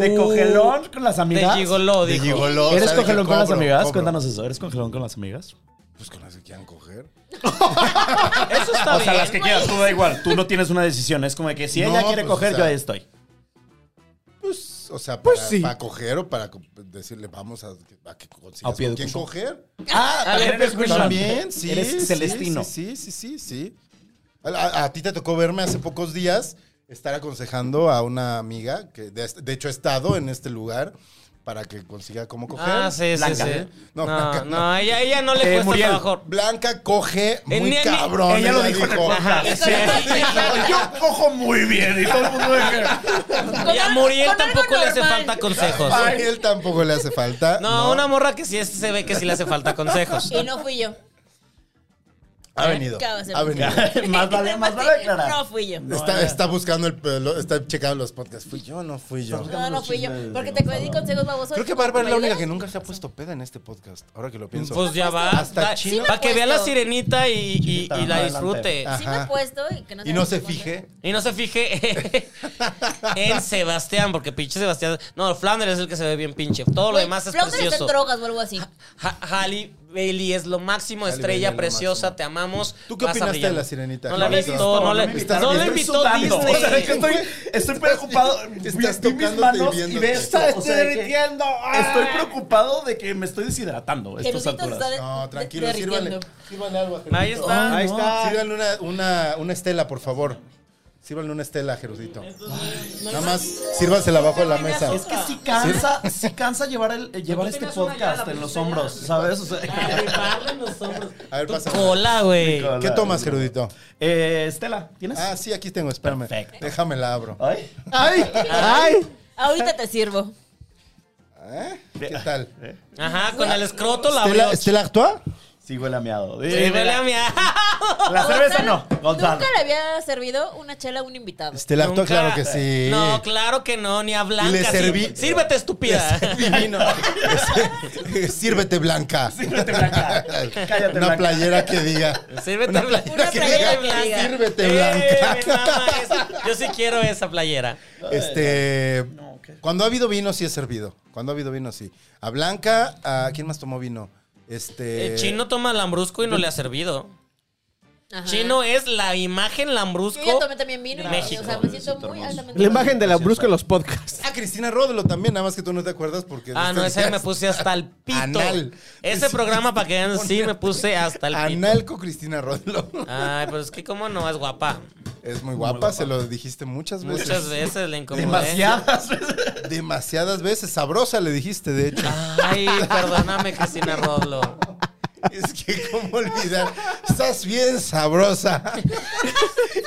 S2: ¿De cogelón con las
S3: De
S2: amigas?
S3: gigoló,
S4: De
S3: dijo.
S4: gigoló,
S2: ¿Eres
S4: sabe que
S2: cogelón con las
S4: cobro,
S2: amigas?
S4: cobro.
S2: Cuéntanos eso. ¿Eres cogelón con las amigas?
S4: Pues con las que quieran coger.
S3: Eso está
S2: O sea,
S3: bien.
S2: las que quieras, tú da igual. Tú no tienes una decisión. Es como de que si ella
S4: No,
S2: quiere
S4: pues,
S2: coger,
S4: o sea,
S2: yo ahí estoy.
S4: Pues, o sea,
S6: Pues
S4: para,
S6: sí.
S4: para coger o para co- decirle, vamos a, a que consigas
S2: A pie de
S4: con quién
S2: cuchón.
S4: coger.
S2: Ah,
S3: también eres Cuchón.
S4: También, sí.
S2: Eres
S4: sí,
S2: celestino.
S4: Sí, sí, sí, sí. sí. A, a- a ti te tocó verme hace pocos días estar aconsejando a una amiga que de, de hecho ha estado en este lugar para que consiga cómo coger.
S3: Ah, sí, sí,
S2: Blanca.
S3: sí. No,
S4: No, Blanca,
S3: no,
S4: no.
S3: a ella, a ella no le
S2: Eh,
S3: cuesta
S2: Muriel.
S3: trabajo.
S4: Blanca coge
S3: Eh,
S4: muy
S3: ni- ni-
S4: cabrón.
S2: ella lo dijo en el
S3: Ajá.
S5: Sí.
S2: Yo cojo muy bien y todo el mundo de
S6: <laughs>
S2: que-
S3: Y a
S5: algo-
S3: Muriel
S5: con algo
S3: tampoco le hace
S5: normal.
S3: falta consejos.
S4: A él tampoco le hace falta.
S3: No, una morra que sí es- se ve que sí le hace falta consejos.
S5: Y no fui yo.
S4: Ha venido.
S5: Acaba de ser
S4: Ha venido.
S5: <laughs>
S2: Más vale, más vale aclarar.
S5: No fui yo. No,
S4: Está, está buscando el eh, lo- está checando los podcasts. Fui yo, no fui yo.
S5: no, fui yo. Porque te pedí consejos babosos.
S4: Creo que Bárbara es la
S5: ¿Me
S4: única
S5: ayudas?
S4: que nunca se ha puesto peda en este podcast. Ahora que lo pienso.
S3: Pues ya va.
S4: Hasta
S3: Para
S4: chino.
S5: Sí me
S3: que vea la
S5: acuerdo.
S3: sirenita y, y-
S2: Chinita,
S3: y la
S2: adelante.
S3: disfrute.
S4: Ah.
S5: Sí me he puesto y que no
S4: y no se fije.
S3: Y no se fije <laughs> en Sebastián, porque pinche Sebastián. No, Flanders es el que se ve bien pinche. Todo lo demás es
S5: está en
S3: precioso.
S5: drogas o algo así.
S4: Ah,
S3: Ha- Halle Bailey es lo máximo,
S4: Halle
S3: estrella
S4: Bailey es lo
S3: preciosa,
S4: máximo.
S3: te amamos.
S4: ¿Tú qué
S3: vas a
S4: opinaste
S3: brillar.
S4: de La Sirenita?
S3: No la
S4: No la he
S3: visto,
S4: visto,
S3: no
S4: no
S3: la
S4: me
S3: invitó.
S4: invitaron.
S3: No la
S4: Estoy
S3: invitó
S2: sudando.
S3: Disney.
S2: O sea, de que estoy,
S3: <laughs>
S2: estoy <laughs> preocupado.
S4: Te
S2: Vi,
S4: estás
S2: vi mis
S4: tocándote
S2: manos
S4: y
S2: y
S4: viéndote.
S2: ve esto.
S4: Te
S2: o sea, de que Estoy preocupado de que me estoy deshidratando a estas
S5: Gerudito se está
S2: alturas.
S5: de-
S4: No, tranquilo,
S5: de-
S4: sírvanle.
S5: derritiendo.
S4: Sírvanle algo a Gerudito.
S3: Ahí está.
S4: Ay,
S6: Ahí
S4: no.
S6: está.
S4: Sírvanle una, una, una estela, por favor. Sírvanle una estela a Gerudito. Nada más, sírvansela abajo de la mesa.
S2: Es que sí cansa, sí cansa llevar, el, eh, llevar
S3: No
S2: este
S3: tenías una
S2: podcast
S3: llave,
S2: en los
S3: pues,
S2: hombros,
S3: ya.
S2: ¿sabes? O sea, <laughs>
S4: A ver,
S3: Tu
S4: pasa.
S3: Cola, güey.
S4: ¿Qué tomas, Gerudito?
S2: Eh, Estela, ¿tienes?
S4: Ah, sí, aquí tengo, espérame.
S2: Perfecto.
S4: Déjamela abro.
S2: Ay.
S6: ¡Ay! ¡Ay!
S5: Ahorita te sirvo.
S4: ¿Eh? ¿Qué tal?
S3: Ajá, con el escroto la
S4: ¿Estela,
S3: abrió.
S4: ¿Estela actúa?
S2: Sí, huele a miado. Eh,
S3: Sí, huele a mia-
S2: La cerveza no, Gonzalo.
S5: Nunca le había servido una chela a un invitado.
S4: Este laptop,
S3: Nunca-
S4: claro que sí.
S3: No, claro que no, ni a Blanca.
S4: le
S3: sí.
S4: serví-
S3: Sírvete, estúpida.
S4: Le serví vino. <laughs> Sírvete blanca.
S2: Sírvete, Blanca. Cállate,
S4: Una
S2: Blanca.
S4: playera que diga.
S3: <laughs> Sírvete
S4: Una
S3: blanca.
S4: playera que diga,
S5: blanca.
S4: Sírvete
S3: Eh,
S4: blanca.
S3: mi mamá, es- yo sí quiero esa playera.
S4: Este.
S2: No, ¿qué?
S4: Cuando ha habido vino, sí he servido. Cuando ha habido vino, sí. A Blanca, a ¿quién más tomó vino? Este.
S3: El chino toma lambrusco y no le ha servido.
S5: Ajá.
S3: Chino es la imagen
S5: Yo ya
S3: lambrusco.
S5: tomé también vino. y-
S3: México.
S5: O sea, me siento muy altamente.
S6: La imagen de la brusca en
S4: <laughs>
S6: los podcasts.
S4: Ah, Cristina Ródelo también, nada más que tú no te acuerdas porque.
S3: Ah, no, ese me puse hasta el pito.
S4: Anal.
S3: Ese programa, para que vean, sí me puse hasta el Ah, pito.
S4: Analco Cristina Ródelo.
S3: Ay, pero es que cómo no es guapa.
S4: Es muy guapa, se lo dijiste muchas veces.
S3: Muchas veces le incomodé.
S2: Demasiadas veces.
S4: Demasiadas veces. Sabrosa le dijiste, de hecho.
S3: Ay, perdóname, Cristina Rodlo.
S4: Es que, ¿cómo olvidar? Estás bien sabrosa.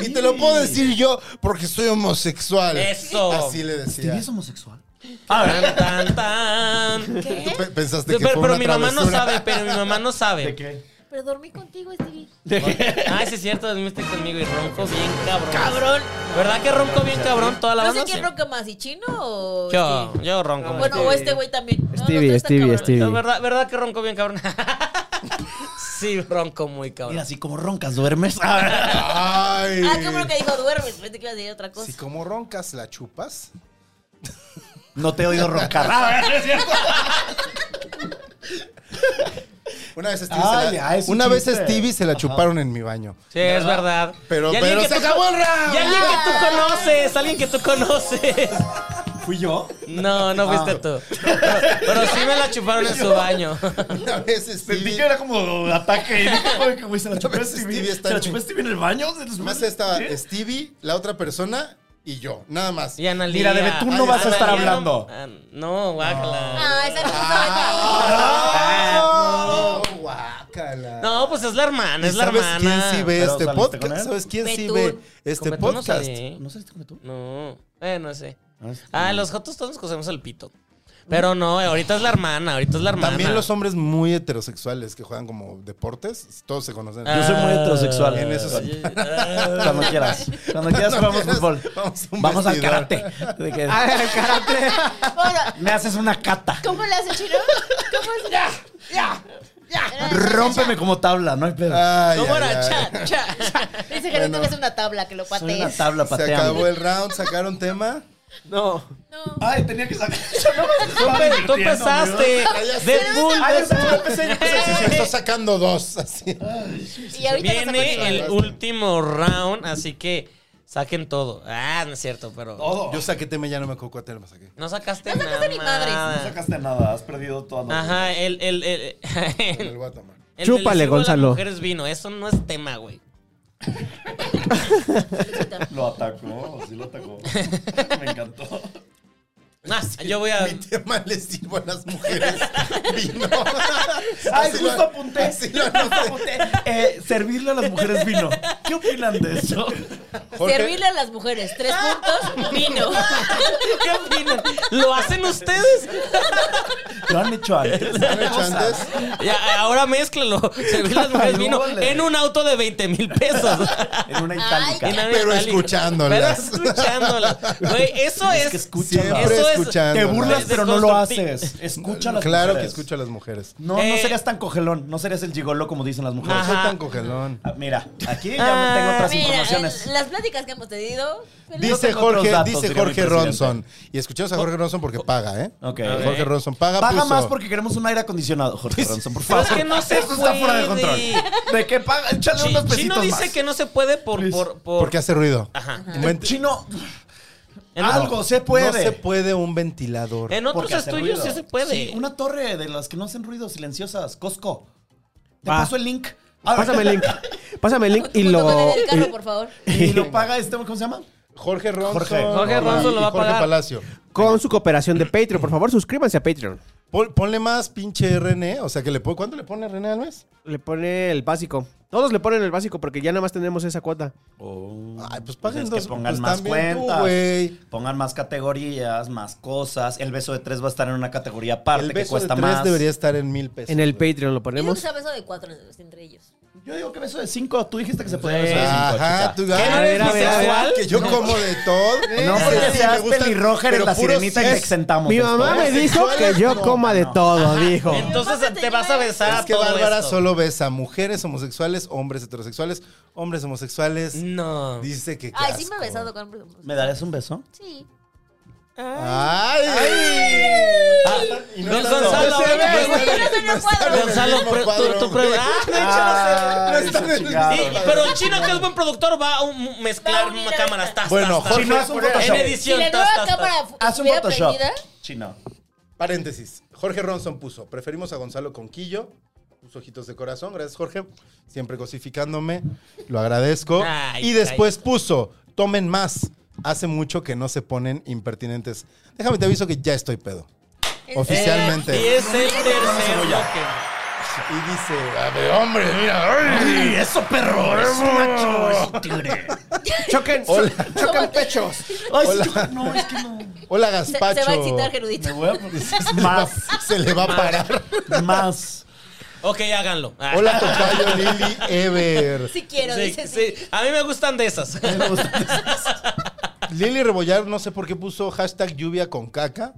S4: Y te lo puedo decir yo porque soy homosexual.
S3: Eso.
S4: Así le decía.
S2: ¿Es homosexual?
S3: Tan, tan, tan.
S4: ¿Tú pe- pensaste
S3: Pero,
S4: que fue
S3: pero
S4: una
S3: mi mamá no
S4: travesura?
S3: sabe, pero mi mamá no sabe.
S2: ¿De qué?
S5: Pero dormí contigo, Stevie.
S3: Ay, sí es cierto, dormiste conmigo y ronco bien cabrón. ¡Cabrón! ¿Verdad que ronco bien cabrón toda la
S5: No
S3: banda?
S5: sé quién
S3: Sí.
S5: ronca más, si chino o.
S3: Yo,
S5: Stevie?
S3: yo ronco.
S5: Bueno, o este güey también. No, los
S6: Stevie,
S5: tres están
S6: Stevie,
S5: cabrones.
S6: Stevie.
S3: No, ¿verdad, ¿Verdad que ronco bien cabrón? <laughs> sí, ronco muy
S2: Mira,
S3: cabrón.
S2: así como roncas, duermes. Ah,
S4: Ay.
S5: Ah, ¿cómo lo que dijo duermes? Pensé que iba a decir otra cosa.
S4: Si como roncas, la chupas.
S2: No te he oído roncar. <laughs> Ah, ¿es cierto?
S4: Una vez a Stevie,
S2: Ay,
S4: se, la,
S2: ay, es un
S4: una vez a
S2: chiste.
S4: Stevie se la chuparon en mi baño.
S3: Sí, es verdad.
S4: Pero,
S3: Y alguien
S4: pero
S3: que
S4: se
S3: tú-
S4: acabó el round.
S3: Y alguien que tú conoces, alguien que tú conoces.
S2: ¿Fui yo? Ah.
S3: No, no fuiste tú. Pero, pero sí me la chuparon en su baño.
S4: <laughs> Una vez
S2: Sentí que
S4: Stevie.
S2: era como ataque.
S4: <laughs>
S2: Y dije, "Oye, que güey, se la chupé a
S4: veces
S2: Stevie.
S4: Stevie está
S2: ¿Se la
S4: en-
S2: chupé a Stevie en el baño? ¿Se la chupé a
S4: Más estaba
S2: Stevie?
S4: Stevie, la otra persona y yo. Nada más.
S3: Y Analia.
S2: Mira, de tú no vas a estar hablando.
S3: Ah, No, guácala.
S5: Ah, esa no estaba
S4: Ah, no, guácala.
S3: No, pues es la hermana, es la
S4: ¿Sabes
S3: hermana.
S4: quién sí ve
S2: Pero
S4: este
S2: saliste con
S4: podcast?
S2: él.
S4: ¿Sabes quién sí
S5: Betún.
S4: ve este
S3: Con Betún no eh,
S4: podcast?
S3: salí.
S2: ¿No saliste como tú?
S3: No, eh, no sé. Ah, los jotos todos nos cosemos el pito. Pero no, eh, ahorita es la hermana, ahorita es la hermana.
S4: También los hombres muy heterosexuales que juegan como deportes, todos se conocen.
S3: Ah,
S2: Yo soy muy heterosexual.
S4: En eso sí.
S3: Ah,
S2: Cuando quieras. Cuando quieras
S4: Cuando
S2: jugamos
S4: quieras,
S2: fútbol.
S4: vamos a un
S2: Vamos al
S4: vestidor.
S2: karate. De
S6: Ah,
S2: que-
S5: esa. Bueno,
S2: Me haces una cata.
S5: ¿cómo le hace chino? ¿Cómo es? Ya, ya, ya.
S2: Rómpeme como tabla, no hay pedo.
S4: Ay,
S3: ¿Cómo
S4: ay,
S3: era?
S4: ay.
S3: Cha, cha.
S5: Dice Gerardo que es una tabla que lo
S2: Soy una
S5: patees.
S2: tabla
S4: Se
S2: pateando.
S4: acabó el round, sacaron tema.
S6: No.
S5: No.
S2: Ay, tenía que sacar.
S3: Tú, empe- tú empezaste. Deadpool.
S2: Ay, yo empecé, yo empecé.
S4: Se está sacando dos. Así.
S5: Y ahorita lo saco
S3: Viene
S5: chino.
S3: el último round, así que saquen todo. Ah, no es cierto, pero.
S2: Todo.
S4: Yo saqué tema, y ya no me acuerdo cuál tema saqué.
S3: No sacaste
S5: No
S3: nada.
S5: sacaste ni madres.
S2: No sacaste nada, has perdido toda la.
S3: Ajá, el. el, el, <laughs>
S4: Con el
S3: el
S4: Guatamar.
S3: del
S6: Chúpale,
S3: ciego de las
S6: Gonzalo.
S3: mujeres vino. Eso no es tema, güey.
S2: Lo atacó, sí lo atacó. Me encantó.
S3: Ah,
S2: <laughs>
S3: yo voy a. <laughs>
S4: Mi tema les sirvo a las mujeres. Vino.
S2: Ay,
S4: Así lo-
S2: justo apunté.
S4: así lo
S2: justo
S4: anoté.
S2: apunté. Eh, servirle a las mujeres vino. ¿Qué opinan de eso?
S4: Jorge-
S5: Servirle a las mujeres. Tres puntos, vino.
S3: ¿Qué opinan? ¿Lo hacen ustedes?
S2: Lo han hecho antes.
S4: ¿Lo han hecho antes?
S3: Ya, ahora
S2: <laughs>
S3: mézclalo. Servir las mujeres vino
S2: Órale.
S3: en un auto de 20 mil pesos. <laughs>
S2: En una itálica.
S5: Ay,
S3: En una
S4: Pero
S3: itálica.
S4: escuchándolas.
S3: Pero escuchándolas. Güey, eso es.
S2: que escucha.
S4: Siempre
S3: Eso es-
S4: escuchando.
S2: Te burlas,
S3: Es
S2: pero no lo
S3: desconstructivo.
S2: haces. Escucha a las
S4: Claro que
S2: mujeres.
S4: escucho a las mujeres.
S2: No, no
S3: Eh.
S2: serías tan cogelón. No serías el gigolo como dicen las mujeres.
S4: No soy
S3: Ajá.
S4: tan cogelón.
S2: Ah, mira, aquí
S3: Ah, eh,
S2: ya tengo otras
S5: Mira,
S2: informaciones.
S5: el- las pláticas que hemos tenido. pero-
S2: Yo
S4: Dice
S2: tengo otros
S4: Jorge,
S2: datos,
S4: dice
S2: diría mi
S4: Jorge
S2: presidente. Oh.
S4: Ronson. Y escuchamos a Jorge Ronson porque paga, ¿eh?
S2: Ok.
S4: Jorge Ronson paga.
S2: Paga
S4: puso-
S2: más porque queremos un aire acondicionado, Jorge Ronson, por
S3: Pero
S2: favor.
S3: es que no se
S2: Esto está fuera de
S3: puede.
S2: control. ¿De qué paga? Échale
S3: Chi-
S2: unos
S3: Chino
S2: pesitos
S3: dice
S2: más.
S3: que no se puede por. por, por
S4: Porque hace ruido.
S3: Ajá.
S4: Vent-
S2: Chino,
S3: En-
S2: algo se puede.
S4: No se puede un ventilador.
S3: En otros
S2: Porque hace
S3: estudios sí
S2: ruido.
S3: se puede.
S2: Sí, una torre de las que no hacen ruido, silenciosas. Costco. Te
S6: Va.
S2: paso el link. A ver.
S6: Pásame el link. Pásame el link y
S5: Punto con
S6: lo.
S5: el del
S6: y-
S5: carro, por favor.
S2: <laughs> Y lo paga este, ¿cómo se llama?
S4: Jorge Ronson.
S2: Jorge.
S3: Jorge Ronson lo va a
S4: Jorge
S3: pagar.
S4: Palacio.
S6: con su cooperación de Patreon. Por favor, suscríbanse a Patreon.
S4: Pon- ponle más pinche RN, o sea que le pon- ¿Cuánto le pone RN al mes?
S6: Le pone el básico. Todos le ponen el básico porque ya nada más tenemos esa cuota.
S2: Oh.
S4: Ay, pues
S2: Pues
S4: paguen
S2: es
S4: dos.
S2: que pongan
S4: pues
S2: más
S4: también tú,
S2: cuentas,
S4: güey.
S2: pongan más categorías, más cosas. El beso de tres va a estar en una categoría aparte
S4: El
S2: que
S4: beso de
S2: cuesta
S4: tres
S2: más.
S4: debería estar en mil pesos.
S6: En el
S4: güey.
S6: Patreon lo
S5: Yo digo que
S6: ponemos.
S5: sea beso de cuatro entre ellos.
S2: Yo digo que beso de cinco. Tú dijiste que se podía beso de cinco.
S4: Ajá,
S2: chica.
S4: tú
S3: ¿Qué, no
S4: ah,
S3: eres
S6: a ver, a ver,
S3: bisexual?
S4: Que yo como de todo.
S2: <laughs> No,
S4: Sí,
S2: porque
S4: sí,
S2: seas
S4: me gustan,
S2: pelirroja, eres
S4: pero
S2: la
S4: puros
S2: sirenita que
S4: es-
S2: exentamos.
S6: Mi mamá me dijo que yo
S4: No,
S6: coma de
S2: no.
S6: todo, dijo.
S3: Entonces
S5: Pásate,
S3: te vas a
S5: Joel.
S3: besar
S4: Es
S3: a
S4: que
S3: todo
S4: Bárbara
S3: esto.
S4: solo besa mujeres homosexuales, hombres heterosexuales, hombres homosexuales.
S3: No.
S4: Dice que. qué
S5: Ay, sí me he
S4: asco.
S5: besado con hombres.
S2: ¿Me darías un beso?
S5: Sí.
S4: ¡Ay!
S3: Ah,
S4: Y no
S3: Gon-
S4: están-
S3: Gonzalo,
S4: no están-
S3: Gonzalo,
S4: no están-
S5: Yo tenía
S4: no están
S5: cuadro.
S4: en el
S3: Gonzalo,
S4: mismo
S3: pre-
S4: cuadro,
S3: tú- tú
S4: güey.
S3: pre-
S4: <laughs>
S3: Ah, de hecho, no sé.
S4: No están en el mismo
S2: Ah,
S3: Sí,
S2: chingado.
S4: cuadro.
S3: pero el chino que es buen productor va a un-
S5: Va a
S3: mezclar
S5: unir
S3: ma-
S5: a
S3: cámaras.
S5: esta.
S3: Tas,
S4: Bueno,
S3: tas, tas.
S4: Jorge-
S2: Si no, haz un
S3: en
S2: Photoshop.
S5: Si
S3: edición.
S5: la
S3: tas,
S5: nueva
S3: tas, tas.
S5: cámara fu-
S2: Haz un
S5: estuviera
S2: Photoshop.
S5: prendida,
S2: Chino.
S4: Paréntesis. Jorge Ronson puso, preferimos a Gonzalo Conquillo. Puso ojitos de corazón. Gracias, Jorge. Siempre cosificándome. Lo agradezco.
S3: Ay,
S4: y después puso, tomen más. Hace mucho que no se ponen impertinentes. Déjame te aviso que ya estoy pedo.
S5: en
S4: Oficialmente.
S3: Y es el tercer bloque.
S4: Y dice, a ver, hombre, Ah, mira. ay".
S2: eso, perro! ¡Es macho! ¡Es tigre!
S6: Choquen,
S4: Hola.
S5: serio.
S6: choquen pechos.
S2: Ay,
S4: Hola.
S2: sí, yo- no, es que no.
S4: Hola,
S5: Se, se
S4: Gaspacho.
S5: va a excitar, Gerudito.
S2: Me voy
S5: <laughs>
S2: a...
S4: Más.
S2: Más.
S4: Se le va a parar.
S2: Más.
S3: Ok, háganlo. Ah.
S4: Hola, Tocayo Lili Ever.
S5: Si quiero,
S3: Sí,
S5: dice
S3: sí.
S5: sí.
S3: A mí me gustan de esas.
S4: Lili Rebollar, no sé por qué puso hashtag lluvia con caca.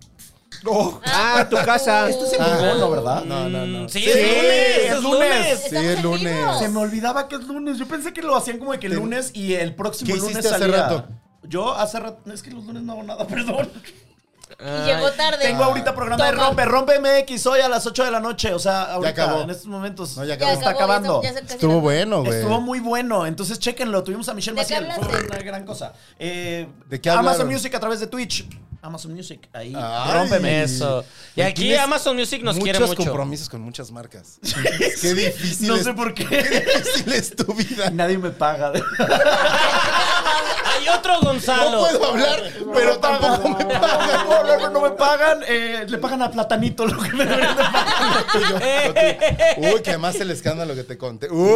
S6: Ah, tu casa.
S5: Esto
S2: Es el
S4: Ah.
S2: mono, ¿verdad?
S4: No, no,
S3: <laughs>
S4: no.
S3: Sí, es lunes,
S2: es
S3: es lunes.
S4: Sí,
S2: lunes.
S5: Estamos
S4: el
S5: en
S4: lunes.
S5: vivo.
S2: Se me olvidaba que es lunes. Yo pensé que lo hacían como de que el
S4: Te-
S2: lunes y el próximo
S4: ¿Qué
S2: lunes
S4: hiciste hace
S2: salía.
S4: rato?
S2: Yo hace rato. Es que los lunes no hago nada, <laughs> perdón.
S5: Y llegó tarde.
S2: Tengo ahorita programa de
S5: Toma.
S2: Rompe, Rompe MX hoy a las 8 de la noche. O sea, ahorita,
S4: acabó.
S2: en estos momentos.
S4: No, ya
S5: Ya
S4: acabó.
S2: Está acabando.
S5: ya se- ya se-
S4: Estuvo bueno, güey.
S2: Estuvo muy bueno, entonces chéquenlo. Tuvimos a Michelle
S5: ¿De qué
S2: Maciel. Fue
S5: hablaste?
S2: una gran cosa. Eh,
S4: ¿De qué
S2: Amazon
S4: hablaron? Ah,
S2: Music a través de Twitch. Amazon Music, ahí.
S4: Ay.
S2: Rómpeme.
S3: Eso. Y
S4: Y
S3: aquí
S4: tienes
S3: Amazon Music nos quiere
S4: muchos
S3: mucho.
S4: compromisos con muchas
S2: <laughs>
S4: marcas. qué difícil.
S2: No
S4: es-
S2: sé por
S4: Qué
S2: qué.
S4: difícil es tu vida.
S2: Nadie me paga.
S3: <laughs>
S2: <laughs>
S3: Hay otro
S4: No
S3: Gonzalo.
S4: puedo hablar, pero tampoco me pagan.
S2: No, no, no, no me pagan. eh, le pagan a Platanito lo que me deberían de pagar.
S4: Uy, que además el escándalo que te conté. Uy,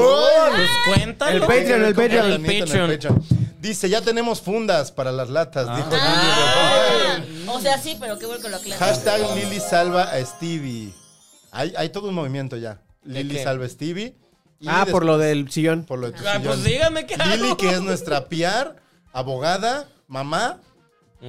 S3: Pues cuéntalo.
S6: El Patreon, el
S4: Con
S6: Patreon.
S4: el planito en el Patreon. Dice, ya tenemos fundas para las latas, dijo
S6: Ah.
S4: Lili Rebollar.
S5: Ah, o sea, sí, pero qué bueno que lo aclaras.
S4: Hashtag Lili salva a Stevie. Hay, hay todo un movimiento ya. Lili
S3: qué?
S4: salva a Stevie. Y
S6: Ah, por
S4: después-
S6: lo del sillón.
S4: por lo de tu
S3: Ah, pues
S4: sillón.
S3: dígame qué hago.
S4: Lili, que es nuestra PR, abogada, mamá,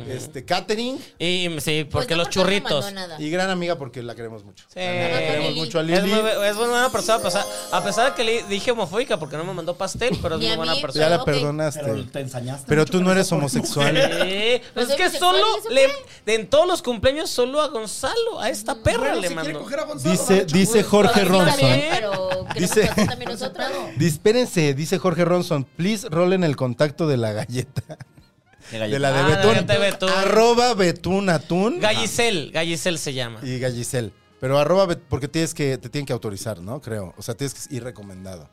S4: este, catering
S3: Y sí, porque
S5: Pues
S3: los
S5: no, no me
S3: churritos.
S5: mandó nada.
S4: y gran amiga porque la queremos mucho.
S3: Sí.
S4: La queremos
S5: Lili.
S4: Ah, mucho a
S3: Es
S4: Lili.
S3: muy, bu- es muy buena persona, pues, a a pesar de que le dije homofóbica porque no me mandó pastel, pero es
S5: Ni
S3: muy
S5: a
S3: buena
S5: mí.
S4: Ya
S3: persona.
S4: la
S5: Ok.
S4: perdonaste.
S2: Pero
S4: Pero,
S2: te ensañaste. mucho
S4: tú
S2: con
S4: no eres
S2: esa pobre <laughs>
S4: homosexual.
S3: Sí, pues
S5: soy
S3: es que
S5: bisexual,
S3: solo
S5: ¿y eso
S3: le, de- en todos los cumpleaños solo a Gonzalo, a esta perra
S2: Bueno,
S3: le
S2: si quiere
S3: mandó.
S2: coger a Gonzalo,
S4: Dice,
S2: dale chance.
S4: dice Jorge
S5: Pero sí,
S4: Ronson.
S5: también, Pero queremos
S4: ¿eh? Dice-
S5: hacer
S4: <laughs>
S5: también nosotras.
S4: Dispérense, dice Jorge Ronson. Please rollen el contacto de la galleta. De la de
S3: Ah, la
S4: Betún.
S3: galleta de Betún.
S4: Arroba Betún Atún. Ah,
S3: Gallicel, Gallicel se llama.
S4: Y Gallicel. Pero arroba, Bet- porque tienes que, te tienen que autorizar, ¿no? Creo. O sea, tienes que ir recomendado.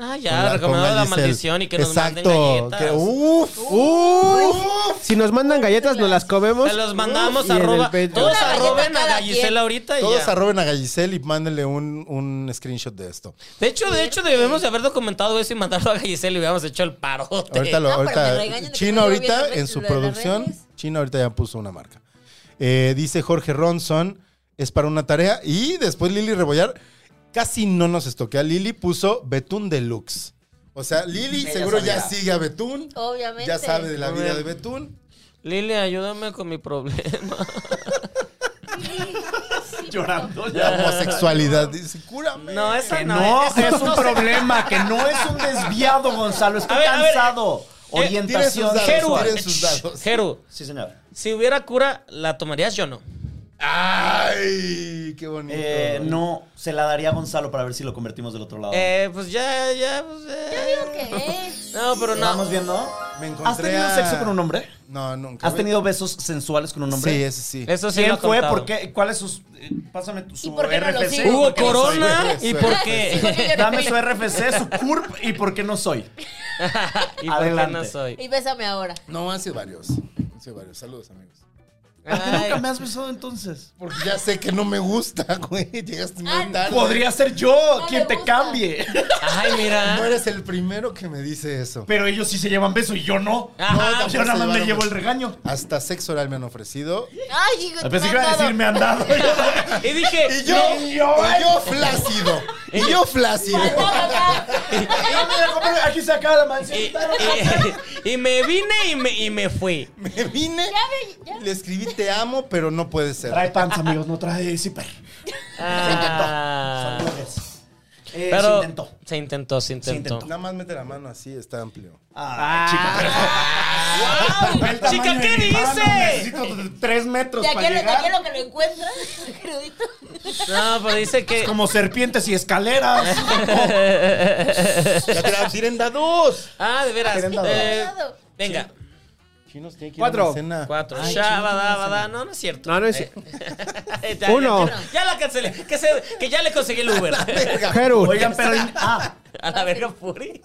S3: Ah,
S4: Con la-
S3: ya,
S4: con
S3: recomendado la
S4: Gallicel.
S3: maldición y que nos
S4: Exacto,
S3: manden galletas.
S4: que- uf, uf.
S6: Si nos mandan galletas, nos las comemos.
S3: Se los mandamos
S6: Y en el
S3: arroba.
S6: Patreon.
S3: Todos
S5: Una galleta
S3: arroben a
S5: cada quien.
S3: Gallicel ahorita y
S4: Todos
S3: ya.
S4: arroben a Gallicel y mándenle un, un screenshot de esto.
S3: De hecho, de hecho, debemos de haber documentado eso y mandarlo a Gallicel y hubiéramos hecho el parote.
S4: Ahorita lo,
S5: Eh, No, pero me regañan de
S4: ahorita,
S5: que
S4: Chino
S5: no llevo
S4: ahorita
S5: bien lo-
S4: en su
S5: lo de las
S4: producción,
S5: redes.
S4: Chino ahorita ya puso una marca. Eh, dice Jorge Ronson, es para una tarea. Y después Lili Rebollar, casi no nos estoquea. Lili puso Betún Deluxe. O sea, Lili
S2: Ella
S4: seguro ya
S2: sabía.
S4: sigue a Betún.
S5: Obviamente.
S4: Ya sabe de la vida
S3: Obvio.
S4: de Betún.
S3: Lili, ayúdame con mi problema.
S2: <laughs> Llorando.
S4: La homosexualidad. Dice, cúrame.
S3: No, esa
S2: Que
S3: no,
S2: no,
S3: esa
S2: es
S3: no
S2: un
S3: se-
S2: problema, que no es un desviado, Gonzalo. Estoy
S3: A ver, eh, a ver.
S2: cansado.
S4: Tiren sus
S2: Orientación.
S4: dados.
S3: Jeru.
S4: tiren sus dados.
S3: Jeru,
S2: Sí, señor.
S3: si hubiera cura, ¿la tomarías yo no?
S4: Ay, qué bonito.
S2: Eh, no, se la daría a Gonzalo para ver si lo convertimos del otro lado.
S3: Eh, pues ya, ya, pues. eh. <laughs>
S5: ¿Qué es?
S3: No, pero no.
S2: ¿Vamos viendo?
S4: Me encontré
S2: ¿Has tenido
S4: a-
S2: sexo con un hombre?
S4: No, nunca.
S2: ¿Has tenido besos sensuales con un hombre?
S4: Sí, ese sí.
S3: Eso sí
S2: ¿Quién
S3: lo ha
S2: fue?
S3: contado.
S2: ¿Por qué? ¿Cuál es sus...? eh, Pásame tu, su
S5: ¿Y por qué no lo
S2: RFC.
S5: sigo?
S3: Hubo
S2: ¿Por qué no soy?
S3: corona
S4: soy,
S3: y
S4: soy.
S3: por qué.
S2: Dame su RFC, su CURP y por qué no soy.
S3: y por qué no
S2: Adelante.
S3: soy.
S5: <laughs> Y bésame ahora.
S4: No, han sido varios. Han sido varios. Saludos, amigos.
S2: Nunca me has besado entonces.
S4: Porque ya sé que no me gusta, <laughs> güey. Llegaste muy
S5: Ah,
S4: tarde.
S2: Podría ser yo
S5: No
S2: quien
S5: le
S2: te
S5: gusta.
S2: cambie.
S3: Ay,
S4: No
S3: mira.
S4: eres el primero que me dice eso.
S2: Pero ellos sí se llevan beso y yo no.
S5: Ah,
S3: Ajá.
S2: Ah, yo nada
S5: pues
S2: más me
S4: llevaron
S2: llevo el
S4: beso.
S2: regaño.
S4: Hasta sexo oral me han ofrecido.
S5: Ay, hijo,
S2: A pensé que iba a decir me han <laughs> dado.
S3: Y dije,
S4: Y yo, y yo, flácido. Y yo flácido.
S2: <laughs> Aquí se acaba la mansión.
S3: y, y- y me vine y me, y me fui.
S4: <laughs> Me vine,
S5: Ya ve, ya.
S4: le escribí te amo, pero no puede ser.
S2: Trae pants, amigos, no trae zipper.
S3: Ah.
S2: Saludos. Eh,
S3: Pero
S2: se intentó.
S3: se intentó, se intentó.
S2: intentó.
S4: Nada más mete la mano así, está amplio.
S5: Ah.
S3: ¡Guau!
S2: Ah, El tamaño
S3: Chica,
S2: de
S3: ¿qué
S2: mi mano,
S3: dice?
S2: Necesito t- tres metros
S5: Ya
S2: para
S5: quiero, ya
S2: llegar.
S5: quiero que lo encuentra, <laughs> crudito.
S3: No, pero dice que.
S2: Como serpientes y
S5: <laughs>
S2: escaleras.
S4: Ya te la tiren da dos.
S3: Ah, de veras.
S2: Quieren dado.
S3: Eh, venga,
S4: Chinos tiene que ir
S6: Cuatro.
S4: a una cena.
S3: cuatro. Shabada, bada. No, no es cierto.
S6: No, no es-
S3: Eh, <laughs> ya, ya,
S6: Uno.
S3: Ya, ya la cancelé. Que, se- que ya le conseguí
S2: <laughs>
S3: el Uber.
S6: Gerund.
S2: Oigan, pero. in- Ah,
S3: A la verga, Puri.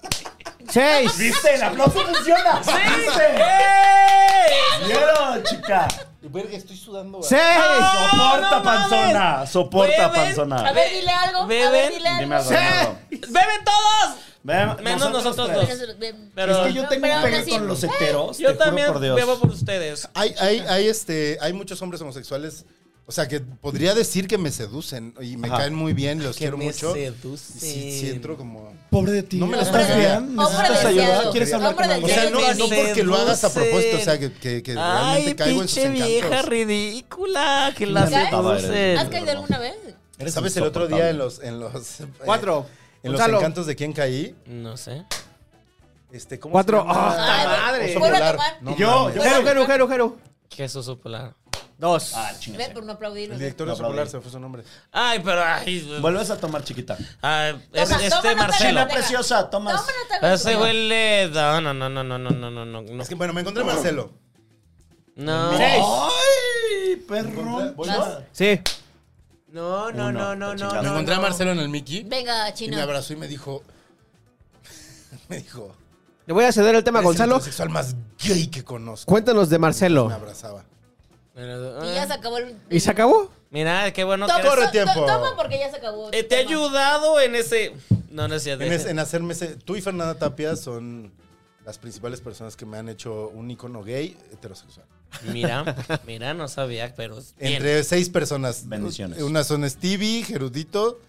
S6: Seis.
S2: ¿viste? El aplauso funciona. ¿Viste?
S3: ¡Ey!
S2: ¿Vieron, chica?
S4: Verga, estoy sudando. güey.
S6: Seis.
S2: Soporta,
S3: no mames.
S2: panzona. Soporta,
S3: Beben.
S5: A
S2: panzona.
S5: ver, dile algo. A
S3: Beben.
S5: ver, dile algo.
S2: Dime algo, dime algo.
S3: ¡Beben todos!
S2: Ve-
S3: Menos nosotros
S2: tres.
S3: dos.
S5: Menos- ven.
S3: Pero-
S2: es que yo tengo
S5: pero
S2: un
S5: aún
S2: pegue
S5: así- eh,
S2: con los heteros.
S3: Yo
S2: te juro
S3: también
S2: por Dios.
S3: bebo por ustedes.
S4: Hay, hay, hay, este, hay muchos hombres homosexuales, o sea, que podría decir que me seducen y me
S2: Ajá.
S4: caen muy bien, los
S3: Que
S4: quiero
S3: me
S4: mucho.
S3: seducen.
S4: Y sí, sí entro como...
S2: Pobre de ti.
S4: No me lo
S2: ¿Estás
S4: estás
S2: bien?
S4: bien.
S5: Hombre
S2: ¿Necesitas ayuda?
S5: deseado.
S2: ¿Quieres hablar con
S5: Hombre
S4: O
S2: alguien?
S4: sea, no,
S3: Me
S4: no porque lo hagas a
S3: seducen.
S4: propósito, o sea, que, que, que realmente
S3: Ay,
S4: caigo en sus
S3: pinche vieja
S4: encantos.
S3: ridícula que
S2: la
S3: la
S2: Una puta
S3: seduce.
S2: seduce.
S5: ¿Has caído alguna vez?
S2: Eres
S4: ¿Sabes el otro día en
S2: insoportable.
S4: los... En los eh,
S6: Cuatro.
S4: en
S6: Gonzalo.
S4: los encantos de quién caí?
S3: No sé.
S4: Este, ¿cómo
S6: Cuatro.
S4: se llama?
S6: ¡Ah, esta
S5: Ay,
S6: madre!
S4: Oso
S5: Vuelve a
S4: polar.
S5: tomar.
S4: No
S2: Y yo,
S4: mames.
S2: yo-
S6: Geru, Geru, Geru, Geru.
S3: Jesús Sopolar.
S6: Dos.
S2: Ah,
S5: Ve,
S2: chingada.
S5: pero no aplaudirlo.
S4: El director de
S2: No,
S4: Oso Polar
S2: brother.
S4: se me fue su nombre.
S3: Ay, pero ay,
S2: Vuelves a tomar, chiquita.
S3: ay, es-
S5: Toma, toma,
S3: este
S5: no,
S3: Marcelo.
S2: Chela
S5: Chela
S2: preciosa,
S5: Tómala,
S2: tomas.
S5: tómala.
S3: Ese güey le no, no, no, no, no, no, no, no, no, no.
S4: Es que, bueno, me encontré a Marcelo.
S3: No,
S2: ¡Ay, perro!
S4: Voy
S5: Vas.
S4: a-
S6: Sí.
S3: no, no, no, no, no,
S4: Me
S3: no.
S4: encontré a Marcelo en el Mickey
S5: Venga,
S4: y me
S5: Chino.
S4: abrazó y me dijo... <laughs> Me dijo...
S6: Le voy a ceder el tema a
S4: Es
S6: Gonzalo.
S4: El sexual más gay que conozco.
S6: Cuéntanos de
S4: Me
S6: Marcelo.
S4: abrazaba.
S3: Pero,
S5: Y
S3: eh,
S5: ya se acabó el.
S6: ¿Y se acabó?
S3: Mira, qué bueno que
S5: Toma,
S4: Corre
S5: to-
S4: tiempo.
S5: Toma porque ya se acabó.
S3: Eh, te ha
S5: Toma.
S3: ayudado en ese no no es cierto.
S4: En, es- en hacerme ese. Tú y Fernanda Tapia son las principales personas que me han hecho un icono gay heterosexual.
S5: <laughs>
S3: Mira, mira, no sabía, pero bien. <laughs>
S4: Entre seis personas.
S2: Bendiciones.
S4: Una son Stevie, Gerudito.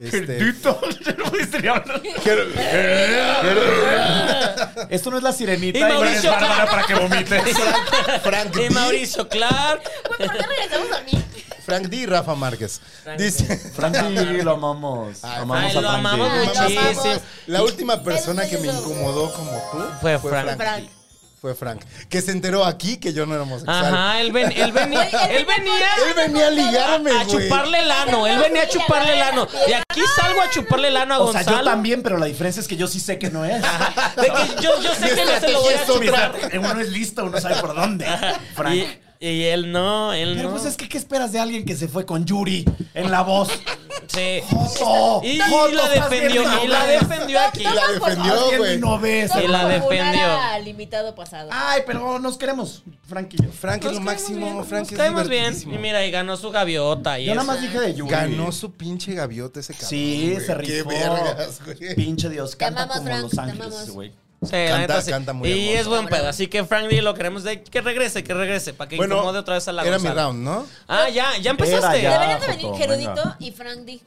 S4: Este,
S2: Gerudito, no pudiste ni hablar.
S4: Geru- Geru-
S2: Esto no es la sirenita
S3: Y
S2: y, no eres
S3: Mauricio.
S2: Bárbara para que
S3: <laughs>
S2: vomites.
S4: Frank
S3: Y
S4: D.
S3: Mauricio Clark.
S5: Güey, ¿por qué regresamos a mí?
S4: Frank D. y Rafa Márquez. <laughs> Dice.
S2: Frankie, lo amamos.
S4: Ay,
S2: amamos
S3: ay, lo
S2: a Frankie.
S3: amamos
S5: Ay, lo
S3: muchísimo.
S5: amamos.
S3: sí.
S4: La última persona
S5: Eso
S4: que me
S5: ayudó.
S4: incomodó como tú
S3: Fue Frank.
S4: Frank.
S5: Frank.
S4: D. Fue Frank. Que se enteró aquí que yo no era homosexual.
S3: Ajá, él, ven- <laughs> él venía, él venía
S4: Él venía a ligarme,
S3: a
S4: güey.
S3: chuparle el ano, él venía a chuparle el ano. Y aquí salgo a chuparle el ano a
S2: O sea, yo
S3: Gonzalo.
S2: también, pero la diferencia es que yo sí sé que no es. <laughs> Este
S3: De que yo, yo sé que no se lo voy a chupar.
S2: Eh, Uno es listo, uno sabe por dónde. Frank.
S3: Y, y él no, él
S2: pero
S3: no.
S2: pues es que, ¿qué esperas de alguien que se fue con Yuri en la voz?
S3: <laughs> Sí.
S2: ¡Joto!
S3: Y,
S2: ¡Joto,
S3: la
S2: estás
S3: defendió,
S2: viendo
S3: y la
S2: novelas!
S3: defendió aquí.
S4: Y la
S5: Toma, por
S4: defendió,
S5: favor.
S2: Estás viendo
S4: güey.
S2: novelas.
S3: Y la
S5: Toma por funar
S3: defendió.
S5: Al invitado pasado.
S2: <laughs> Ay, pero nos queremos, Frank y yo.
S4: Frank es lo
S3: Nos
S4: máximo.
S3: caemos bien,
S4: Frank
S3: nos
S4: es
S3: caemos bien.
S4: divertidísimo.
S3: Y mira, y ganó su gaviota. Y
S2: Yo nada
S3: eso.
S2: más dije de Yuri.
S4: Ganó su pinche gaviota ese cabrón.
S2: Sí,
S4: güey.
S2: se rifó.
S4: Qué vergas, güey.
S2: Pinche Dios,
S5: Te
S2: canta
S5: amamos,
S2: como
S5: Frank,
S2: Los
S5: te
S2: Ángeles,
S5: amamos.
S2: ese güey.
S3: Sí, la
S4: Canta-
S3: neta sí.
S4: canta muy
S3: Y
S4: hermoso.
S3: es buen pedo. Así que Frank D lo queremos de que regrese, que regrese. Para que incomode otra vez a la
S4: era mi
S3: Gonzalo.
S4: round, ¿no?
S3: Ah, ya, ya empezaste.
S2: Era ya.
S5: Deberían de venir
S2: Joto,
S5: Gerudito
S2: venga.
S5: y Frank D.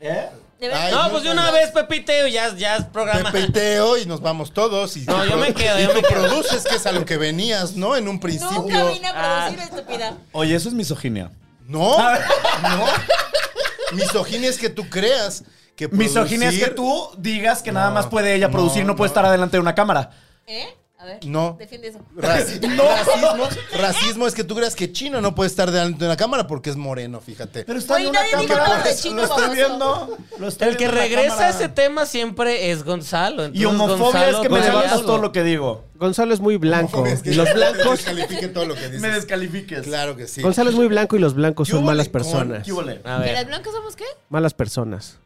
S2: ¿Eh?
S5: Deberían-
S4: Ay,
S3: No, pues de una vez, Pepite, ya, ya es programa.
S4: Pepeteo y nos vamos todos. Y
S3: <laughs> No, yo me quedo,
S4: <laughs> Y
S3: yo
S4: tú
S3: me quedo.
S4: produces, que es a lo que venías, ¿no? En un principio.
S5: Nunca vine a producir
S3: Ah.
S5: estupidez.
S2: Oye, eso es misoginia.
S4: No, Ah, no. Misoginia es que tú creas que
S2: Misoginia es
S4: producir-
S2: que tú digas que nada más puede ella
S4: no,
S2: producir, no, puede
S4: no.
S2: estar adelante de una cámara.
S5: ¿Eh? A ver.
S4: No.
S5: Defiende eso.
S4: <laughs> Raci- Racismo, racismo es que tú creas que chino no puede estar delante de una cámara porque es moreno, fíjate.
S2: Pero está
S5: Güey,
S2: en una
S5: nadie dijo
S2: cámara.
S5: nada de chino
S2: lo estoy
S5: baboso.
S2: viendo. Lo estoy
S3: El que
S2: viendo en la
S3: regresa a
S2: cámara.
S3: ese tema siempre es Gonzalo.
S2: Y
S3: Entonces,
S2: homofobia
S3: Gonzalo,
S2: es que me
S3: tú
S2: levantas
S3: algo.
S2: todo lo que digo.
S6: Gonzalo es muy blanco.
S4: Es que <laughs>
S6: Y los blancos.
S4: descalifique todo lo que dices.
S2: Me descalifiques.
S4: Claro que sí.
S6: Gonzalo es muy blanco y los blancos
S4: ¿Qué
S6: son
S4: hubo
S6: malas
S4: con-
S6: personas.
S2: ¿Qué hubo le?
S3: A
S5: ¿Que las
S3: ver.
S5: blancas somos qué?
S6: Malas personas.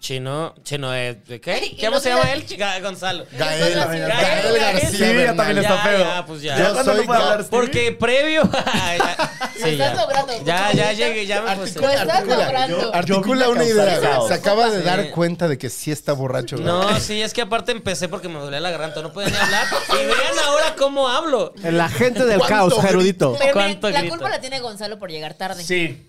S3: Chino, chino, eh, ¿de
S5: <laughs>
S3: ¿qué? ¿Cómo se llama él? Ga- Gonzalo.
S4: Gael,
S5: Gael
S4: Gael García.
S2: Sí, ya también
S4: Bernal.
S2: está
S3: Ya,
S2: feo.
S3: ya, pues ya.
S4: Yo
S2: ¿Cuándo
S4: soy
S2: no puedo
S4: Ga-
S2: hablar, Stevie?
S3: Porque previo <laughs> a- ya,
S5: Lo estás logrando,
S3: Ya,
S5: mucho
S3: ya
S5: bonito.
S3: llegué, ya me puse.
S5: Lo estás logrando.
S4: Articula
S2: Yo vine
S4: una
S2: a
S4: idea.
S2: causar
S4: güey.
S2: caos.
S4: Se acaba de
S3: Sí.
S4: dar cuenta de que sí está borracho. güey.
S3: No, sí, es que aparte empecé porque me dolía la garganta, no podía ni hablar. Y vean ahora cómo hablo.
S6: La gente del caos,
S4: ¿Cuánto
S6: Gerudito.
S5: Pero miren,
S3: ¿Cuánto
S5: la
S3: grito?
S5: culpa la tiene Gonzalo por llegar tarde.
S2: Sí.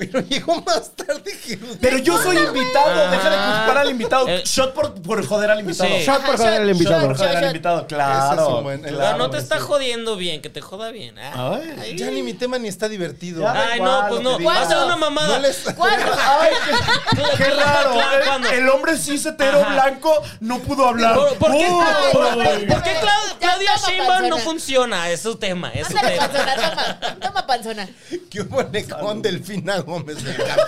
S4: <laughs> Pero llegó más tarde que...
S2: Pero yo soy invitado,
S3: Ah.
S2: deja de culpar al invitado.
S3: Eh.
S2: Shot por, por joder al invitado.
S3: Sí.
S6: Shot
S5: Ajá,
S6: por joder al
S5: shot,
S6: invitado.
S2: Por
S5: shot,
S2: joder al
S5: shot.
S2: invitado,
S4: Ese es
S2: claro.
S4: un buen-
S3: No,
S2: claro,
S3: no te
S2: sí.
S3: está jodiendo bien, que te joda bien. Ah.
S2: Ay.
S4: Ya ni mi tema ni está divertido.
S2: Ya.
S3: Ay,
S2: igual
S3: no,
S2: lo
S3: pues
S2: que
S3: no.
S2: digas.
S3: Haz una
S4: No
S3: mamada.
S4: <laughs> les...
S2: <laughs>
S5: ¿Cuándo? Ah,
S2: Ay, qué, qué raro.
S3: Claro,
S2: eh.
S3: cuando-
S2: El hombre cishetero
S3: Ajá.
S2: blanco no pudo hablar.
S3: ¿Por, por qué,
S2: Oh.
S3: por- por- por qué Clau-
S5: Ya
S3: Claudia
S5: toma,
S3: Sheinbaum no
S5: panzona.
S3: funciona? Es su tema, es su
S5: Pásale
S3: tema.
S5: panzona, toma, toma panzona.
S4: ¿Qué hubo con Delfina Gómez del Campo?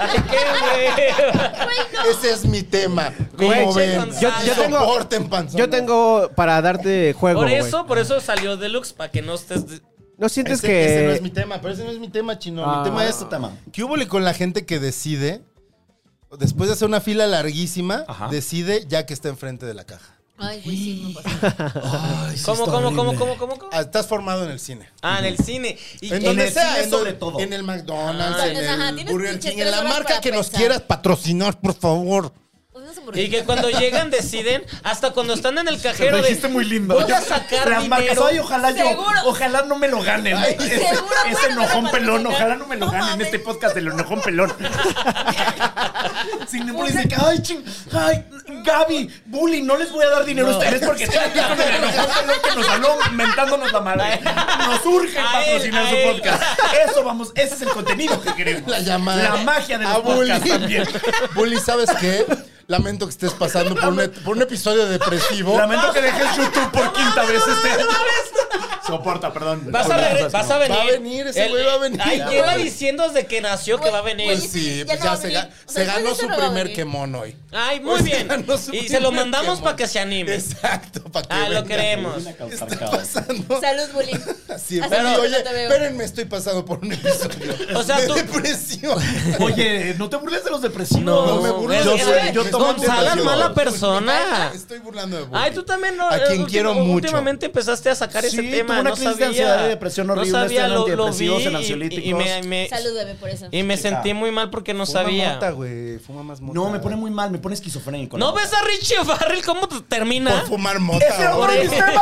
S3: Ay, qué <laughs> güey.
S4: Ese es mi tema. Como
S3: Güey,
S4: ven,
S3: yo- yo
S6: tengo-
S4: soporten panzón.
S6: Yo tengo para darte juego,
S3: Por
S6: güey.
S3: eso, por eso salió Deluxe, para que no estés... de-
S6: ¿No sientes
S4: Ese,
S6: que...?
S4: ese no es mi tema, pero ese no es mi tema, chino.
S6: Ah.
S4: Mi tema es
S2: Este tema.
S4: ¿Qué hubo con la gente que decide, después de hacer una fila larguísima,
S2: Ajá.
S4: decide ya que está enfrente de la caja?
S5: Ay, güey, sí, me pasó.
S3: ¿Cómo, cómo, cómo, cómo, cómo, cómo?
S4: Ah, Estás formado en el cine.
S3: Ah, en el cine. Y
S4: En,
S2: En
S4: donde
S2: el
S4: sea,
S2: cine
S4: en donde-
S2: sobre todo.
S4: En el McDonald's,
S5: Ah.
S4: en el
S5: Ajá, tienes
S4: Burger
S5: pinches
S4: King, en
S5: tres
S4: la
S5: horas
S4: marca
S5: para
S4: que nos
S5: pensar.
S4: quieras patrocinar, por favor.
S5: Unas hamburguesas.
S3: Y que cuando llegan deciden, hasta cuando están en el
S2: Lo
S3: cajero
S2: dijiste
S3: de...
S2: muy lindo.
S3: Voy a
S2: Yo-
S3: sacar
S2: las marcas,
S3: dinero.
S2: ay, ojalá yo,
S5: Seguro.
S2: ojalá no me lo ganen.
S4: Ay,
S2: ese
S5: <laughs> seguro,
S2: ese
S5: bueno,
S2: enojón
S5: me lo
S2: pelón,
S5: patrocinan.
S2: ojalá no me lo
S5: No
S2: ganen en
S5: mames.
S2: este podcast del enojón
S3: <laughs>
S2: pelón. Sin embargo, dice que, ay, ching, ay, Gaby, bully, no les voy a dar dinero a ustedes porque tienen que ir con el enojón pelón que nos habló mentándonos la madre. Nos urge
S3: A
S2: patrocinar
S3: él,
S2: su
S3: a él.
S2: podcast. Eso vamos, ese es el contenido que
S4: <laughs>
S2: queremos.
S4: La llamada.
S2: La magia de los
S4: A Bully.
S2: podcasts también.
S4: <laughs> Bully, ¿sabes qué? Lamento que estés pasando por un, et- por un episodio depresivo.
S2: Lamento que dejes YouTube por quinta vez este. Soporta, perdón.
S3: Vas a, regre- vas a venir.
S4: Va a venir, ese
S3: El-
S4: güey va a venir.
S3: Ay, lleva diciendo desde que nació que va a venir.
S5: Güey,
S4: Pues sí,
S5: Ya
S4: pues
S5: no
S4: ya,
S5: va a
S4: se,
S5: venir.
S4: ga-
S5: O sea,
S4: se
S5: después de
S4: ganó
S5: eso
S4: su
S5: no va a
S4: primer
S5: venir.
S4: quemón hoy.
S3: Ay, muy
S4: Se <laughs>
S3: bien.
S4: ganó su
S3: Y se lo
S4: primer
S3: mandamos
S4: quemón.
S3: para que se anime.
S4: Exacto, para que
S3: Ah, lo
S4: venga.
S3: queremos.
S4: ¿Qué está pasando?
S5: <laughs> Salud, bullying.
S4: Así,
S5: Hace
S4: pero,
S5: mucho que
S4: oye,
S5: no te veo.
S4: espérenme, estoy pasando por un episodio
S3: O sea,
S4: de
S3: tú- <laughs>
S4: depresión.
S2: Oye, no te burles de los depresivos.
S3: No,
S4: No me burles.
S2: Yo,
S3: es-
S2: soy- yo
S3: es-
S2: tomo
S3: Gonzalo es
S2: antidepresivos.
S3: mala persona.
S4: Estoy burlando de bullying.
S3: Ay, tú también no.
S4: A
S3: eh,
S4: quien
S3: últim-
S4: quiero mucho.
S3: Últimamente empezaste a sacar ese
S2: Sí,
S3: tema.
S2: tuve una
S3: no
S2: crisis de
S3: sabía.
S2: ansiedad y depresión horrible,
S4: este
S3: No sabía,
S2: estoy en
S3: lo, lo vi.
S2: antidepresivos, en
S3: Y, y me,
S2: ansiolíticos.
S3: me-
S5: Salud, bebé, por eso.
S3: y me sentí muy mal porque no sabía.
S4: mota, güey. Fuma más mota.
S2: No, me pone muy mal, me pone esquizofrénico.
S3: ¿No
S2: la
S3: ves a Richie Farrell cómo te termina?
S4: Por fumar mota.
S2: Ese
S4: güey.
S2: hombre-
S3: Eh,
S2: verdad.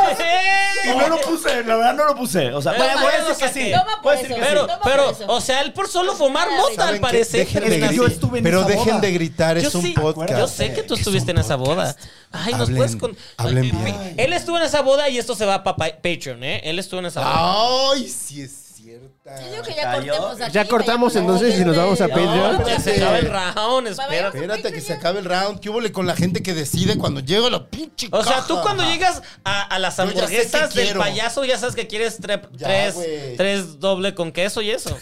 S2: Y no lo puse, la verdad no lo puse. O sea,
S3: Eh,
S2: voy
S3: bueno,
S2: voy a decir
S3: o sea,
S2: que sí.
S5: toma
S2: Voy a
S5: por
S2: decir
S5: eso.
S2: que sí.
S3: Pero,
S5: Toma por
S3: pero,
S5: eso. Pues
S3: o sea, él por solo fumar
S5: Saben
S3: mota, al
S4: ¿Saben qué?
S3: parecer.
S4: Dejen de
S2: Es que yo
S4: gritar.
S2: estuve en
S4: Pero
S2: esa
S4: dejen
S2: boda.
S4: de gritar, es
S3: Yo
S4: un
S3: sí-
S4: podcast.
S3: Yo sé que tú estuviste en esa boda. Ay, nos
S4: Hablen-
S3: puedes con.
S4: hablen
S3: Ay,
S4: bien.
S3: mi- Él estuvo en esa boda y esto se va para Patreon, ¿eh? Él estuvo en esa boda.
S4: Ay, sí es cierta.
S5: Yo digo que ya este cortemos aquí.
S6: Ya cortamos entonces y nos vamos a
S5: No,
S6: Patreon.
S3: No, ya se
S4: espérate.
S3: acaba el round,
S5: Vayamos.
S3: espérate.
S4: Espérate a que se acabe el round. ¿Qué hubo con la gente que decide cuando llega la pinche
S3: O sea,
S4: caja?
S3: tú cuando llegas a, a las
S4: Yo ya sé
S3: hamburguesas
S4: qué
S3: del
S4: quiero.
S3: payaso, ya sabes que quieres tre-
S4: Ya,
S3: tres,
S4: güey.
S3: tres doble con queso y eso.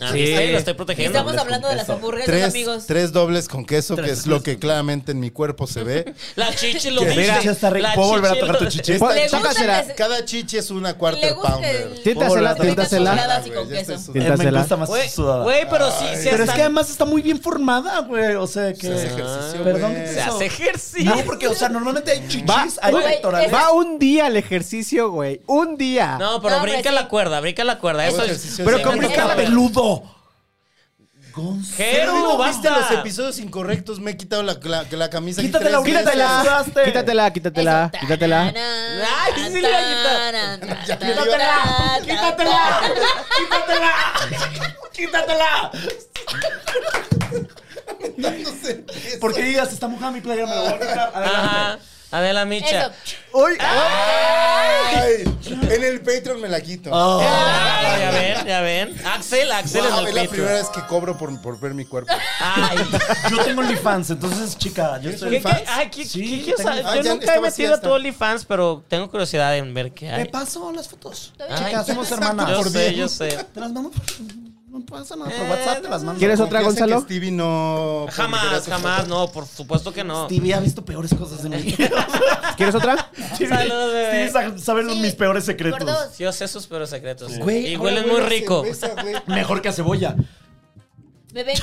S3: A mí sí, lo estoy protegiendo.
S5: Estamos hablando de las hamburguesas,
S4: Tres,
S5: amigos.
S4: tres dobles con queso, que es lo que claramente en mi cuerpo se
S3: <laughs>
S4: ve.
S3: La chichi
S5: <laughs>
S3: lo
S4: Que
S3: dice.
S4: mira,
S2: ya está rico.
S3: La
S2: ¿Puedo volver a
S3: chichi
S2: tocar tu
S3: lo-
S4: Esta
S6: ¿Le gusta
S4: chichi-
S5: las-
S4: cada chichi es una
S5: Le
S4: quarter
S5: gusta
S4: pounder.
S5: el-
S6: Tiéntasela,
S4: Pobre,
S6: tiéntasela.
S5: Las con
S4: güey, ya estoy
S5: queso.
S2: Eh,
S4: sudando.
S2: Me
S6: Piénsasela.
S2: gusta más
S3: Güey,
S2: sudada.
S3: güey, pero sí, sí
S2: pero es
S3: hasta-
S2: que además está muy bien formada, güey. O sea que.
S4: hace ejercicio,
S2: Perdón,
S4: güey.
S2: ¿qué
S3: se
S2: te hizo?
S3: hace ejercicio.
S2: No, porque, o sea, normalmente hay chichis,
S6: Va,
S2: hay
S5: güey,
S2: pectorales.
S5: es-
S6: Va un día al ejercicio, güey. Un día.
S3: No, pero
S5: No, hombre,
S3: brinca
S5: sí.
S3: la cuerda, brinca la cuerda. Eso
S4: Hago
S3: es.
S4: ejercicio
S6: Pero
S4: de-
S6: ¿cómo
S5: Brinca
S2: Está
S5: la cuerda.
S2: peludo. Gonzalo.
S3: Jero,
S4: ¿Viste
S3: basta.
S4: los episodios incorrectos? Me he quitado la, la- la camisa. aquí
S2: Quítatela,
S4: tres
S2: quítatela.
S4: veces.
S2: sudaste.
S6: Quítatela, quítatela,
S5: Eso.
S6: quítatela.
S5: Tararán,
S3: Ay, sí le iba a quitar.
S5: tararán, tararán,
S4: Ya me dio-
S5: tararán,
S2: ¡Quítatela!
S5: tararán.
S2: ¡Quítatela! ¡Quítatela! Porque digas, está mojada mi playa, me la voy a ah. quitar. Adelante.
S3: Ajá. Adela Micha.
S5: Eso.
S6: Uy,
S2: Ah.
S4: Ay, en el Patreon me la quito.
S3: Ah, ya ven, ya ven. Axel, Axel
S4: Wow,
S3: en
S4: es
S3: el
S4: la
S3: pecho.
S4: primera vez que cobro por, por ver mi cuerpo.
S3: <laughs> Ay,
S2: Yo tengo OnlyFans, entonces, chica, yo
S3: ¿qué,
S2: estoy...
S3: qué, ay, ¿qué,
S2: Sí,
S3: qué- qué-
S2: tengo-
S3: o sea,
S4: Ah,
S3: yo
S4: ya
S3: nunca he
S4: está vacía,
S3: metido a
S4: está.
S3: tu OnlyFans, pero tengo curiosidad en ver qué
S2: Me
S3: hay.
S2: paso las fotos.
S5: Ay,
S2: Chica, somos
S4: exacto,
S2: hermanas.
S3: Yo
S4: por
S3: sé,
S4: bien.
S3: yo sé.
S2: Te las mando por... No pasa nada,
S3: Eh,
S2: por WhatsApp te las mando.
S6: ¿Quieres otra,
S4: Confiesa
S6: Gonzalo?
S4: que Stevie no. publicará
S3: Jamás,
S4: su
S3: jamás,
S4: foto.
S3: no, por supuesto que no.
S2: Stevie ha visto peores cosas de mí. <laughs>
S6: ¿quieres otra?
S3: Saludos, bebé.
S2: Stevie sa- sabe los-
S5: Sí,
S2: mis peores secretos.
S5: por dos.
S3: Yo sé sus peores secretos.
S4: Güey,
S3: y
S4: ahora
S3: huelen muy
S4: huele a
S3: rico.
S4: cerveza, güey.
S2: Mejor que a cebolla.
S3: <laughs>
S5: Bebé,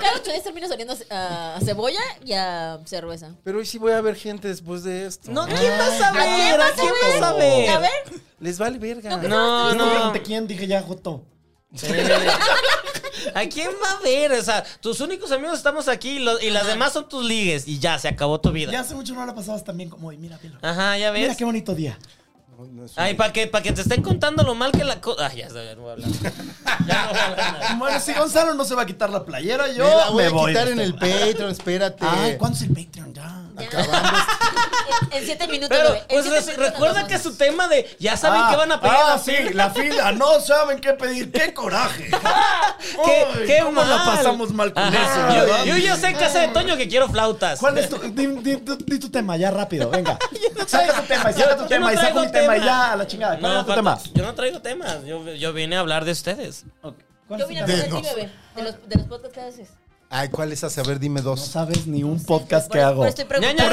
S5: cada ocho días termino saliendo a ce- a cebolla y a cerveza.
S4: Pero hoy sí voy a ver gente después de esto.
S3: No, ¿quién vas Ah, a ver? ¿A quién vas a
S5: A
S3: ver?
S5: ver,
S4: Les vale verga.
S3: No,
S2: no
S3: no.
S2: pregunté quién, dije ya, Joto.
S3: Sí. ¿A quién va a ver? O sea, tus únicos amigos estamos aquí y, lo- y las demás son tus ligues. Y ya, se acabó tu
S2: Ya
S3: vida.
S2: hace mucho no la pasabas tan bien como hoy. Mira, velo.
S3: Ajá, ya
S2: Mira
S3: ves.
S2: qué bonito día.
S4: No, no es un-
S3: Ay, para que, pa' que te estén contando lo mal que la cosa. Ay, ya, ya no voy a hablar. Ya no voy a hablar nada.
S2: Bueno, si Gonzalo no se va a quitar la playera, yo
S4: me la voy
S2: me
S4: a
S2: voy
S4: quitar
S2: de
S4: en
S2: este
S4: el
S2: bar.
S4: Patreon, espérate.
S2: Ay, ¿cuándo es el Patreon? Ya.
S5: ya. <laughs> en, en siete minutos,
S3: Pero,
S5: bebé. En
S3: pues
S5: siete
S3: re-
S5: minutos
S3: recuerda
S5: nos
S3: que
S5: vamos.
S3: su tema de ya saben
S2: Ah,
S3: que van a pedir
S2: ah,
S3: la
S2: sí,
S3: fila.
S2: la fila. No saben qué pedir. ¡Qué
S3: <laughs>
S2: coraje!
S3: ¿Qué,
S2: Ay,
S3: qué
S2: ¿Cómo la
S3: mal.
S2: pasamos mal con
S3: Ajá.
S2: eso?
S3: Yo-
S2: verdad?
S3: Yo, ya sé en casa de Toño que quiero flautas.
S2: ¿Cuál es tu, di, di- di- di tu tema? Ya
S3: <laughs>
S2: rápido, venga. Saca tu tema, y saca tu
S3: Yo
S2: tema, y
S3: no
S2: saca
S3: traigo
S2: mi tema, y
S3: tema.
S2: ya, a la chingada. ¿Cuál
S3: No,
S2: era tu
S3: Pato,
S2: tema?
S3: Yo no traigo temas. Yo, yo vine a hablar de ustedes.
S2: Ok, ¿cuál es
S5: Yo
S2: tu
S5: vine a
S2: tema?
S5: hablar de ti, bebé. De los, de los podcasts que haces.
S4: Ay, ¿cuál es esa? A ver, dime
S2: No
S4: dos.
S2: sabes ni un podcast
S5: Por-
S2: que hago.
S5: Por estoy preguntando.
S2: Por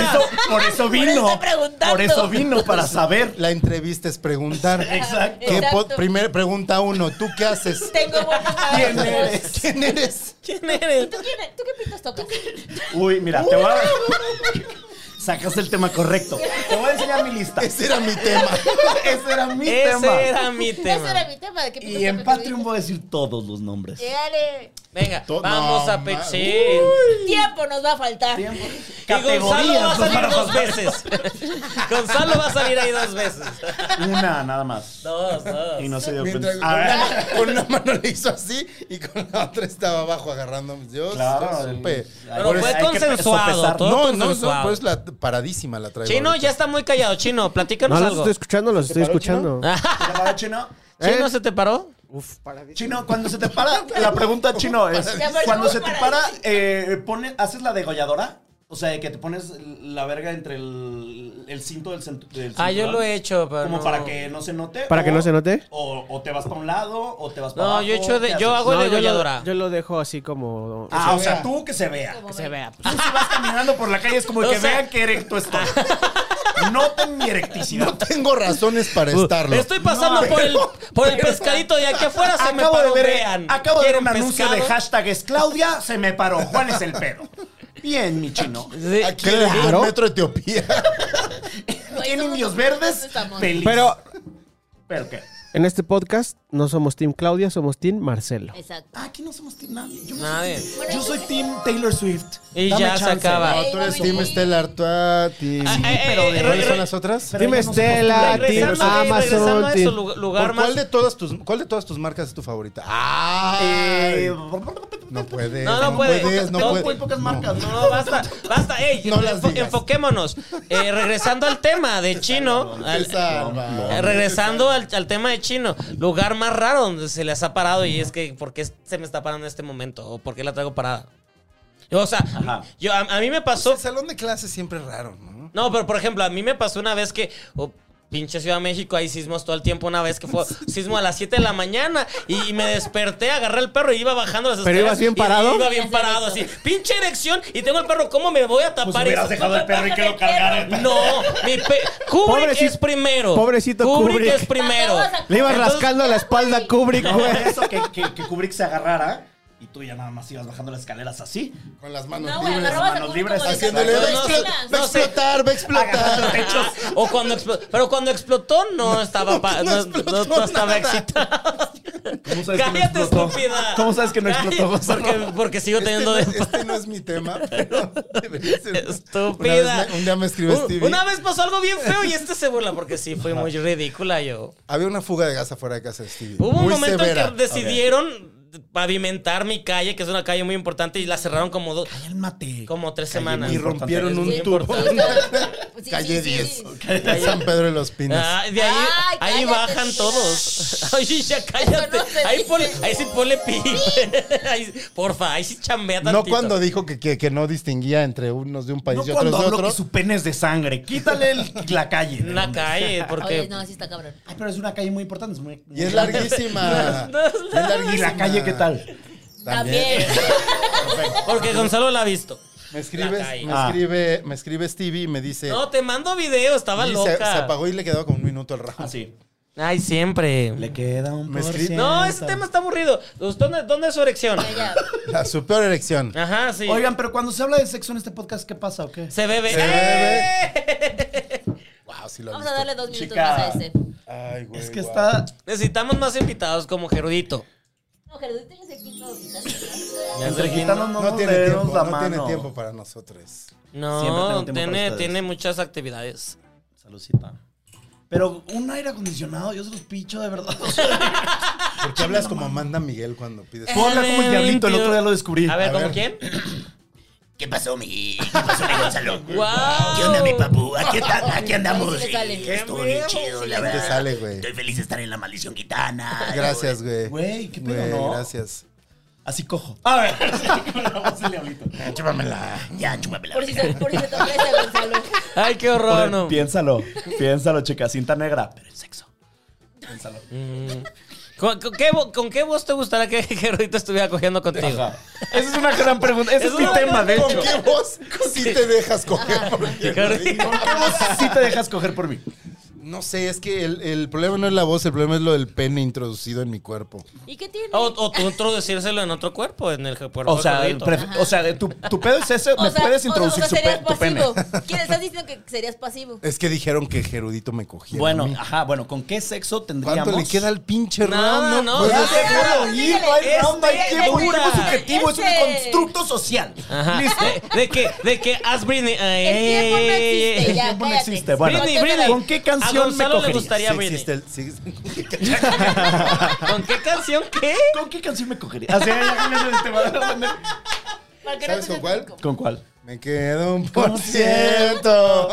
S3: <laughs>
S2: eso, por eso vino.
S5: estoy preguntando.
S2: Por eso vino, para saber.
S4: La entrevista es <laughs> preguntar.
S2: Exacto.
S4: ¿Qué po-
S5: Exacto.
S4: primer pregunta uno, ¿tú qué haces? <laughs>
S5: Tengo
S2: <laughs>
S5: buenos ¿Quién
S4: ¿Quién eres?
S3: ¿Quién eres?
S5: ¿Tú, quién eres? ¿Tú qué
S2: <laughs>
S5: pintas tocas?
S2: Uy, mira, Uh, te voy a... Sacaste el tema correcto. Te voy a enseñar mi lista.
S4: Ese era mi tema.
S2: <laughs> Ese era mi
S3: Ese
S2: tema.
S3: era mi
S5: <laughs> Ese
S3: tema.
S5: era mi tema. ¿De qué pintas
S2: Y en
S5: tocas,
S2: Patreon
S5: bebé?
S2: voy a decir todos los nombres.
S5: Eh, Dale.
S3: Venga,
S4: To-
S3: vamos
S4: no,
S3: a
S4: ma-
S3: pechir.
S2: Uh,
S5: Tiempo nos va a faltar.
S2: Tiempo.
S3: Y Gonzalo va a
S2: Categorías.
S3: salir
S2: para
S3: dos <laughs>
S2: los-
S3: veces. Gonzalo va a salir ahí dos veces.
S2: Una, nada más.
S3: Dos, dos.
S2: Y no se dio
S4: Mientras
S2: cuenta.
S4: con,
S2: A
S4: una,
S2: ver.
S4: ma- con una mano le hizo así y con la otra estaba abajo agarrando. Dios,
S2: Claro,
S4: yo supe.
S2: el-
S3: Pero
S2: Por
S3: fue
S2: eso hay que
S3: consensuado.
S2: sopesar.
S3: Todo
S4: No, no,
S3: consensuado.
S4: no, pues la paradísima la traigo.
S3: Chino,
S4: ahorita.
S3: ya está muy callado. Chino, platícanos
S6: No los
S3: algo. Ah,
S6: estoy escuchando, los estoy escuchando.
S2: ¿Te paró, chino?
S3: ¿Chino
S6: ¿Eh?
S3: se te paró?
S6: Uf, para mí.
S2: Chino, cuando
S3: <laughs>
S2: se te para, la pregunta chino es,
S5: Ya volvimos
S2: cuando se te
S5: para
S2: para, eh, pone- ¿haces la degolladora? O sea, que te pones la verga entre el, el cinto del, cent- del
S3: Ah, yo
S2: cinturón.
S3: lo he hecho, pero
S2: Como
S3: no.
S2: para que no se note.
S6: ¿Para que no se note?
S2: O, o te vas para un lado, o te vas para
S3: No,
S2: abajo.
S3: yo he hecho de-
S2: ¿qué
S3: yo
S2: haces?
S3: hago- de
S6: yo,
S3: golladora.
S6: lo, yo lo dejo así como.
S2: Ah, o sea, tú que se vea.
S5: Como
S2: Tú
S5: ven.
S2: si vas caminando por la
S3: <laughs>
S2: calle es como
S3: O
S2: que
S3: sea-
S2: vean que erecto
S3: <laughs>
S2: estoy. Noten
S4: <laughs>
S2: mi
S4: No
S2: erecticidad.
S4: tengo razones para estarlo.
S3: Estoy pasando
S2: No,
S3: por, el,
S2: pero-
S3: por
S2: <laughs>
S3: el pescadito de aquí afuera. Se me
S2: Acabo de
S3: paró,
S2: ver,
S3: vean.
S2: acabo de ver
S3: ¿Quieren
S2: un anuncio de
S3: pescado?
S2: hashtag es Claudia, se me paró. ¿Cuál es el pedo? Bien, mi chino.
S3: Sí.
S4: Aquí en el metro Etiopía.
S5: Güey,
S2: ¿Tienen
S5: somos-
S2: indios
S5: ¿dónde
S2: verdes?
S5: estamos?
S2: Feliz.
S6: Pero
S2: ¿Pero qué?
S6: en este podcast no somos Team Claudia, somos Team
S3: Eh,
S6: Marcelo.
S5: Exacto.
S2: Ah, Aquí no somos team nadie. Yo, no
S3: Nadie.
S2: soy- yo soy team Taylor Swift.
S3: Y ya se acaba.
S4: No, tú eres Team Estela Artois, Team...
S3: Ah, eh, eh,
S4: Pero de-
S3: re-
S4: ¿Cuáles son
S3: re-
S4: las otras?
S6: Team
S2: Pero ya no
S6: Estela,
S2: somos
S6: Team
S3: Regresando, de- regresando
S6: Amazon,
S3: a
S6: Team-
S3: su lugar, lugar
S4: ¿Por
S3: más.
S4: cuál, de todas tus, ¿Cuál de todas tus marcas es tu favorita? ¡Ah!
S2: Eh,
S4: No puedes,
S3: No, no
S4: no,
S3: puede.
S4: puedes, no
S3: Son
S4: puedes.
S2: muy pocas marcas, ¿no?
S3: No, basta, basta, ey,
S4: No las
S3: enfo-
S4: digas.
S3: enfoquémonos. Eh, regresando al tema
S2: <laughs>
S3: de Chino,
S4: Te
S3: al-
S4: salva.
S3: eh, regresando al, al tema de Chino, lugar más raro donde se les ha parado y es que, ¿por qué se me está parando en este momento? ¿O por qué la traigo parada? O sea,
S2: Ajá. Pues
S3: yo, a, a mí me pasó,
S4: El salón de clase siempre es raro, ¿no?
S3: no, pero por ejemplo, a mí me pasó una vez que, oh, pinche Ciudad de México, hay sismos todo el tiempo, una vez que
S6: <laughs>
S3: fue sismo a las 7 de la mañana y, y me desperté, agarré el perro y iba bajando las escaleras.
S6: ibas bien
S3: y-
S6: parado?
S3: y iba bien parado, así, pinche erección y tengo el perro, ¿cómo me voy a tapar
S2: Pues hubieras
S3: eso?
S2: dejado el perro y
S3: <laughs>
S2: que lo cargara el perro.
S3: No, mi pe Kubrick
S6: Pobrecito-
S3: es primero.
S6: pobrecito Kubrick.
S3: es primero.
S5: Acabas de-
S6: Le ibas
S3: Entonces,
S6: rascando la espalda a Kubrick,
S2: No,
S6: güey.
S2: eso que, que, que Kubrick se agarrara y tú ya nada más ibas bajando las escaleras así.
S4: Con las manos
S5: No, güey,
S4: libres.
S5: agarrabas
S2: manos
S5: a Kubrick
S2: libres,
S5: como de
S4: Haciéndole,
S5: San
S4: va a
S3: No,
S5: Juan.
S4: explo-
S5: Chilas. <laughs>
S4: va a
S3: no sé.
S4: explotar, va a
S2: Agarrando
S4: explotar.
S2: techos.
S3: ah, O cuando explotó. Pero cuando explotó no estaba.
S2: <laughs>
S3: pa-
S4: no
S3: no,
S4: explotó
S3: no- no estaba
S4: nada.
S3: excitado.
S2: ¿Cómo sabes
S3: Cállate, estúpida.
S2: ¿Cómo sabes que no explotó?
S3: Cállate, Porque, porque sigo teniendo
S4: este, no,
S3: de.
S4: este no es
S3: <laughs>
S4: mi tema, pero debería ser. Una
S3: Estúpida.
S4: vez me- un día me escribió
S3: Un-
S4: Stevie.
S3: Una vez pasó algo bien feo y este se burla porque sí, fue muy ridícula yo.
S4: Había una fuga de gas afuera de casa de Stevie.
S3: Hubo un
S4: muy
S3: momento
S4: severa.
S3: en que decidieron pavimentar mi calle, que es una calle muy importante, y la cerraron como dos,
S2: Cálmate.
S3: como tres
S2: Calle
S3: semanas.
S4: Y rompieron
S5: Sí,
S4: un
S5: sí,
S4: tubo.
S5: sí,
S3: Pues,
S5: sí, sí.
S4: Calle
S5: Sí,
S4: 10.
S5: sí, sí.
S4: de San Pedro de los Pinos.
S3: Ah, de ahí,
S5: Ay,
S3: ahí
S5: cállate,
S3: bajan
S5: ya.
S3: todos. <laughs> Ay, ya cállate.
S5: Eso no se
S3: ahí,
S5: dice.
S3: ponle- ahí sí ponle pi. <laughs> Ahí- porfa, ahí sí chambea
S4: no
S3: tantito.
S4: cuando dijo que, que, que no distinguía entre unos de un país
S2: No
S4: y otros
S2: cuando
S4: de
S2: hablo
S4: otro.
S2: que su pene es de sangre. Quítale el- <laughs> la calle.
S3: En la
S5: <laughs>
S3: calle, porque...
S5: Oye, no, sí está cabrón.
S2: Ay, pero es una calle muy importante. es muy-
S4: Y es larguísima.
S3: <laughs> No, no,
S4: Es larguísima.
S2: ¿Y la calle qué tal?
S5: También.
S3: Porque Gonzalo la ha visto.
S4: Me escribe,
S3: La calle.
S4: me
S2: Ah.
S4: escribe, me escribe Stevie y me dice.
S3: No, te mando video, estaba
S4: y se,
S3: loca.
S2: Ah,
S4: se apagó y le quedaba como un minuto al rajo.
S2: Así.
S3: Ay, siempre.
S2: Le queda un
S4: Me
S2: por
S4: escribí-
S2: ciento.
S3: No, ese tema está aburrido. ¿Dónde, dónde es su erección?
S5: Ya,
S4: <laughs> La super erección.
S3: Ajá, sí.
S2: Oigan, pero cuando se habla de sexo en este podcast, ¿qué pasa o qué?
S3: se bebe. ¡Eh!
S4: Se Wow, sí lo he
S5: Vamos a
S4: visto.
S5: darle dos minutos
S2: Chica.
S5: más a ese.
S4: Ay, güey,
S2: Es que
S4: wow.
S2: está.
S3: Necesitamos más invitados como Gerudito.
S5: No, Gerudito tienes aquí todo quitando,
S2: <laughs>
S3: Ya
S2: Entre
S3: sé.
S2: gitanos no,
S4: No,
S2: nos
S4: tiene
S2: leemos
S4: tiempo,
S2: la
S4: no
S2: mano.
S4: tiene tiempo para nosotros.
S2: Siempre
S3: No,
S2: tengo tiempo para
S3: tiene,
S2: ustedes.
S3: tiene muchas actividades.
S2: Salucita. Pero un aire acondicionado, yo se los picho de verdad. <laughs>
S4: ¿Por qué hablas como Amanda Miguel cuando pides?
S3: Eh.
S2: Puedo hablar como el diablito, el otro día lo descubrí.
S3: A ver,
S4: A
S3: ¿cómo
S4: ver.
S3: quién?
S8: ¿Qué pasó, mi? ¿Qué pasó, mi Gonzalo?
S3: ¡Guau!
S8: ¿Qué onda, mi papu? Aquí, anda- aquí andamos.
S2: <laughs>
S5: Ahí sí le sale.
S8: Eh, Estuvo bien chido, la
S4: Ahí te
S8: verdad.
S4: sale, güey.
S8: Estoy feliz de estar en la maldición gitana.
S4: <laughs> Gracias, güey.
S2: Güey, qué pedo,
S4: Güey,
S2: ¿no?
S4: Gracias.
S2: Así cojo. A
S4: <laughs>
S2: ver. el diablito.
S8: Eh, Chúpamela. Ya, chúpamela.
S5: Por si se, por si se te ofrece, Gonzalo.
S3: Ay, qué horror, no.
S2: Piénsalo, piénsalo, chica. Cinta negra. Pero el sexo. Piénsalo.
S3: ¿Con, con qué, vo- con qué voz te gustaría que <laughs> Gerudito estuviera cogiendo contigo?
S2: Ajá. Esa es una gran pregunta. Ese es,
S3: Es
S2: mi
S3: una
S2: tema,
S3: gran
S2: de
S4: ¿Con
S2: hecho.
S4: qué <laughs> voz si te dejas coger?
S3: Gerudito.
S2: Si te dejas coger por mí.
S4: No sé, es que el, el problema no es la voz, el problema es lo del pene introducido en mi cuerpo.
S5: ¿Y qué tiene?
S3: O, o tú introducírselo en otro cuerpo, en el cuerpo
S2: O sea,
S3: de Gerudito.
S2: pref- o sea tu, tu pedo es ese.
S5: O
S2: me
S5: sea,
S2: puedes
S5: o-
S2: introducir
S5: o sea,
S2: su pe-
S5: serías
S2: tu pene.
S5: pasivo. ¿Quieres- Estás diciendo que serías pasivo.
S4: Es que dijeron que Gerudito me cogía.
S2: Bueno, ajá, bueno, ¿con qué sexo tendríamos?
S4: ¿Cuánto le queda al pinche
S3: Nada,
S4: round?
S3: no,
S4: puedes-
S3: ya
S2: se puedo ir, no hay
S3: Este,
S2: round, no hay tiempo,
S3: este.
S2: un cuerpo subjetivo, es un
S5: Este.
S2: constructo social.
S3: Ajá. De, de que, de que, haz Britney.
S5: El tiempo no existe, ya,
S2: tiempo no
S5: cállate.
S2: existe, bueno.
S5: No te
S3: Britney,
S5: la-
S3: Britney.
S2: ¿Con qué
S3: a
S2: canción
S3: Gonzalo
S2: me
S3: le
S2: cogerías?
S3: gustaría
S4: Sí
S3: Britney?
S4: existe el-
S3: <laughs>
S4: sí existe-
S3: ¿Con qué canción qué?
S2: ¿Con qué canción me cogería? O sea, ya cambiando de tema.
S5: ¿Por qué no
S4: ¿Sabes
S5: te-
S4: con cuál?
S2: ¿Con cuál?
S4: Me quedo un por ciento.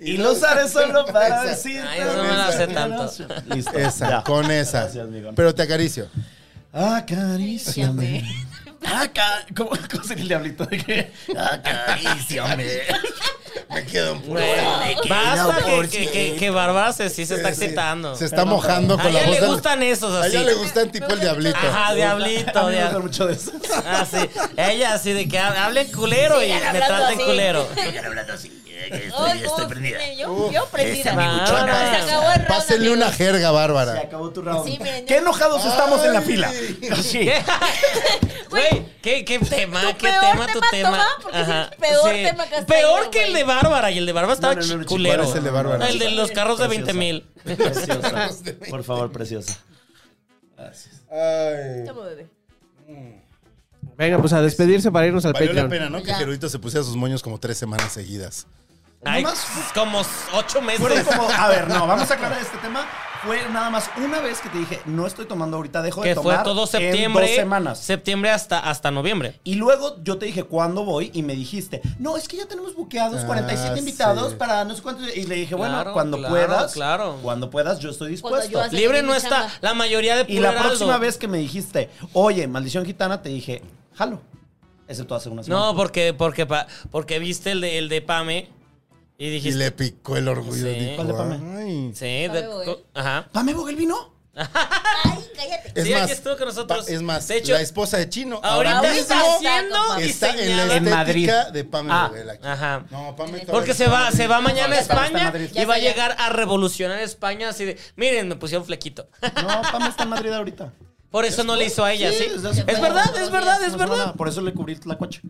S2: Y los haré solo para
S4: Esa.
S2: decir.
S3: Ay, no me la sé tanto.
S2: Listo.
S4: Esa,
S2: ya.
S4: con esa.
S2: Gracias, mi Gon.
S4: Pero te acaricio.
S2: Ah, Acaríciame.
S5: Acaríciame.
S2: Acá. ah, ¿Cómo, cómo sería el diablito? ¿De qué? Ah,
S8: Acaríciame. Me quedo un
S3: Güey, Basta que, que, que, que Bárbara se- sí se está
S4: Sí,
S3: excitando.
S4: Se está mojando
S3: A
S4: con la
S3: ella
S4: voz.
S3: le
S4: del-
S3: gustan esos
S4: A
S3: así.
S4: ella le gustan tipo el diablito.
S3: Ajá,
S2: A
S3: diablito,
S2: mí me gusta
S3: diablito.
S2: mucho de eso.
S3: Así. Ella así de que ha- hable culero y me
S5: Sigan hablando
S3: traten
S5: así.
S3: culero.
S8: Sigan hablando
S5: <laughs>
S8: así. eh, que
S5: Ay,
S8: Estoy,
S5: ¿cómo?
S8: estoy prendida.
S5: Yo, yo prendida.
S8: Esa, mi buchona.
S5: Se acabó el round,
S4: Pásenle
S5: amigos.
S4: una jerga,
S2: Se
S4: Bárbara.
S2: acabó tu round.
S5: Sí, miren,
S2: Qué
S5: ya-
S2: enojados estamos en la fila.
S3: <laughs>
S2: Sí.
S3: ¿Qué? Güey, ¿qué, qué tema,
S5: tu
S3: qué
S5: peor
S3: tema, tu
S5: tema,
S3: tema.
S5: toma, porque es el peor tema que has
S3: Peor
S5: traído,
S3: que el
S5: güey.
S3: de Bárbara. Y el de Bárbara estaba
S2: No, no, no, no,
S3: culero.
S4: ¿cuál es el de Bárbara?
S3: No, el de los carros de 20 mil.
S2: Preciosa. Por favor, preciosa.
S3: <laughs>
S4: Ay.
S5: Toma, bebé.
S6: Venga, pues a despedirse para irnos al
S4: Valió la
S6: Patreon.
S4: pena, ¿no? Que
S5: Ya.
S4: Gerudito se pusiera sus moños como tres semanas seguidas.
S3: Ay, como ocho
S2: Fueron
S3: meses.
S2: como, a ver, no, vamos a aclarar este tema. Fue nada más una vez que te dije, no estoy tomando ahorita, dejo de
S3: Que fue
S2: tomar
S3: todo
S2: en
S3: septiembre.
S2: dos semanas.
S3: Septiembre hasta, hasta noviembre.
S2: Y luego yo te dije, ¿cuándo voy? Y me dijiste, no, es que ya tenemos buqueados
S4: Ah,
S2: 47 invitados
S4: sí.
S2: para no sé cuánto. Y le dije, bueno,
S3: Claro,
S2: cuando
S3: claro,
S2: puedas,
S3: claro.
S2: cuando puedas, yo estoy
S5: Cuando
S2: dispuesto.
S5: yo hace-
S3: Libre
S5: mi
S3: no está.
S5: chamba.
S3: La mayoría de
S2: y la
S3: Pluraldo.
S2: próxima vez que me dijiste, oye, maldición gitana, te dije, jalo. Excepto hace una semana.
S3: No, porque, porque, pa- porque viste el de, el de Pame y
S4: Y
S3: dijiste.
S4: le picó el orgullo.
S3: Sí.
S4: dijo,
S2: ¿Cuál de Pame?
S4: ay.
S3: Sí, de-
S5: Pame Boguel.
S3: co- ajá.
S2: ¿Pame Vogel vino?
S5: Ay, cállate.
S4: Es
S3: Sí, aquí
S4: más,
S3: estuvo con nosotros.
S4: pa- Es más,
S3: De hecho,
S4: la esposa de Chino.
S3: Ahorita
S4: ahora
S5: mismo
S3: está siendo
S4: está en la
S3: diseñada-
S2: En Madrid.
S4: estética de Pame
S2: Ah,
S4: Vogel aquí.
S3: Ajá.
S4: No, Pame todavía
S3: Porque se
S4: está
S3: va,
S4: en
S3: se va mañana a
S2: está- está en
S3: España
S2: Madrid.
S3: y
S5: Ya
S3: va a
S5: está, ya.
S3: llegar a revolucionar España así de, miren, me pusieron flequito. <laughs>
S2: No, Pame está en Madrid ahorita.
S3: Por eso no le hizo a ella, <laughs> ¿sí?
S2: desde hace-
S3: Es verdad, es verdad, es
S2: Una semana,
S3: verdad.
S2: Por eso le cubrí la coche.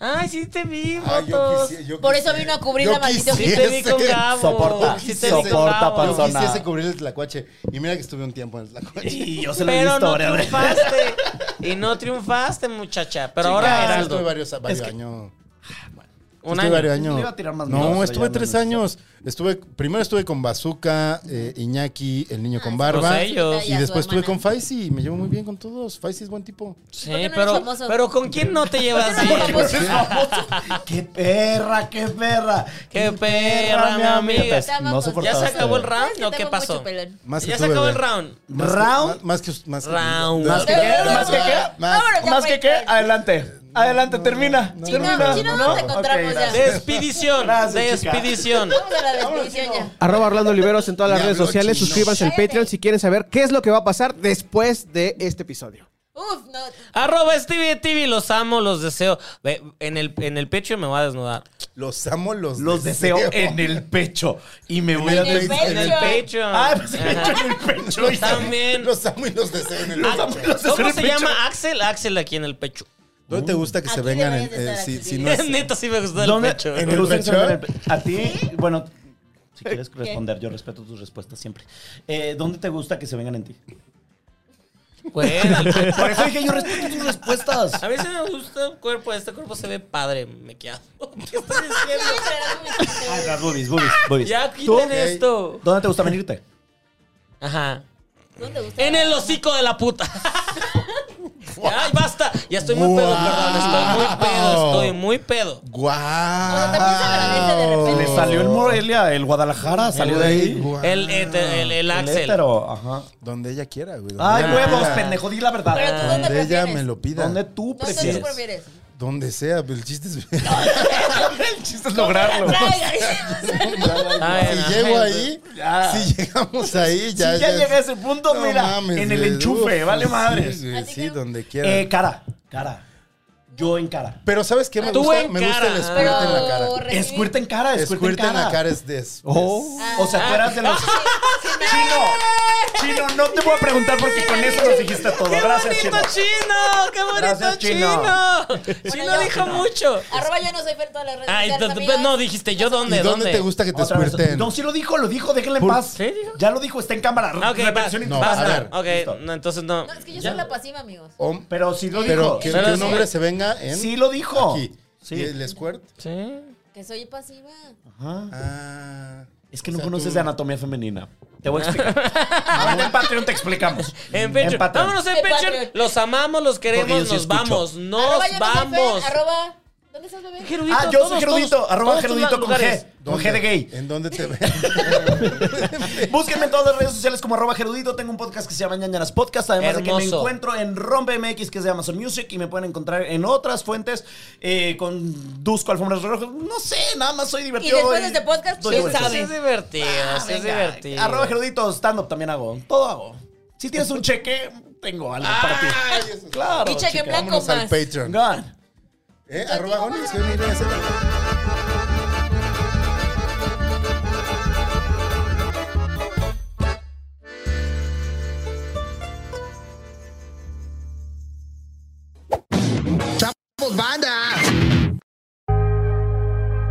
S3: Ay, sí te vi,
S4: Ah, yo
S3: fotos.
S4: quisi- yo
S5: Por eso
S4: quisiera-
S5: vino a cubrir
S4: yo
S5: la maldición
S3: Sí te vi con
S4: quisiese-
S3: Gabo.
S2: Soporta,
S3: Sí te vi con
S2: soporta,
S3: Gabo.
S4: Yo
S2: panzona.
S4: quisiese cubrir el tlacuache. Y mira que estuve un tiempo en el tlacuache.
S2: Y yo se lo he
S3: Pero
S2: visto
S3: no
S2: varias veces.
S3: triunfaste. Y no triunfaste, muchacha. Pero ahora
S4: era
S3: Heraldo.
S4: Estuve varios, varios años.
S3: Un
S4: estuve
S3: año.
S4: varios
S2: Le
S4: años.
S2: iba a tirar más mierda,
S4: no,
S2: pero
S4: estuve
S2: ya
S4: tres
S2: no
S4: años. Estuve, primero estuve con Bazooka, eh, Iñaki, el
S5: Ah,
S4: niño con barba.
S3: Pues ellos.
S5: Ay,
S4: Y
S5: a su
S4: después estuve con
S5: hermana.
S4: Faisy. y Me llevo muy bien con todos. Faisy es buen tipo.
S3: Sí,
S5: ¿Por qué no eres
S3: pero,
S5: famoso?
S3: pero ¿con quién no te llevas
S5: ¿Por qué no
S3: bien?
S2: <laughs>
S5: eres famoso?
S2: ¡Qué perra, qué perra!
S3: Qué perra, mi amiga.
S2: Pues, no
S3: ¿Ya se
S2: soportaste.
S3: acabó el round
S5: Yo
S3: o qué
S5: tengo
S3: pasó?
S5: mucho pelón.
S4: Más que
S3: ya
S4: tú,
S3: se acabó el
S4: bebé.
S3: round.
S4: Más que-
S2: Round.
S4: Más que. Más que.
S3: Round.
S4: Más que.
S2: ¿Más que qué?
S4: Más-
S5: Vámonos ya,
S2: Más que qué,
S5: Patreon.
S2: adelante. Adelante, termina.
S5: Chino,
S2: termina.
S5: Chino, nos encontramos
S2: Ok,
S5: ya.
S2: gracias.
S3: Despedición.
S2: Gracias, chica.
S3: despedición.
S5: Vamos a la despedición ya.
S6: Arroba Orlando Oliveros en todas las
S4: Ya
S6: redes
S4: habló
S6: sociales.
S4: chino.
S6: Suscríbanse al
S5: Cállate.
S6: Patreon si quieren saber qué es lo que va a pasar después de este episodio.
S5: Uf, no.
S3: Arroba Stevie TV, los amo, los deseo. Ve, En el, en el pecho me voy a desnudar.
S4: Los amo, los,
S2: Los deseo en el pecho. Y me voy a
S4: En el
S2: des-
S3: En el pecho.
S2: Ah, pues, en el pecho.
S3: <laughs>
S2: y-
S3: También.
S4: Los amo y los deseo en el
S2: Los
S4: pecho.
S2: amo y los deseo en
S3: ¿Cómo
S2: el
S3: se
S2: pecho.
S3: llama Axel? Axel aquí en el pecho.
S4: ¿Dónde te gusta que se
S5: Aquí
S4: vengan?
S5: deberías
S4: en-
S5: de
S4: eh,
S5: estar,
S4: si,
S5: aquí
S4: si no es,
S3: Es <laughs> neta, sí me gusta el
S2: ¿Dónde-
S3: pecho.
S4: en
S2: ¿Te
S4: el
S2: gusta que
S4: pecho?
S2: se vean en el pe- A ti, bueno, si quieres responder, yo respeto tus respuestas siempre. Eh, ¿Dónde te gusta que se vengan en ti?
S3: Güey, en el pecho.
S2: Por eso dije, yo respeto tus respuestas.
S3: A mí sí me gusta el cuerpo. Este cuerpo se ve padre, mequeado. <laughs> ¿Qué estás diciendo?
S2: Ah, las boobies, boobies, boobies.
S3: Ya
S2: ¿Tú?
S3: quiten esto.
S2: ¿Dónde te gusta venirte?
S3: Ajá.
S5: ¿No te gusta?
S3: En el hocico de la
S2: <laughs>
S3: puta. Ay, basta. Ya estoy muy pedo,
S4: Wow.
S3: perdón. Estoy muy pedo, estoy muy pedo.
S4: ¡Guau!
S5: también se agradece de repente.
S2: Le salió el Morelia, el Guadalajara, salió de
S4: Güey,
S2: ahí.
S4: guau.
S3: El, el, el- el Axel.
S2: Pero, ajá. Ah.
S4: Donde ella quiera, güey. donde
S2: Ay,
S4: ella
S2: huevos,
S4: quiera.
S2: pendejo, di la
S5: Pero tú
S3: Ah.
S2: verdad.
S5: dónde
S4: Donde ella
S5: prefieres.
S4: me lo pida.
S2: Donde tú
S5: No sé,
S2: prefieres.
S5: tú <laughs> prefieres.
S4: Donde sea, pero el chiste es.
S5: <laughs>
S2: El chiste es lograrlo.
S3: Ay,
S4: si
S3: no,
S4: llego
S3: ay,
S4: ahí,
S2: Ah, Ya.
S4: si llegamos ahí,
S2: <laughs> Si ya,
S4: ya. ya-
S2: llegué a ese punto,
S4: No
S2: mira,
S4: mames,
S2: en el
S4: güey,
S2: enchufe,
S4: uf,
S2: vale
S4: sí,
S2: madres.
S4: güey,
S5: Así
S4: sí,
S5: que-
S4: donde quiera.
S2: Eh, cara, cara. Yo en cara.
S4: pero ¿sabes qué me
S3: tú
S4: gusta?
S3: en
S4: Me gusta el
S3: cara.
S4: squirt en la cara.
S5: Pero. recibir-
S2: Escuirte en cara, escuirte en
S4: Squirt
S2: cara.
S4: en la cara es des.
S2: Oh.
S3: Ah.
S2: O sea, tú eras de los. Chino, chino, no te voy a preguntar porque con eso nos dijiste todo.
S3: ¡Qué
S2: Gracias,
S3: bonito
S2: chino.
S3: chino! ¡Qué bonito
S2: Gracias,
S3: chino!
S2: Chino.
S3: Chino,
S5: yo-
S3: dijo mucho.
S5: Arroba yo no soy Fer en todas las redes
S3: Ay,
S5: sociales,
S3: t- t-
S5: amigos.
S3: no, dijiste yo
S4: ¿Y
S3: dónde,
S4: dónde,
S3: dónde.
S4: te gusta que te
S2: Otra vez.
S4: squirten?
S2: No, sí lo dijo, lo dijo, déjenle en paz.
S3: ¿Sí dijo?
S2: Ya lo dijo, está en cámara.
S3: Ah, Ok,
S2: Repetición
S3: va-
S2: y-
S4: No, a
S3: basta.
S4: ver.
S3: Ok, no, entonces no.
S5: No, es que yo
S3: Ya.
S5: soy la pasiva, amigos.
S4: Hom-
S2: Pero sí lo
S4: pero
S2: dijo.
S4: que,
S3: Pero
S4: que un
S3: sí.
S4: hombre se venga en.
S2: Sí lo dijo.
S4: Aquí.
S2: Sí.
S4: ¿Y el squirt?
S3: Sí.
S5: Que soy pasiva.
S2: Ajá.
S4: Ah.
S2: Es que no
S4: O sea,
S2: conoces
S4: tú-
S2: de anatomía femenina. Te voy a explicar.
S3: <laughs>
S2: Ahorita en Patreon te explicamos.
S3: En Patreon.
S2: Patreon.
S3: Vámonos en
S5: En
S3: Patreon.
S5: Patreon.
S3: Los amamos, los
S2: Porque yo
S3: queremos,
S2: sí
S3: nos
S2: escucho.
S3: vamos.
S5: Arroba
S3: Nos
S5: yo no soy
S3: vamos.
S5: Fer, Arroba. ¿Dónde estás, bebé?
S3: Gerudito,
S2: Ah, yo soy
S3: todos,
S2: Gerudito.
S3: todos,
S2: Arroba
S3: todos tus
S2: Gerudito con
S3: lugares.
S2: G. Con G de gay.
S4: ¿En dónde te
S2: <laughs>
S4: ven?
S2: Búsquenme en todas las redes sociales como arroba gerudito. Tengo un podcast que se llama Ñañaras Podcast. Además de que me
S3: Hermoso.
S2: encuentro en Rompe MX, que es de Amazon Music, y me pueden encontrar en otras fuentes. Eh, conduzco alfombras rojas. No sé, nada más soy divertido.
S5: Y después de este podcast,
S2: doy
S5: ¿quién
S2: vueltas.
S5: sabe?
S3: Sí es divertido, sí es
S2: Ah, Venga,
S3: divertido.
S2: Arroba gerudito, stand-up también hago. Todo hago. Si tienes un cheque, tengo algo para ti. Claro.
S5: Ah. Y cheque
S2: chica.
S5: en blanco
S4: Vámonos al
S5: más.
S4: Patreon.
S2: Gone.
S4: ¿Eh? Arroba Gonis, que viene a hacer algo.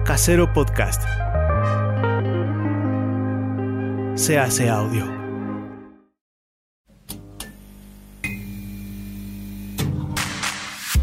S6: Casero Podcast. Se hace audio.